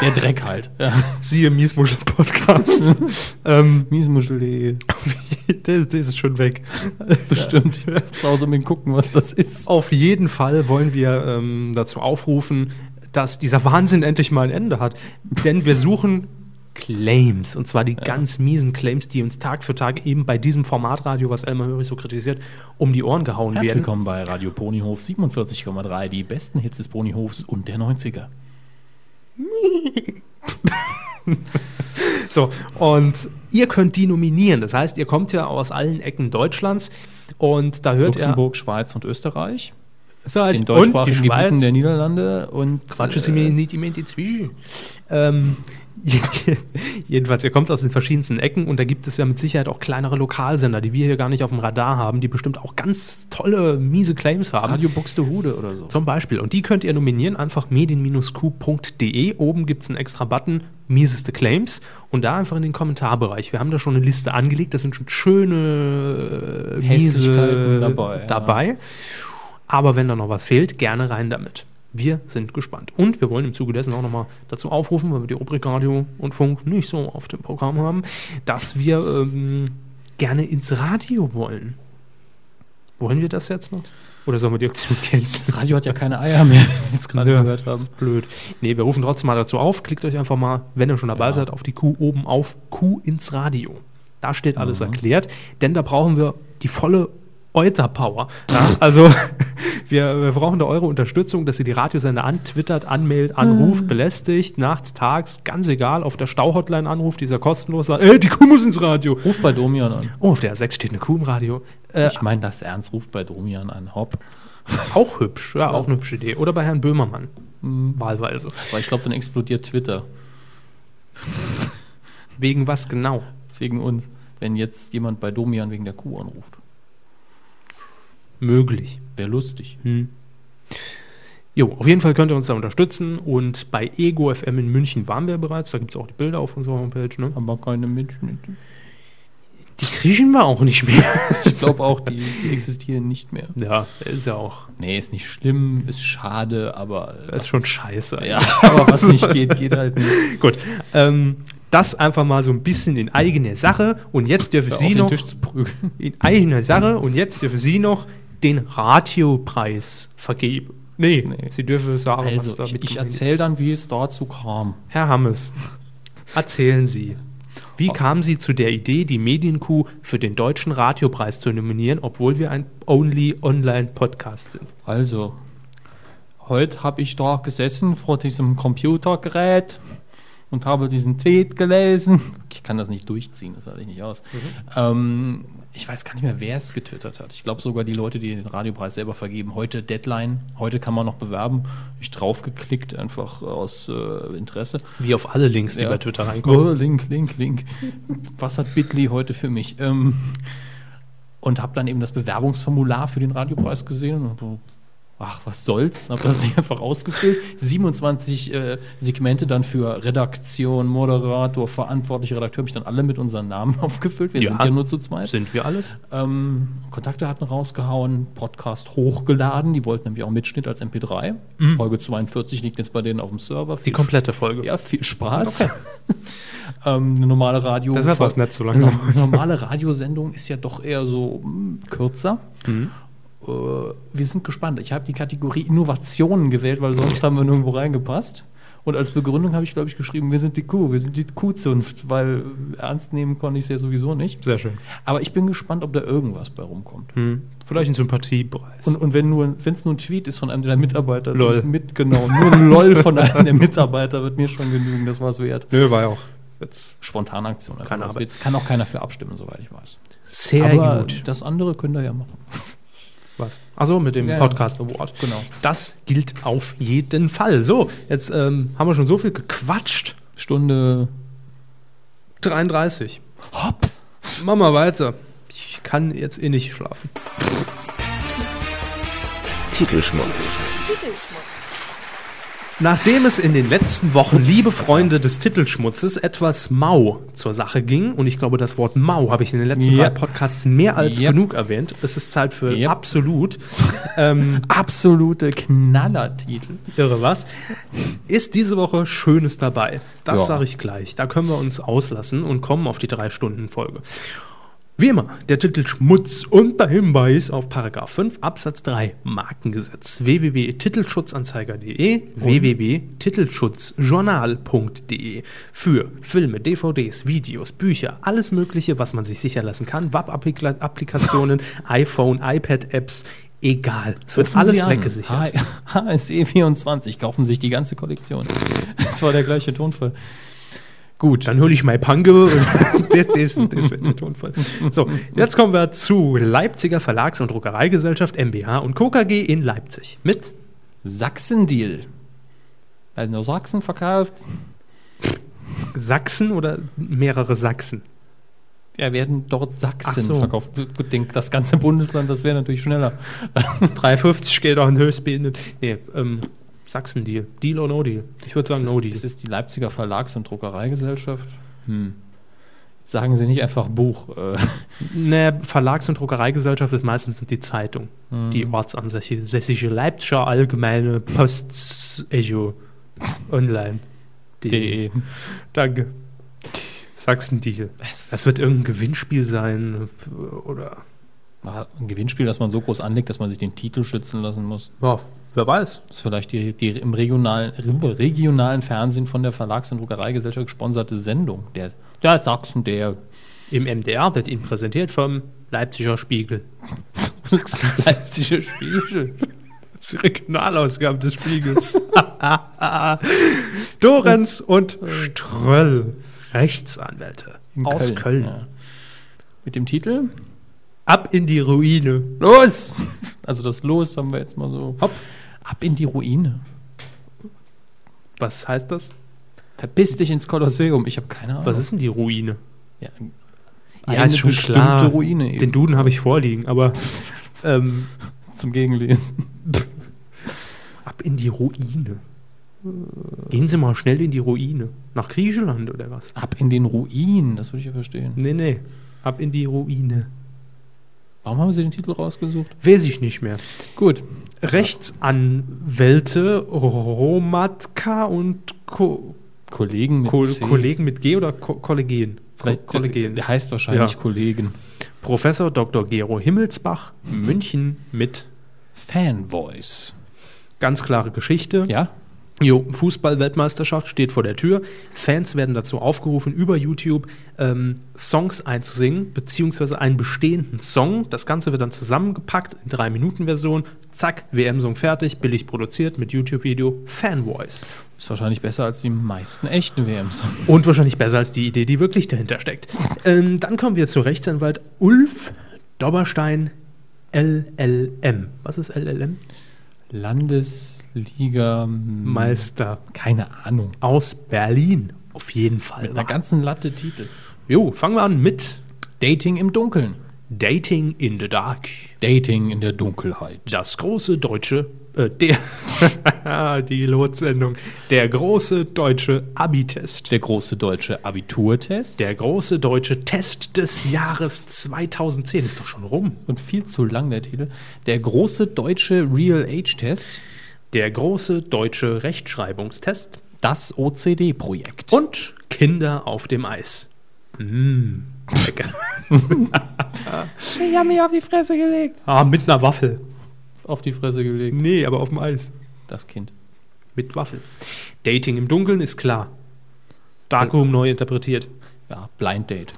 Der Dreck halt. Ja. Siehe Miesmuschel-Podcast. ähm, [LAUGHS] [LAUGHS] Miesmuschel.de. der, der ist schon weg. Bestimmt. Ich muss zu Hause mal gucken, was das ist. Auf jeden Fall wollen wir ähm, dazu aufrufen, dass dieser Wahnsinn endlich mal ein Ende hat. Denn wir suchen Claims. Und zwar die ganz miesen Claims, die uns Tag für Tag eben bei diesem Formatradio, was Elmar Hörig so kritisiert, um die Ohren gehauen Herzlich werden. willkommen bei Radio Ponyhof 47,3, die besten Hits des Ponyhofs und der 90er. So, und ihr könnt die nominieren. Das heißt, ihr kommt ja aus allen Ecken Deutschlands und da hört Luxemburg, Schweiz und Österreich. ihr Ist halt- Den und die deutschsprachigen Gebieten Schweiz. der Niederlande und. äh, Quatsch ist mir nicht immer in die Zwiebel. Ähm, [LAUGHS] jedenfalls, ihr kommt aus den verschiedensten Ecken und da gibt es ja mit Sicherheit auch kleinere Lokalsender, die wir hier gar nicht auf dem Radar haben, die bestimmt auch ganz tolle, miese Claims haben. Radio Buxtehude oder so. Zum Beispiel. Und die könnt ihr nominieren, einfach medien-q.de. Oben gibt es einen extra Button, mieseste Claims. Und da einfach in den Kommentarbereich. Wir haben da schon eine Liste angelegt, da sind schon schöne äh, miese Hässlichkeiten dabei, ja. dabei. Aber wenn da noch was fehlt, gerne rein damit. Wir sind gespannt. Und wir wollen im Zuge dessen auch nochmal dazu aufrufen, weil wir die Rubrik Radio und Funk nicht so auf dem Programm haben, dass wir ähm, gerne ins Radio wollen. Wollen wir das jetzt noch? Oder sollen wir die Aktion canceln? Das Radio hat ja keine Eier mehr, [LAUGHS] wie wir jetzt gerade Nö. gehört haben. Blöd. Nee, wir rufen trotzdem mal dazu auf. Klickt euch einfach mal, wenn ihr schon dabei seid, auf die Q oben auf Q ins Radio. Da steht alles erklärt, denn da brauchen wir die volle Euter-Power. Ja, also [LAUGHS] wir, wir brauchen da eure Unterstützung, dass ihr die Radiosender antwittert, anmeldet, anruft, belästigt, nachts, tags, ganz egal, auf der Stauhotline anruft, dieser kostenlos sagt, ey, die Kuh muss ins Radio. Ruf bei Domian an. Oh, auf der 6 steht eine Kuh im Radio. Äh, Ich meine das ernst, ruft bei Domian an. Hopp. auch hübsch, ja, auch eine hübsche Idee. Oder bei Herrn Böhmermann, wahlweise. Weil ich glaube, dann explodiert Twitter. Wegen was genau? Wegen uns. Wenn jetzt jemand bei Domian wegen der Kuh anruft. Möglich. Wäre lustig. Hm. Jo, auf jeden Fall könnt ihr uns da unterstützen. Und bei Ego FM in München waren wir bereits. Da gibt es auch die Bilder auf unserer Homepage. Ne? Aber keine Mitschnitte. Die kriegen wir auch nicht mehr. [LAUGHS] Ich glaube auch, die, die existieren nicht mehr. ja, ist ja auch. Nee, ist nicht schlimm, ist schade, aber. äh, Ist schon scheiße. Ja, [LAUGHS] aber was nicht geht, geht halt [LAUGHS] nicht. Gut. Ähm, das einfach mal so ein bisschen in eigener Sache. Und jetzt dürfen Auf Sie den noch. Tisch zu prügeln. In eigener Sache. Und jetzt dürfen Sie noch den Radiopreis vergeben. Nee, Nee. Sie dürfen sagen, Also, ich, damit ich gemeint ist. erzähle dann, wie es dazu kam. Herr Hammes, erzählen Sie. Wie kamen Sie zu der Idee, die Medienkuh für den Deutschen Radiopreis zu nominieren, obwohl wir ein only online Podcast sind? Also, heute habe ich da gesessen vor diesem Computergerät und habe diesen Tweet gelesen. [LAUGHS] Ich kann das nicht durchziehen, das halte ich nicht aus. Ähm, ich weiß gar nicht mehr, wer es getwittert hat. Ich glaube sogar die Leute, die den Radiopreis selber vergeben. Heute Deadline, heute kann man noch bewerben. Ich draufgeklickt, einfach aus äh, Interesse. Wie auf alle Links, die Ja. bei Twitter reinkommen. Oh, Link, Link, Link. [LAUGHS] Was hat Bitly heute für mich? Ähm, und habe dann eben das Bewerbungsformular für den Radiopreis gesehen und so, ach, was soll's? Habe das Ding einfach ausgefüllt. 27 äh, Segmente dann für Redaktion, Moderator, verantwortlicher Redakteur, habe ich dann alle mit unseren Namen [LAUGHS] aufgefüllt. Wir Ja. sind ja nur zu zweit Sind wir alles? ähm, Kontakte hatten rausgehauen, Podcast hochgeladen. Die wollten nämlich auch Mitschnitt als MP3. Folge 42 liegt jetzt bei denen auf dem Server. Mhm. Die Viel komplette Folge. ja, viel Spaß. [LAUGHS] ähm, eine normale Radio. Deshalb war's nicht so langsam Eine normale Radiosendung ist ja doch eher so hm, kürzer. Mhm. Äh, wir sind gespannt. Ich habe die Kategorie Innovationen gewählt, weil sonst haben wir nirgendwo reingepasst. Und als Begründung habe ich, glaube ich, geschrieben, wir sind die Kuh, wir sind die Kuhzunft, weil ernst nehmen konnte ich es ja sowieso nicht. Sehr schön. Aber ich bin gespannt, ob da irgendwas bei rumkommt. Hm. Vielleicht ein Sympathiepreis. Und, und wenn nur, wenn es nur ein Tweet ist von einem der Mitarbeiter, Lol. mit genau, nur ein LOL von einem der Mitarbeiter wird mir schon genügen, das war's wert. Nö, war ja auch. Jetzt. Spontanaktion. Also Keine das Arbeit. Witz kann auch keiner für abstimmen, soweit ich weiß. Sehr Aber gut. das andere könnt ihr ja machen. Was? Achso, mit dem Ja, ja. Podcast Award. Genau. Das gilt auf jeden Fall. So, jetzt ähm, haben wir schon so viel gequatscht. Stunde 33. Hopp. Mach mal weiter. Ich kann jetzt eh nicht schlafen. Titelschmutz. Nachdem es in den letzten Wochen, liebe Freunde des Titelschmutzes, etwas Mau zur Sache ging, und ich glaube, das Wort Mau habe ich in den letzten Ja. drei Podcasts mehr als Ja. genug erwähnt. Es ist Zeit für Ja. absolut ähm, Absolute Knallertitel. irre was. Ist diese Woche Schönes dabei? Das Ja. sage ich gleich. Da können wir uns auslassen und kommen auf die drei Stunden Folge. Wie immer, der Titel Schmutz und der Hinweis auf Paragraph 5 Absatz 3 Markengesetz www.titelschutzanzeiger.de www.titelschutzjournal.de für Filme, DVDs, Videos, Bücher, alles mögliche, was man sich sichern lassen kann, WAP-Applikationen, iPhone, iPad-Apps, egal. Es wird alles weggesichert. HSE 24, E kaufen sich die [LAUGHS] ganze Kollektion. Das war der gleiche Tonfall. Gut, Dann hole ich mein Pango und [LAUGHS] das, das, das wird ein Tonfall. So, jetzt kommen wir zu Leipziger Verlags- und Druckereigesellschaft MBH und Co. KG in Leipzig mit Sachsen-Deal. Also nur Sachsen verkauft. Sachsen oder mehrere Sachsen. Ja, werden dort Sachsen Ach so. verkauft. Gut, denk, das ganze Bundesland, das wäre natürlich schneller. 3,50 geht auch in Höchstbildend. Nee, ähm, Sachsen-Deal. Deal or no deal. Ich würde sagen Das no ist, deal. das ist die Leipziger Verlags- und Druckereigesellschaft. Hm. Sagen Sie nicht einfach Buch. Äh, Ne, Verlags- und Druckereigesellschaft ist meistens die Zeitung. Hm. Die ortsansässige Leipziger Allgemeine Post Echo Online. DE. E. Danke. Sachsen-Deal. Das wird irgendein Gewinnspiel sein oder. War Ein Gewinnspiel, das man so groß anlegt, dass man sich den Titel schützen lassen muss. Ja, wer weiß. Das ist vielleicht die, die im regionalen, regionalen Fernsehen von der Verlags- und Druckereigesellschaft gesponserte Sendung. Der, der Sachsen, der Im MDR wird Ihnen präsentiert vom Leipziger Spiegel. Leipziger Spiegel. Das Regionalausgabe des Spiegels. [LAUGHS] Dorenz und Ströll, Rechtsanwälte aus Köln. Ja. Mit dem Titel Ab in die Ruine. Los! Also das Los haben wir jetzt mal so. Hopp. Ab in die Ruine. Was heißt das? Verpiss dich ins Kolosseum. Ich habe keine Ahnung. Was ist denn die Ruine? Ja, Ja, eine ist schon bestimmte klar. Ruine eben. Den Duden habe ich vorliegen, [LAUGHS] aber ähm, zum Gegenlesen. Ab in die Ruine. Gehen Sie mal schnell in die Ruine. Nach Griechenland oder was? Ab in den Ruin, das würde ich ja verstehen. Nee, nee. Ab in die Ruine. Warum haben sie den Titel rausgesucht? Weiß ich nicht mehr. Gut. Rechtsanwälte, Romatka und Ko Kollegen mit Ko C. Kollegen mit G oder Ko Kollegen? Ko Vielleicht, äh, Kollegen. Der heißt wahrscheinlich Ja. Kollegen. Professor Dr. Gero Himmelsbach, München mit Fanvoice. ganz klare Geschichte. Ja? Jo, Fußball-Weltmeisterschaft steht vor der Tür. Fans werden dazu aufgerufen, über YouTube ähm, Songs einzusingen, beziehungsweise einen bestehenden Song. Das Ganze wird dann zusammengepackt in 3-Minuten-Version. Zack, WM-Song fertig, billig produziert mit YouTube-Video Fanvoice. Ist wahrscheinlich besser als die meisten echten WMs. Und wahrscheinlich besser als die Idee, die wirklich dahinter steckt. Ähm, dann kommen wir zu Rechtsanwalt Ulf Doberstein, LLM. Was ist LLM? Landesliga. m- Meister Keine Ahnung. aus Berlin. Auf jeden Fall. Mit einer ganzen Latte Titel. Jo, fangen wir an mit Dating im Dunkeln. Dating in the Dark. Dating in der Dunkelheit. Das große deutsche, äh, der, [LAUGHS] die Lotsendung, der große deutsche Abi-Test. Der große deutsche Abiturtest. Der große deutsche Test des Jahres 2010. Ist doch schon rum. und viel zu lang der Titel. Der große deutsche Real Age Test. Der große deutsche Rechtschreibungstest. Das OCD-Projekt. Und Kinder auf dem Eis. [LAUGHS] Mmm, lecker. ich habe mich auf die Fresse gelegt. ah, mit einer Waffel. Auf die Fresse gelegt. Nee, aber auf dem Eis. Das Kind. Mit Waffel. Dating im Dunkeln ist klar. Darkroom neu interpretiert. Ja, Blind Date.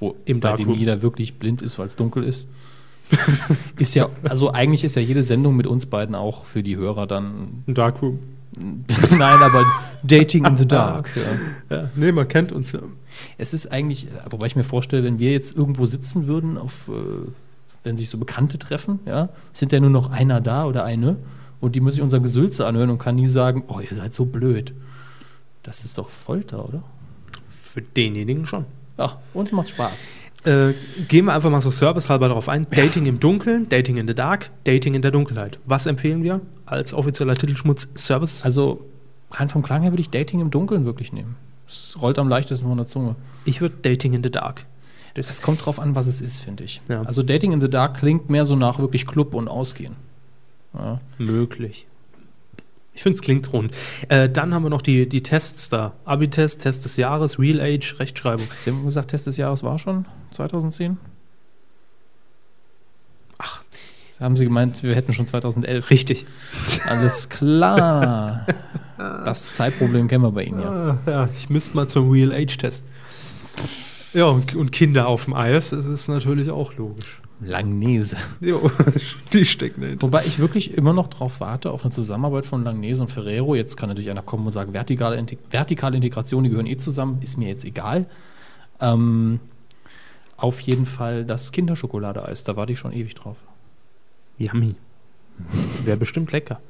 Wo Im bei dem Darkroom. jeder wirklich blind ist, weil es dunkel ist. [LAUGHS] ist ja, also eigentlich ist ja jede Sendung mit uns beiden auch für die Hörer dann. [LAUGHS] Darkroom. Nein, aber Dating in the Dark. Ja. Ja, nee, man kennt uns. Es ist eigentlich, äh, wobei ich mir vorstelle, wenn wir jetzt irgendwo sitzen würden, auf, äh, wenn sich so Bekannte treffen, ja, sind ja nur noch einer da oder eine und die muss sich unser Gesülze anhören und kann nie sagen, oh, ihr seid so blöd. Das ist doch Folter, oder? Für denjenigen schon. Ja, uns macht Spaß. Äh, gehen wir einfach mal so servicehalber darauf ein. Dating im Dunkeln, Dating in the Dark, Dating in der Dunkelheit. Was empfehlen wir als offizieller Titelschmutz-Service? Also rein vom Klang her würde ich Dating im Dunkeln wirklich nehmen. Es rollt am leichtesten von der Zunge. Ich würde Dating in the Dark. Es kommt drauf an, was es ist, finde ich. Ja. Also Dating in the Dark klingt mehr so nach wirklich Club und Ausgehen. Ja. Möglich. Ich finde, es klingt rund. Äh, dann haben wir noch die, die Tests da. Abi-Test, Test des Jahres, Real Age, Rechtschreibung. Sie haben gesagt, Test des Jahres war schon 2010. Ach. Haben Sie gemeint, wir hätten schon [LAUGHS] 2011. Richtig. Alles klar. Das Zeitproblem kennen wir bei Ihnen ja. Ah, Ja, ich müsste mal zum Real Age Test. Ja, und, und Kinder auf dem Eis, das ist natürlich auch logisch. Langnese. Jo, [LAUGHS] die stecken dahinter. Wobei ich wirklich immer noch drauf warte, auf eine Zusammenarbeit von Langnese und Ferrero. Jetzt kann natürlich einer kommen und sagen, vertikale, Integ- vertikale Integration, die gehören eh zusammen, ist mir jetzt egal. Ähm, auf jeden Fall das Kinderschokoladeeis, da warte ich schon ewig drauf. Yummy. Wäre bestimmt lecker.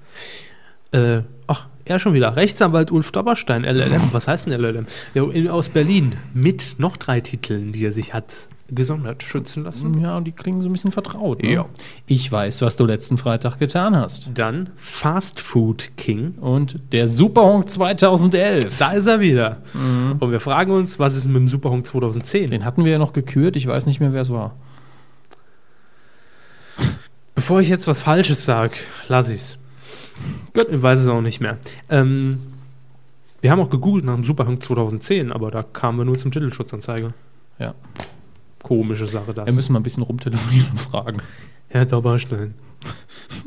Äh, ach, er schon wieder. Rechtsanwalt Ulf Dobberstein, LLM. Was heißt denn LLM? Ja, in- aus Berlin. Mit noch drei Titeln, die er sich hat gesondert schützen lassen. Ja, und die klingen so ein bisschen vertraut. ne? Ja. Ich weiß, was du letzten Freitag getan hast. Dann Fast Food King. Und der Superhonk 2011. Da ist er wieder. Und wir fragen uns, was ist mit dem Superhunk 2010? Den hatten wir ja noch gekürt, ich weiß nicht mehr, wer es war. Bevor ich jetzt was Falsches sage, lass ich's. Gut. Ich weiß es auch nicht mehr. Ähm, wir haben auch gegoogelt nach dem Superhunk 2010, aber da kamen wir nur zum Titelschutzanzeiger. Ja. Komische Sache das. Wir müssen mal ein bisschen rumtelefonieren und fragen. Herr Dauberstein,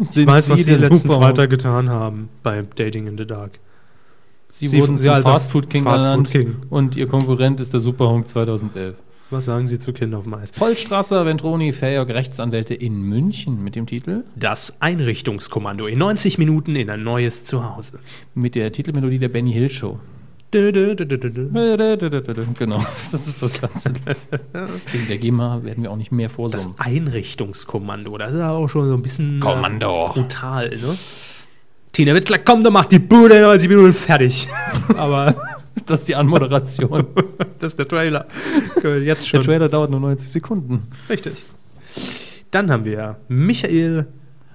Sind ich weiß, was Sie letzten Superhonk? Freitag getan haben beim Dating in the Dark. Sie, Sie- wurden Sie zum alter Fastfood King Fast Food genannt King. und ihr Konkurrent ist der Superhonk 2011. Was sagen Sie zu Kindern auf dem Eis? Vollstrasser, Ventroni, Fayok, Rechtsanwälte in München mit dem Titel, Das Einrichtungskommando in 90 Minuten in ein neues Zuhause. mit der Titelmelodie der Benny Hill Show. Dö, dö, dö, dö, dö, dö. Genau, [LAUGHS] das ist das ganze Lied. Wegen der GEMA werden wir auch nicht mehr Das vorsummen. Einrichtungskommando, das ist ja auch schon so ein bisschen äh, Kommando. brutal, ne? Tina Wittler, komm, dann mach die Bude in 90 Minuten [LAUGHS] fertig. Aber Das, ist die [LAUGHS] Anmoderation. das ist der Trailer. Gut, Jetzt der schon. Trailer dauert nur 90 Sekunden. Richtig. Dann haben wir Michael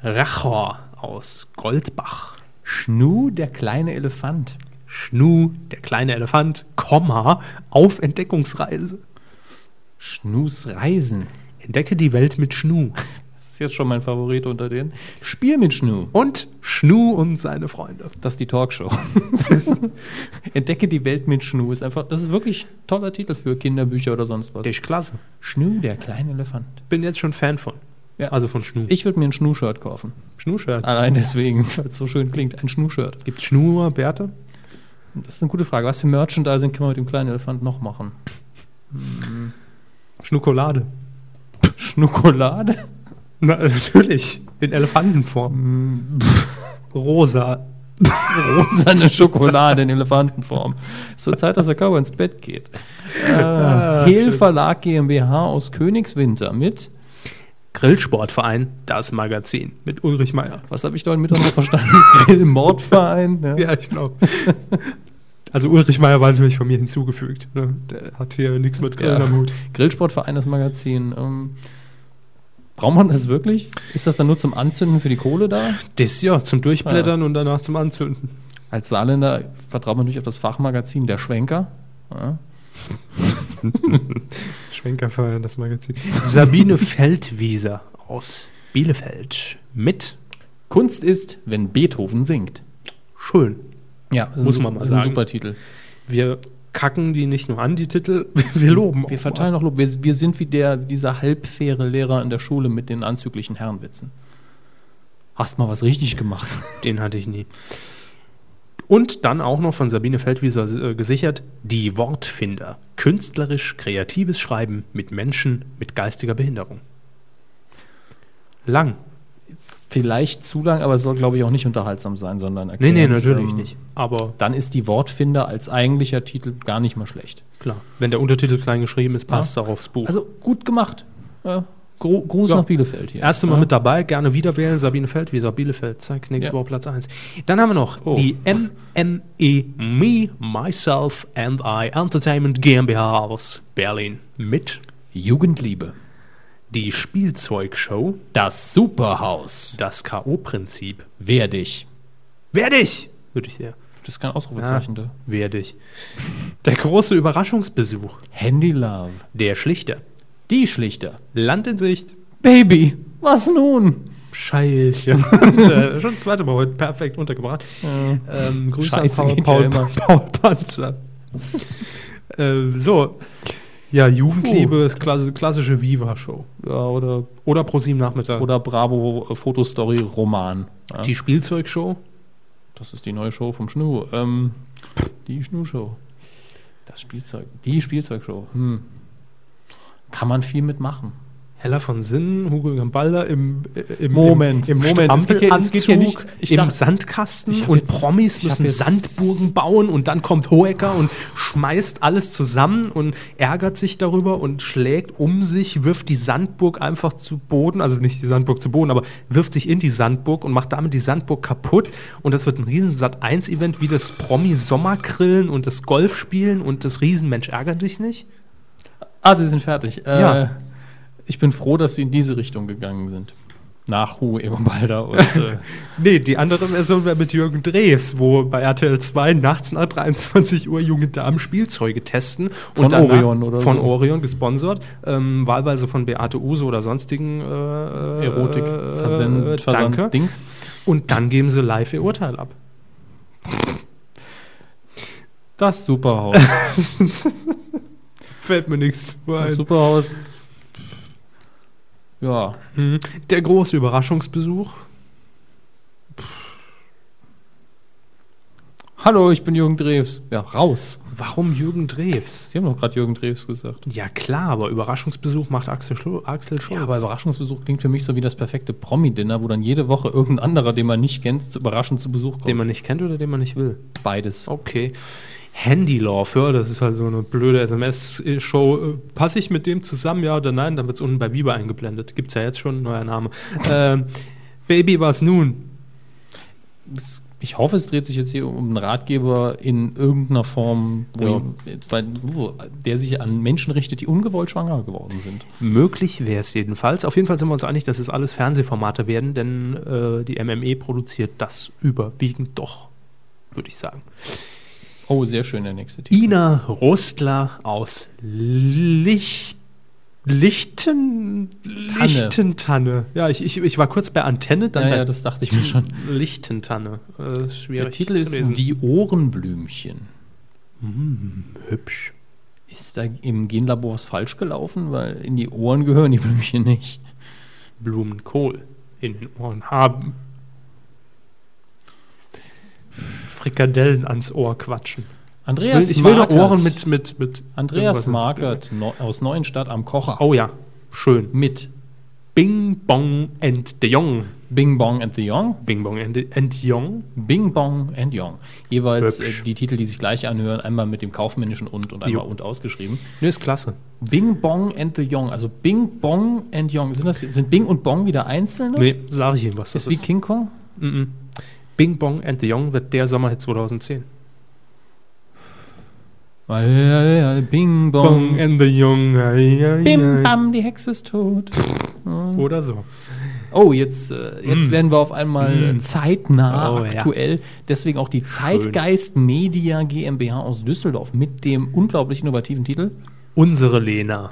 Rachor aus Goldbach. Schnu, der kleine Elefant. Schnu, der kleine Elefant, Komma, auf Entdeckungsreise. Schnus Reisen. Entdecke die Welt mit Schnu. Das ist jetzt schon mein Favorit unter denen. Spiel mit Schnu. Und Schnu und seine Freunde. Das ist die [LAUGHS] Talkshow. Entdecke die Welt mit Schnu ist einfach, das ist wirklich ein toller Titel für Kinderbücher oder sonst was. Der ist klasse. Schnu, der kleine Elefant. Bin jetzt schon Fan von. Ja. Also von Schnu. Ich würde mir ein Schnu-Shirt kaufen. Schnu-Shirt. Allein deswegen, [LAUGHS] weil es so schön klingt. Ein Schnu-Shirt. Gibt Schnur, Bärte? Das ist eine gute Frage. Was für Merchandising können wir mit dem kleinen Elefant noch machen? Schnukolade. Schnuckolade? [LAUGHS] Na, [LAUGHS] natürlich. Mm. In Elefantenform. Rosa. Rosane Schokolade in Elefantenform. Es wird Zeit, dass der Körper ins Bett geht. Äh, Hehl Verlag GmbH aus Königswinter mit, Grillsportverein, das Magazin. Mit Ulrich Meier. was habe ich da heute Mittag noch verstanden? [LAUGHS] Grillmordverein. Ja. ich glaube. [LAUGHS] Also Ulrich Meier war natürlich von mir hinzugefügt. Ne? Der hat hier nichts mit Grillen Ja. am Hut. Grillsportverein, das Magazin. Ähm, braucht man das wirklich? Ist das dann nur zum Anzünden für die Kohle da? Das ja, zum Durchblättern und danach zum Anzünden. [LAUGHS] Als Saarländer vertraut man natürlich auf das Fachmagazin Der Schwenker. Ja. Schwenkerverein, das Magazin. Sabine Feldwieser aus Bielefeld. Mit Kunst ist, wenn Beethoven singt. Schön. Ja, ist ein Muss sup- man mal ist ein sagen. super Titel. Wir kacken die nicht nur an, die Titel. [LAUGHS] Wir loben. Wir auch mal. verteilen auch Lob. Wir, wir sind wie der, dieser halbfaire Lehrer in der Schule mit den anzüglichen Herrenwitzen. Hast mal was richtig gemacht. Den hatte ich nie. Und dann auch noch von Sabine Feldwieser äh, gesichert, die Wortfinder. Künstlerisch kreatives Schreiben mit Menschen mit geistiger Behinderung. Lang. Vielleicht zu lang, aber es soll, glaube ich, auch nicht unterhaltsam sein, sondern Nee, nee, erklärend, natürlich ähm, nicht. Aber Dann ist die Wortfinder als eigentlicher Titel gar nicht mal schlecht. klar, wenn der Untertitel klein geschrieben ist, passt es auch aufs Buch. Also gut gemacht. Ja, Gru Gruß Ja. nach Bielefeld hier. Erste Mal mit dabei, gerne wieder wählen. Sabine Feldwieser, Bielefeld, zack, nächste Ja. Woche Platz 1. Dann haben wir noch Oh. die MME, Me, Myself and I Entertainment GmbH aus Berlin mit Jugendliebe. die Spielzeugshow Das Superhaus. Das K.O.-Prinzip. Wer dich. Werde ich! Würde ich sehr. Das ist kein Ausrufezeichen da. Werdig. Der große Überraschungsbesuch. Handy Love. Der Schlichter. Die Schlichter. Land in Sicht. Baby, was nun? [LAUGHS] Scheilchen. Und, äh, schon das zweite Mal heute perfekt untergebracht. Ähm, Grüße Scheiße an geht Paul, ja Paul, immer. Paul Panzer. ähm, so. Ja, Jugendliebe ist klass klassische Viva-Show. Ja, oder oder ProSieben Nachmittag. Oder Bravo äh, Fotostory Roman. Ja, die Spielzeugshow. das ist die neue Show vom Schnu. Ähm, die Schnu-Show. Das Spielzeug. Die Spielzeugshow. Hm. Kann man viel mitmachen. Hella von Sinnen, Hugo Gambalda im, äh, im Moment, im, im Moment, es geht hier- es geht hier Strampelanzug, nicht- ich im dachte- Sandkasten ich hab und jetzt- Promis ich hab müssen jetzt- Sandburgen bauen und dann kommt Hoeker und schmeißt alles zusammen und ärgert sich darüber und schlägt um sich, wirft die Sandburg einfach zu Boden, also nicht die Sandburg zu Boden, aber wirft sich in die Sandburg und macht damit die Sandburg kaputt und das wird ein riesen Sat 1 Event wie das Promi Sommergrillen und das Golfspielen und das Riesenmensch ärgert dich nicht. Ah, Sie sind fertig. Äh, Ja. Ich bin froh, dass Sie in diese Richtung gegangen sind. Nach Hu Eberbalder und [LAUGHS] äh, Nee, die andere Version wäre mit Jürgen Drees, wo bei RTL 2 nachts nach 23 Uhr junge Damen Spielzeuge testen. Von danach- Orion oder Von so. Orion gesponsert, ähm, wahlweise von Beate Use oder sonstigen äh, Erotik, äh, Versand, danke. Versand, Dings. Und dann geben sie live ihr Urteil ab. Das Superhaus. [LAUGHS] Fällt mir nichts zu Das ein. Superhaus. Ja, Mhm. Der große Überraschungsbesuch. Hallo, ich bin Jürgen Drews. Ja, raus. Warum Jürgen Drees? Sie haben doch gerade Jürgen Drews gesagt. Ja klar, aber Überraschungsbesuch macht Axel, Schlu Axel Schulz. Ja, aber Überraschungsbesuch klingt für mich so wie das perfekte Promi-Dinner, wo dann jede Woche irgendein anderer, den man nicht kennt, zu- überraschend zu Besuch kommt. den man nicht kennt oder den man nicht will. Beides. Okay. Handy-Love, ja, das ist halt so eine blöde SMS-Show. Äh, Passe ich mit dem zusammen, ja oder nein? Dann wird es unten bei Viva eingeblendet. Gibt's ja jetzt schon, neuer [LAUGHS] Name. ähm, Baby, was nun? Es- Ich hoffe, es dreht sich jetzt hier um einen Ratgeber in irgendeiner Form, wo ihm- weil, wo- der sich an Menschen richtet, die ungewollt schwanger geworden sind. Möglich wäre es jedenfalls. Auf jeden Fall sind wir uns einig, dass es alles Fernsehformate werden, denn äh, die MME produziert das überwiegend doch, würde ich sagen. Oh, sehr schön, der nächste Titel. Ina Rustler aus Licht. Lichten, Tanne. Lichtentanne. Ja, ich, ich, ich war kurz bei Antenne, dann Ja, bei ja, das dachte ich mir schon. Lichtentanne. Äh, ist schwierig Hm. Der Titel zu ist lesen. Die Ohrenblümchen. hübsch. Ist da im Genlabor was falsch gelaufen? Weil in die Ohren gehören die Blümchen nicht. Blumenkohl in den Ohren haben. Frikadellen ans Ohr quatschen. Andreas ich will, ich will Markert. doch Ohren mit, mit, mit. Andreas irgendwas- Markert neu, aus Neuenstadt am Kocher Oh ja, schön. mit Bing Bong and De Jong. Bing Bong and the Young. Bing Bong and, and Jong. Bing Bong and Young. Jeweils Hübsch. äh, die Titel, die sich gleich anhören, einmal mit dem kaufmännischen und und einmal Jo. und ausgeschrieben. Ne, ist klasse. Bing Bong and the Young. Also Bing Bong and Young. Sind, das, sind Bing und Bong wieder einzelne? Nee, sag ich Ihnen, was das Ist ist. wie King Kong? Bing Bong and De Jong wird der Sommerhit 2010. Ah, ja, ja, ja, Bing Bong. and De Jong. ei, ei, Bim ei. Bam, die Hexe ist tot. Oder so. Oh, jetzt, äh, jetzt werden wir auf einmal Mm. äh, zeitnah Oh, ja. aktuell. Deswegen auch die Zeitgeist Media GmbH aus Düsseldorf mit dem unglaublich innovativen Titel. Unsere Lena.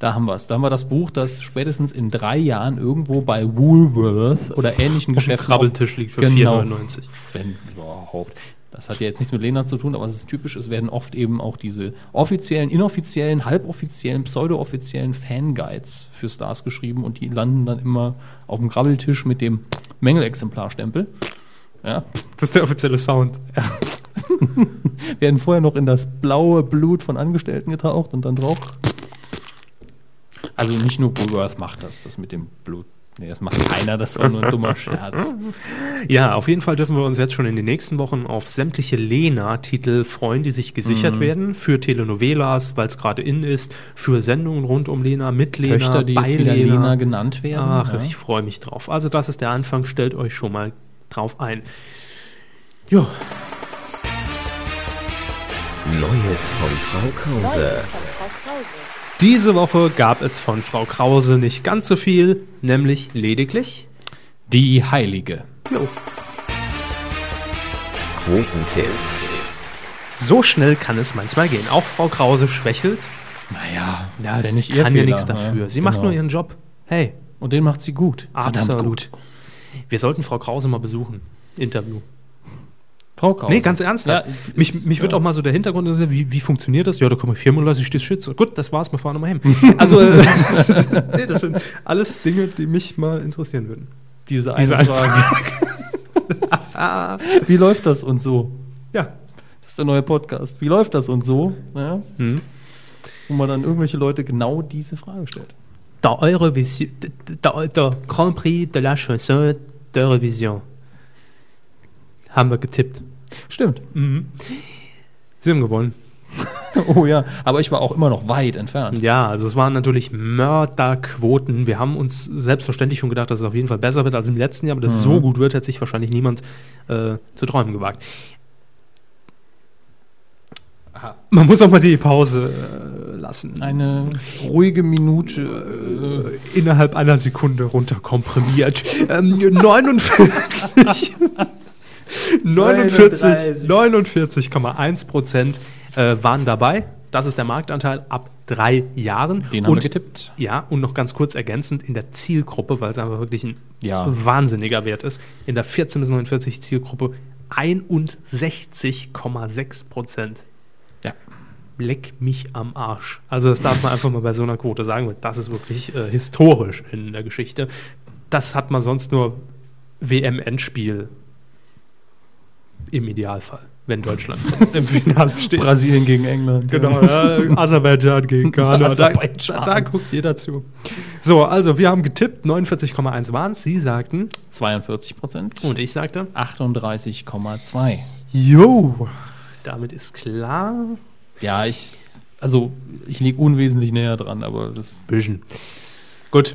Da haben wir es. Da haben wir das Buch, das spätestens in drei Jahren irgendwo bei Woolworth oder ähnlichen Auf dem Geschäften. Krabbeltisch liegt für genau. 4,99. Wenn überhaupt. Das hat ja jetzt nichts mit Lena zu tun, aber es ist typisch. Es werden oft eben auch diese offiziellen, inoffiziellen, halboffiziellen, pseudo-offiziellen Fanguides für Stars geschrieben und die landen dann immer auf dem Grabbeltisch mit dem Mängelexemplarstempel. Ja, Das ist der offizielle Sound. werden vorher noch in das blaue Blut von Angestellten getaucht und dann drauf. Also nicht nur Woolworth macht das, das mit dem Blut. Nee, das macht keiner, das ist auch nur ein [LAUGHS] dummer Scherz. Ja, auf jeden Fall dürfen wir uns jetzt schon in den nächsten Wochen auf sämtliche Lena-Titel freuen, die sich gesichert werden. Für Telenovelas, weil es gerade in ist, für Sendungen rund um Lena, mit Lena, Töchter, die jetzt wieder Lena genannt werden. Ach, ja. ich freue mich drauf. Also das ist der Anfang, stellt euch schon mal drauf ein. Ja, Neues von Frau Krause. diese Woche gab es von Frau Krause nicht ganz so viel, nämlich lediglich Die Heilige. Quotentipp. So schnell kann es manchmal gehen. Auch Frau Krause schwächelt. Naja, Ja, sie kann ja nichts dafür. Sie macht nur ihren Job. Hey, ne? Genau. Und den macht sie gut. absolut. Wir sollten Frau Krause mal besuchen. Interview. Paukaus. Nee, ganz ernsthaft. Ja, mich ist- mich würde ja. auch mal so der Hintergrund interessieren, wie, wie funktioniert das? Ja, da kommen 34 Stück Gut, das war's, wir fahren nochmal [LAUGHS] hin. Also, äh, [LAUGHS] nee, das sind alles Dinge, die mich mal interessieren würden. diese eine Diese [LAUGHS] eine [LAUGHS] Frage. Wie läuft das und so? Ja. Das ist der neue Podcast. Wie läuft das und so? Ja? Mhm. Wo man dann irgendwelche Leute genau diese Frage stellt. Der Eurovision, der, der Grand Prix de la Chanson d'Eurovision haben wir getippt. Stimmt. Sie haben gewonnen. [LAUGHS] Oh ja, aber ich war auch immer noch weit entfernt. Ja, also es waren natürlich Mörderquoten. Wir haben uns selbstverständlich schon gedacht, dass es auf jeden Fall besser wird als im letzten Jahr, aber dass es so gut wird, hat sich wahrscheinlich niemand äh, zu träumen gewagt. Aha. Man muss auch mal die Pause äh, lassen. Eine ruhige Minute. Innerhalb einer Sekunde runterkomprimiert. ähm, [LAUGHS] 49. 49,1 39. 49, Prozent äh, waren dabei. Das ist der Marktanteil ab drei Jahren. äh, Den und haben wir getippt. Ja, und noch ganz kurz ergänzend in der Zielgruppe, weil es einfach wirklich ein Ja. wahnsinniger Wert ist. In der 14 bis 49 Zielgruppe 61,6 Prozent. Ja. Leck mich am Arsch. Also das darf man einfach mal bei so einer Quote sagen, weil das ist wirklich äh, historisch in der Geschichte. Das hat man sonst nur WM-Endspiel im Idealfall, wenn [LAUGHS] Deutschland im Finale steht. Brasilien gegen England. Genau, ja, Aserbaidschan gegen Ghana. Aserbaidschan. Da, da guckt jeder zu. So, also wir haben getippt, 49,1 waren es. Sie sagten 42 Prozent. und ich sagte, 38,2. yo, damit ist klar. Ja, ich. Also, ich liege unwesentlich näher dran, aber das Vision. Gut.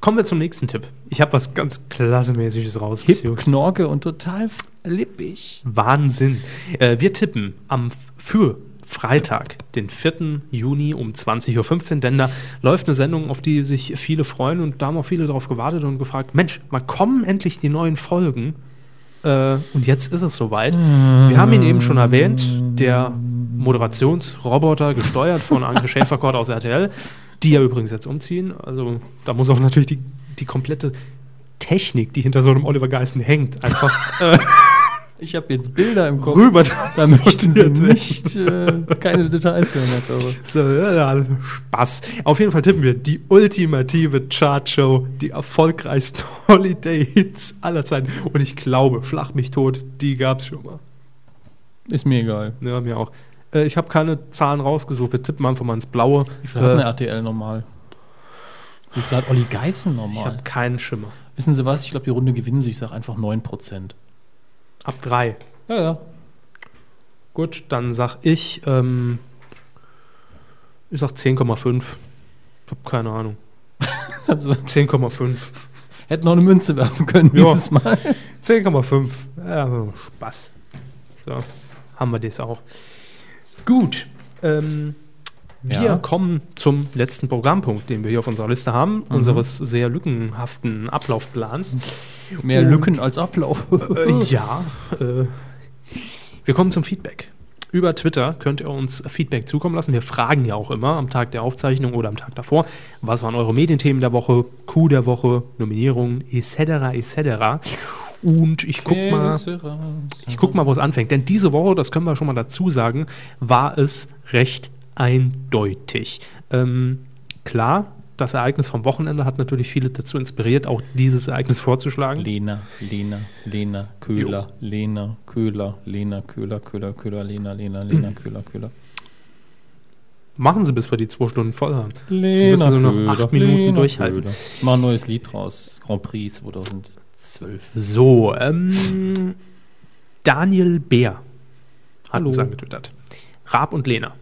Kommen wir zum nächsten Tipp. Ich habe was ganz klassemäßiges hip, rausgesucht. knorke und total f- lippig. Wahnsinn. Äh, wir tippen am F- für Freitag, den 4. Juni um 20.15 Uhr, denn da läuft eine Sendung, auf die sich viele freuen und da haben auch viele darauf gewartet und gefragt, Mensch, mal kommen endlich die neuen Folgen. Äh, und jetzt ist es soweit. Wir haben ihn eben schon erwähnt, der Moderationsroboter, gesteuert von Anke Schäferkort aus RTL, die ja übrigens jetzt umziehen. Also da muss auch natürlich die, die komplette Technik, die hinter so einem Oliver Geißen hängt, einfach äh, Ich habe jetzt Bilder im Kopf. rüber [LAUGHS] Da möchten sie transportiert werden. nicht äh, keine Details mehr. Matt, Aber. So, ja, ja, also Spaß. Auf jeden Fall tippen wir die ultimative Chartshow, die erfolgreichsten [LAUGHS] Holiday-Hits aller Zeiten. Und ich glaube, Schlag mich tot, die gab's schon mal. Ist mir egal. Ja, mir auch. Äh, ich habe keine Zahlen rausgesucht. Wir tippen einfach mal ins Blaue. Wie viel hat eine Äh, RTL normal? Wie viel hat Olli Geißen ich normal? habe keinen Schimmer. Wissen Sie was? Ich glaube, die Runde gewinnen sie. Ich sage einfach 9%. Ab drei. Ja, ja. Gut, dann sag ich, ähm, ich sag 10,5. Ich habe keine Ahnung. Also, 10,5. hätten noch eine Münze werfen können Ja. dieses Mal. 10,5. Ja, Spaß. So, haben wir das auch. Gut. Ähm, wir Ja. kommen zum letzten Programmpunkt, den wir hier auf unserer Liste haben, unseres sehr lückenhaften Ablaufplans. Mehr Und- Lücken als Ablauf. Äh, ja. Äh, wir kommen zum Feedback. Über Twitter könnt ihr uns Feedback zukommen lassen. Wir fragen ja auch immer am Tag der Aufzeichnung oder am Tag davor, was waren eure Medienthemen der Woche, Coup der Woche, Nominierungen, etc. etc. Und ich guck mal. Ich guck mal, wo es anfängt. Denn diese Woche, das können wir schon mal dazu sagen, war es recht eindeutig. Ähm, klar, das Ereignis vom Wochenende hat natürlich viele dazu inspiriert, auch dieses Ereignis vorzuschlagen. Lena, Lena, Lena, Köhler, Lena, Köhler, Lena, Köhler, Köhler, Köhler, Lena, Lena, [CLEARS THROAT] Lena, Köhler, Köhler. Machen Sie, bis wir die zwei Stunden voll haben. müssen Lena, Sie noch acht Minuten durchhalten. Köhler. Ich mach ein neues Lied draus. Grand Prix 2012. So, ähm, Daniel Bär hat Hallo. uns angetwittert. Raab und Lena.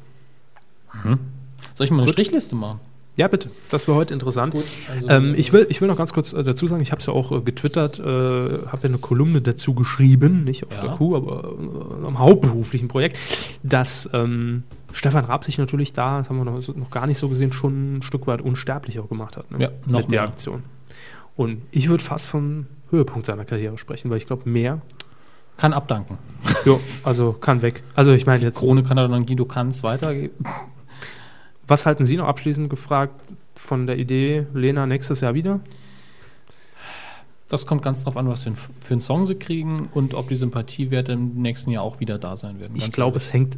Soll ich mal eine Gut. Strichliste machen? Ja, bitte. Das war heute interessant. Gut, also- ähm, ich, will, ich will noch ganz kurz äh, dazu sagen, ich habe es ja auch äh, getwittert, äh, habe ja eine Kolumne dazu geschrieben, nicht auf Ja. der Kuh, aber äh, am hauptberuflichen Projekt, dass ähm, Stefan Raab sich natürlich da, das haben wir noch, noch gar nicht so gesehen, schon ein Stück weit unsterblich auch gemacht hat. Ne? Ja, noch Mit der mehr. [LAUGHS] Aktion. Und ich würde fast vom Höhepunkt seiner Karriere sprechen, weil ich glaube, mehr kann abdanken. Jo, also kann weg. Also ich meine jetzt, Krone kann er dann Guido Kanz weitergeben. was halten Sie noch abschließend gefragt von der Idee, Lena nächstes Jahr wieder? Das kommt ganz drauf an, was für, ein, für einen Song sie kriegen und ob die Sympathiewerte im nächsten Jahr auch wieder da sein werden. Ich Ganz glaube, es hängt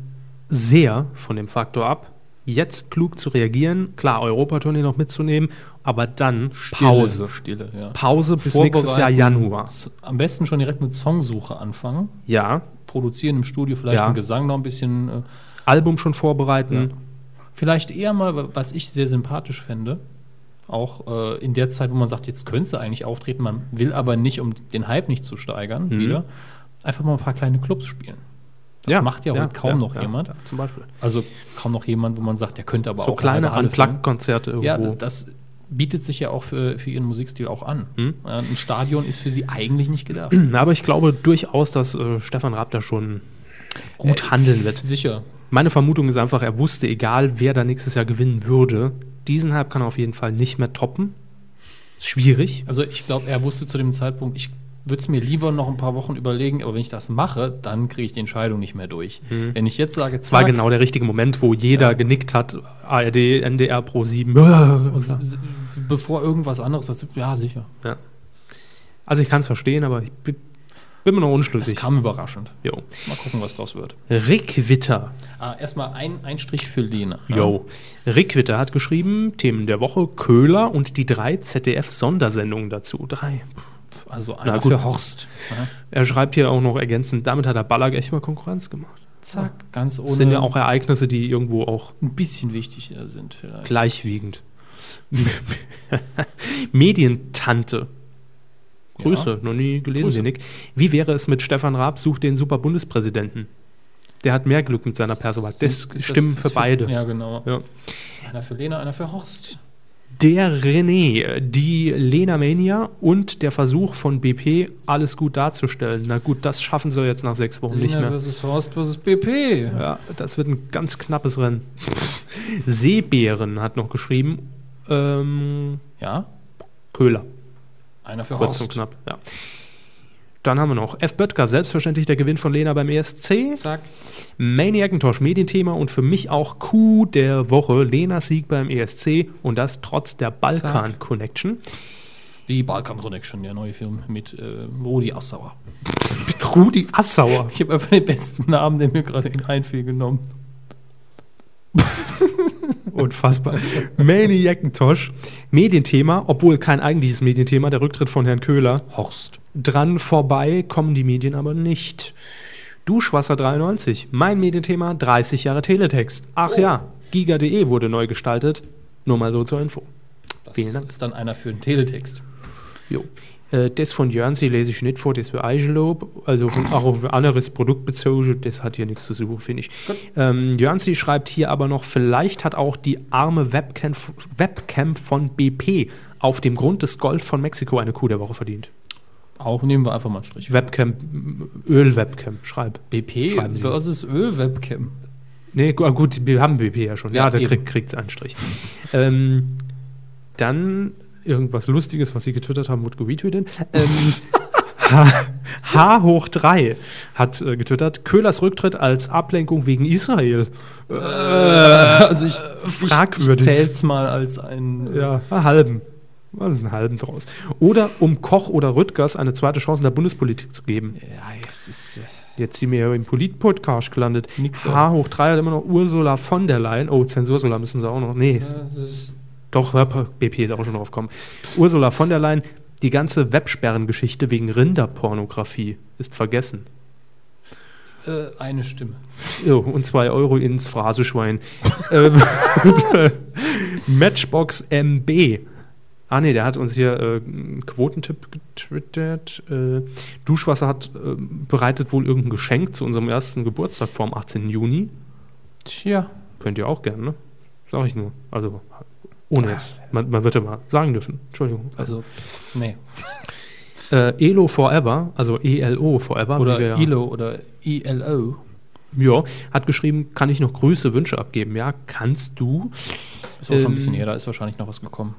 sehr von dem Faktor ab, jetzt klug zu reagieren, klar, Europatournee noch mitzunehmen, aber dann Stille, Pause. Stille, ja. Pause bis nächstes Jahr Vorbereiten, Januar. s- Am besten schon direkt mit Songsuche anfangen. Ja, Produzieren im Studio, vielleicht Ja. einen Gesang noch ein bisschen. Äh, Album schon vorbereiten. vielleicht eher mal, wa- was ich sehr sympathisch fände, auch äh, in der Zeit, wo man sagt, jetzt könnte sie eigentlich auftreten, man will aber nicht, um den Hype nicht zu steigern, Mhm. wieder, einfach mal ein paar kleine Clubs spielen. Das macht ja heute kaum noch jemand. Ja, zum Beispiel. Also kaum noch jemand, wo man sagt, der könnte aber so auch kleine eine halbe Halle füllen. Unplugged-Konzerte Ja, irgendwo. das bietet sich ja auch für, für ihren Musikstil auch an. Mhm. Ja, ein Stadion ist für sie eigentlich nicht [CLEARS THROAT] gedacht. Aber ich glaube durchaus, dass äh, Stefan Raab da schon gut Äh, handeln wird. Sicher. Meine Vermutung ist einfach, er wusste, egal wer da nächstes Jahr gewinnen würde, diesen Hype kann er auf jeden Fall nicht mehr toppen. Ist schwierig. Also ich glaube, er wusste zu dem Zeitpunkt, ich würde es mir lieber noch ein paar Wochen überlegen, aber wenn ich das mache, dann kriege ich die Entscheidung nicht mehr durch. Wenn ich jetzt sage, Es Mhm. war zack, genau der richtige Moment, wo jeder genickt hat. ARD, NDR, Pro 7. s- s- bevor irgendwas anderes, das, ja sicher. Also ich kann es verstehen, aber ich bin, bin mir noch Das unschlüssig. kam überraschend. Jo. Mal gucken, was draus wird. Rick Witter. Ah, erstmal ein, ein Strich für Lena. ne? Jo. Rick Witter hat geschrieben, Themen der Woche, Köhler und die drei ZDF-Sondersendungen dazu. Drei. Also einer gut. für Horst. ne? Ja. Er schreibt hier auch noch ergänzend, damit hat er Ballack echt mal Konkurrenz gemacht. Zack, ganz ohne. Das sind ja auch Ereignisse, die irgendwo auch ein bisschen wichtig äh, sind vielleicht. gleichwiegend. [LAUGHS] Medientante. Grüße, noch nie gelesen, Grüße. den Nick. Wie wäre es mit Stefan Raab, sucht den super Bundespräsidenten? Der hat mehr Glück mit seiner Personal. Das Ist stimmen ist für beide. Ja, genau. Ja. Einer für Lena, einer für Horst. Der René, die Lena Mania und der Versuch von BP, alles gut darzustellen. Na gut, das schaffen sie jetzt nach sechs Wochen nicht Lena mehr. versus Horst versus BP. Ja, das wird ein ganz knappes Rennen. [LAUGHS] Seebären hat noch geschrieben. Ähm, Ja, Köhler, einer für kurz Horst. und knapp. Ja. Dann haben wir noch F. Böttger, selbstverständlich der Gewinn von Lena beim E ESC. Zack. Maniacentosh, Medienthema und für mich auch Coup der Woche. Lenas Sieg beim ESC und das trotz der Balkan-Connection. Die Balkan Connection, der neue Film mit äh, Rudi Assauer. Mit Rudi Assauer. Ich habe einfach den besten Namen, der mir gerade in- einfiel, genommen. Unfassbar. Maniacentosh. Medienthema, obwohl kein eigentliches Medienthema, der Rücktritt von Herrn Köhler. Horst. Dran vorbei kommen die Medien aber nicht. Duschwasser 93. Mein Medienthema 30 Jahre Teletext. Ach ja, giga.de wurde neu gestaltet. Nur mal so zur Info. Das Vielen Dank. ist dann einer für den Teletext. Jo. Äh, Das von Jörnsi lese ich nicht vor, das für Eigenlob, also von, auch auf ein anderes Produkt bezogen, das hat hier nichts zu suchen, finde ich. Ähm, Jörnsi schreibt hier aber noch, vielleicht hat auch die arme Webcam, Webcam von BP auf dem Grund des Golf von Mexiko eine Kuh der Woche verdient. Auch nehmen wir einfach mal einen Strich. Webcam, Öl-Webcam, schreib. BP Schreiben Sie. versus Öl-Webcam. Nee, gu- ah, gut, wir haben BP ja schon. Ja, Ja, der eben. kriegt kriegt's einen Strich. ähm, dann irgendwas Lustiges, was sie getwittert haben, wurde getwittert. [LAUGHS] Ähm, H, H hoch 3 hat äh, getwittert. Köhlers Rücktritt als Ablenkung wegen Israel. Äh, Äh, Also ich, ich, ich fragwürdig. zähl's mal als ein... äh, Ja, einen halben. Das ist einen halben draus. Oder um Koch oder Rüttgers eine zweite Chance in der Bundespolitik zu geben. Ja, es ist... äh, Jetzt sind wir ja im Polit-Podcast gelandet. Nix da. H hoch 3 hat immer noch Ursula von der Leyen. Oh, Zensursula müssen sie auch noch. Nee, ist Das ist Doch, hör, BP ist auch schon drauf gekommen. Ursula von der Leyen, die ganze Websperrengeschichte wegen Rinderpornografie ist vergessen. äh, eine Stimme. Jo, und zwei Euro ins [LAUGHS] Phraseschwein. ähm, [LAUGHS] Matchbox MB. Ah nee, der hat uns hier äh, einen Quotentipp getwittert. Äh, Duschwasser hat äh, bereitet wohl irgendein Geschenk zu unserem ersten Geburtstag vom 18. Juni. Tja. Könnt ihr auch gerne, ne? Sag ich nur. Also, ohne jetzt. Man, man wird ja mal sagen dürfen. Entschuldigung. Also, nee. Äh, ELO Forever, also ELO Forever, Oder wie wir ja- ILO oder ILO. ja, hat geschrieben, kann ich noch Grüße, Wünsche abgeben? Ja, kannst du. Ist auch schon Ähm, ein bisschen her, da ist wahrscheinlich noch was gekommen.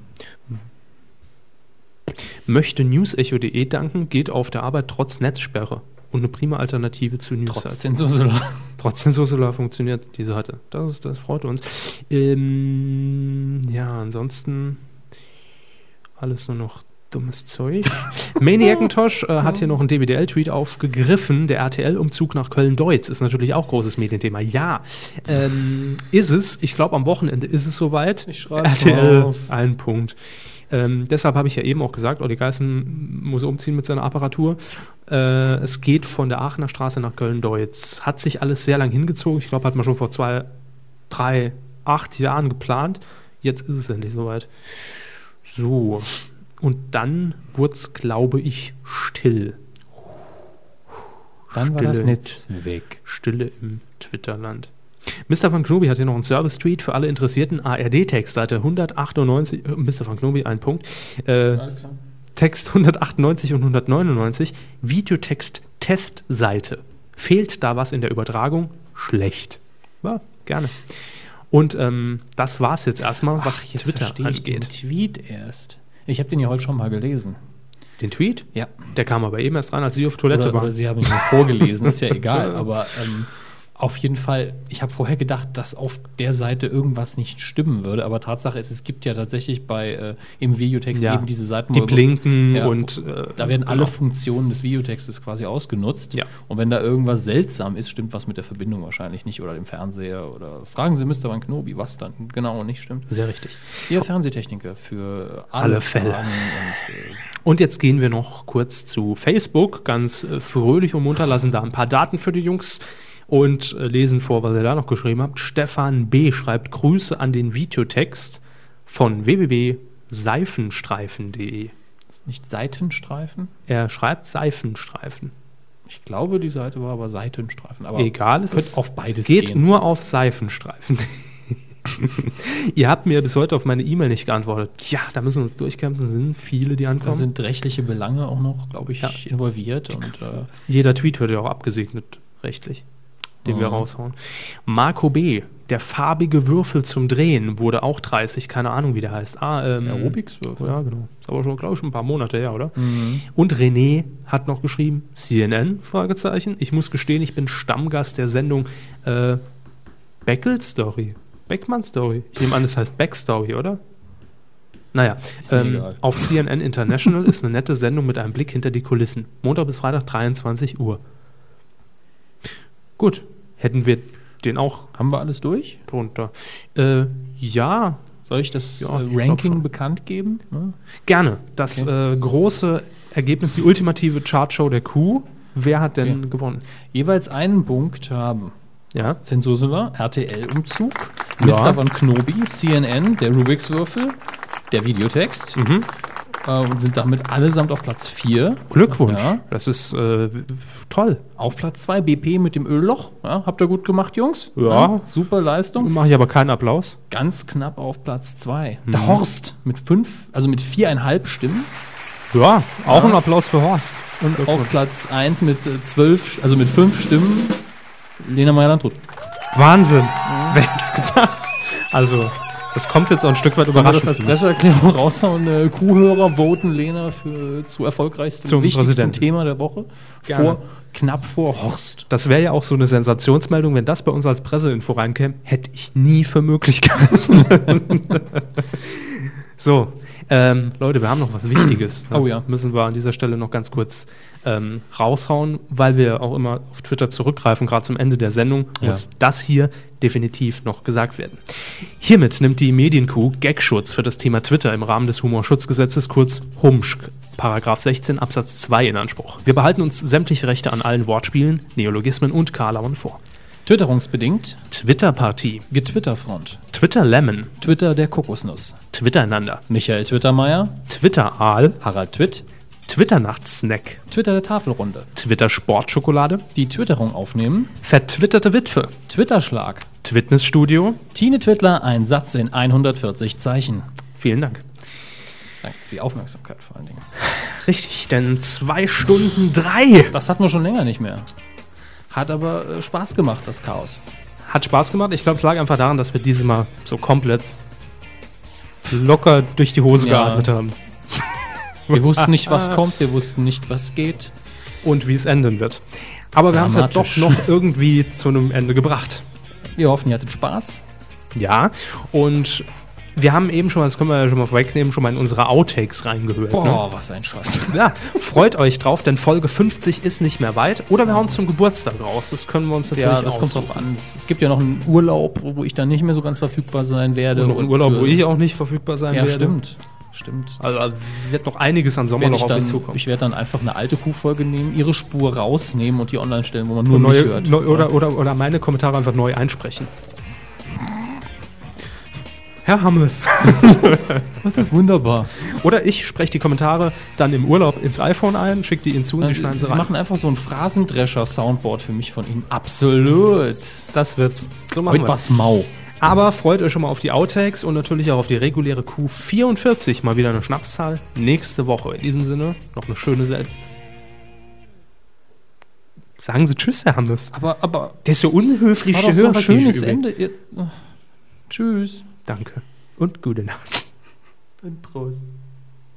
Möchte newsecho.de danken, geht auf der Arbeit trotz Netzsperre. und eine prima Alternative zu News Trotzdem so, so Trotzdem so solar funktioniert die Seite. Das, das freut uns. Ähm, ja, ansonsten alles nur noch dummes Zeug. Maniacintosh äh, hat hier noch einen DBDL-Tweet aufgegriffen. Der RTL-Umzug nach Köln-Deutz ist natürlich auch großes Medienthema. Ja, ähm, ist es. Ich glaube, am Wochenende ist es soweit. [LAUGHS] Ich schreib's RTL, auf. ein Punkt. Ähm, deshalb habe ich ja eben auch gesagt, Olli Geißen muss umziehen mit seiner Apparatur. Äh, es geht von der Aachener Straße nach Köln-Deutz. Hat sich alles sehr lang hingezogen. Ich glaube, hat man schon vor zwei, drei, acht Jahren geplant. Jetzt ist es endlich soweit. So. Und dann wurde es, glaube ich, still. Dann war Stille. das Netz weg. Stille im Twitterland. Mr. Van Knobi hat hier noch einen Service-Tweet für alle Interessierten. ARD-Text, Seite 198. äh, Mr. Van Knobi, ein Punkt. Äh, Text 198 und 199. Videotext-Testseite. Fehlt da was in der Übertragung? Schlecht. Ja, gerne. Und ähm, das war es jetzt erstmal, was Twitter verstehe ich den angeht. Tweet erst. Ich habe den ja heute schon mal gelesen. Den Tweet? Ja. Der kam aber eben erst rein, als Sie auf Toilette Oder, waren. oder sie haben ihn mir [LAUGHS] vorgelesen, ist ja egal. Aber ähm, auf jeden Fall, ich habe vorher gedacht, dass auf der Seite irgendwas nicht stimmen würde. Aber Tatsache ist, es gibt ja tatsächlich bei äh, im Videotext Ja. eben diese Seiten, Die wo- blinken Ja, und äh, da werden alle genau. Funktionen des Videotextes quasi ausgenutzt. Ja. Und wenn da irgendwas seltsam ist, stimmt was mit der Verbindung wahrscheinlich nicht oder dem Fernseher oder fragen Sie Mr. Van Knobi, was dann genau nicht stimmt. sehr richtig. Ihr Fernsehtechniker für alle, Alle Fälle. Fragen Und, äh, Und jetzt gehen wir noch kurz zu Facebook, ganz äh, fröhlich und munter, lassen da ein paar Daten für die Jungs und äh, lesen vor, was ihr da noch geschrieben habt. Stefan B. schreibt Grüße an den Videotext von www.seifenstreifen.de. ist nicht Seitenstreifen? Er schreibt Seifenstreifen. Ich glaube, die Seite war aber Seitenstreifen. Aber Egal, es könnte ist- auf beides geht gehen. nur auf Seifenstreifen. [LAUGHS] ihr habt mir bis heute auf meine E-Mail nicht geantwortet. Tja, da müssen wir uns durchkämpfen, sind viele, die da ankommen. sind rechtliche Belange auch noch, glaube ich, involviert. Und äh, Jeder Tweet wird ja auch abgesegnet, rechtlich, den wir Mhm. raushauen. Marco B., der farbige Würfel zum Drehen, wurde auch 30, keine Ahnung, wie der heißt. Ah, ähm, Der Rubikswürfel. Ja, genau. Ist aber schon, glaube ich, schon ein paar Monate her, oder? Mhm. Und René hat noch geschrieben, CNN, Fragezeichen. Ich muss gestehen, ich bin Stammgast der Sendung äh, Beckel Story. Beckmann Story. Ich nehme an, es heißt Backstory, oder? Naja, mir ähm, egal. auf CNN International ist eine nette Sendung mit einem Blick hinter die Kulissen. Montag bis Freitag 23 Uhr. Gut, hätten wir den auch haben wir alles durch? drunter. Äh, ja, Soll ich das Ja, ich äh, glaub Ranking schon. bekannt geben? Ne? gerne. Das äh, große Ergebnis, die ultimative Chartshow der Kuh. Wer hat denn Okay. gewonnen? Jeweils einen Punkt haben Ja. Zensursula, RTL-Umzug, Ja. Mr. von Knobi, CNN, der Rubikswürfel, der Videotext Mhm. äh, und sind damit allesamt auf Platz 4. Glückwunsch. Ja. Das ist äh, toll. Auf Platz 2 BP mit dem Ölloch. Ja, habt ihr gut gemacht, Jungs. Ja. super Leistung. Mache ich aber keinen Applaus. Ganz knapp auf Platz 2. Mhm. Der Horst mit 5, also mit 4,5 Stimmen. Ja, auch ein Applaus für Horst. Und auf Platz 1 mit äh, 12, also mit 5 Stimmen. Lena Meyer-Landrut. Wahnsinn. [LAUGHS] Wer hätte es gedacht? Also, das kommt jetzt auch ein Stück weit Sollen wir das überraschend. als für mich. Presseerklärung raushauen? Äh, Kuhhörer voten Lena für zu erfolgreichstem, Zum wichtigsten Präsidenten. Thema der Woche. Gerne. Vor, knapp vor Horst. Das wäre ja auch so eine Sensationsmeldung, wenn das bei uns als Presseinfo reinkäme. Hätte ich nie für möglich gehalten. [LAUGHS] so, ähm, Leute, wir haben noch was Wichtiges. Oh ja. Müssen wir an dieser Stelle noch ganz kurz ähm, raushauen, weil wir auch immer auf Twitter zurückgreifen, gerade zum Ende der Sendung, Ja. muss das hier definitiv noch gesagt werden. Hiermit nimmt die Medienkuh Gagschutz für das Thema Twitter im Rahmen des Humorschutzgesetzes, kurz HUMSCH, Paragraph 16 Absatz 2 in Anspruch. Wir behalten uns sämtliche Rechte an allen Wortspielen, Neologismen und Karlauern vor. Twitterungsbedingt. Twitter-Partie, Wir Twitter-Front. Twitter-Lemon, Twitter der Kokosnuss. Twittereinander, Michael Twittermeier. Twitter-Aal, Harald Twitt. Twitter-Nachts-Snack, Twitter der Tafelrunde. Twitter-Sportschokolade, Die Twitterung aufnehmen. vertwitterte Witwe, Twitterschlag. Twitnessstudio. Tine Twittler, ein Satz in 140 Zeichen. Vielen Dank. Danke für die Aufmerksamkeit vor allen Dingen. Richtig, denn zwei Stunden drei Das hatten wir schon länger nicht mehr. Hat aber äh, Spaß gemacht, das Chaos. Hat Spaß gemacht. Ich glaube, es lag einfach daran, dass wir dieses Mal so komplett locker durch die Hose Ja. geatmet haben. [LAUGHS] Wir wussten nicht, was kommt, wir wussten nicht, was geht. und wie es enden wird. Aber wir haben es ja doch Dramatisch. noch irgendwie zu einem Ende gebracht. Wir hoffen, ihr hattet Spaß. Ja, und wir haben eben schon mal, das können wir ja schon mal vorwegnehmen, schon mal in unsere Outtakes reingehört. Ne? Boah, was ein Scheiß. Ja, freut euch drauf, denn Folge 50 ist nicht mehr weit. Oder wir hauen zum Geburtstag raus. Das können wir uns natürlich Ja, das kommt aussuchen. drauf an. Es es gibt ja noch einen Urlaub, wo ich dann nicht mehr so ganz verfügbar sein werde. Und einen Und Urlaub, für- wo ich auch nicht verfügbar sein Ja, werde. stimmt. Stimmt. Also also wird noch einiges an Sommer Werd noch ich auf mich dann- zukommen. ich werde dann einfach eine alte Kuhfolge nehmen, ihre Spur rausnehmen und die online stellen, wo man nur mich neue, hört. neu, oder, oder, oder meine Kommentare einfach neu einsprechen. Herr Hammes. Das ist wunderbar. Oder ich spreche die Kommentare dann im Urlaub ins iPhone ein, schicke die Ihnen zu und Sie Also, Sie, schneiden sie rein. machen einfach so ein Phrasendrescher-Soundboard für mich von Ihnen. Absolut. Das wird's. So machen Heute wir war's mau. Aber freut euch schon mal auf die Outtakes und natürlich auch auf die reguläre Q44. Mal wieder eine Schnapszahl. Nächste Woche. In diesem Sinne, noch eine schöne Sel. Sagen Sie Tschüss, Herr Hammes. Aber, aber. Der ist so unhöflich. das war doch so ein schönes Ende. Ende. Jetzt. Ach, Tschüss. Danke und gute Nacht. Und Prost.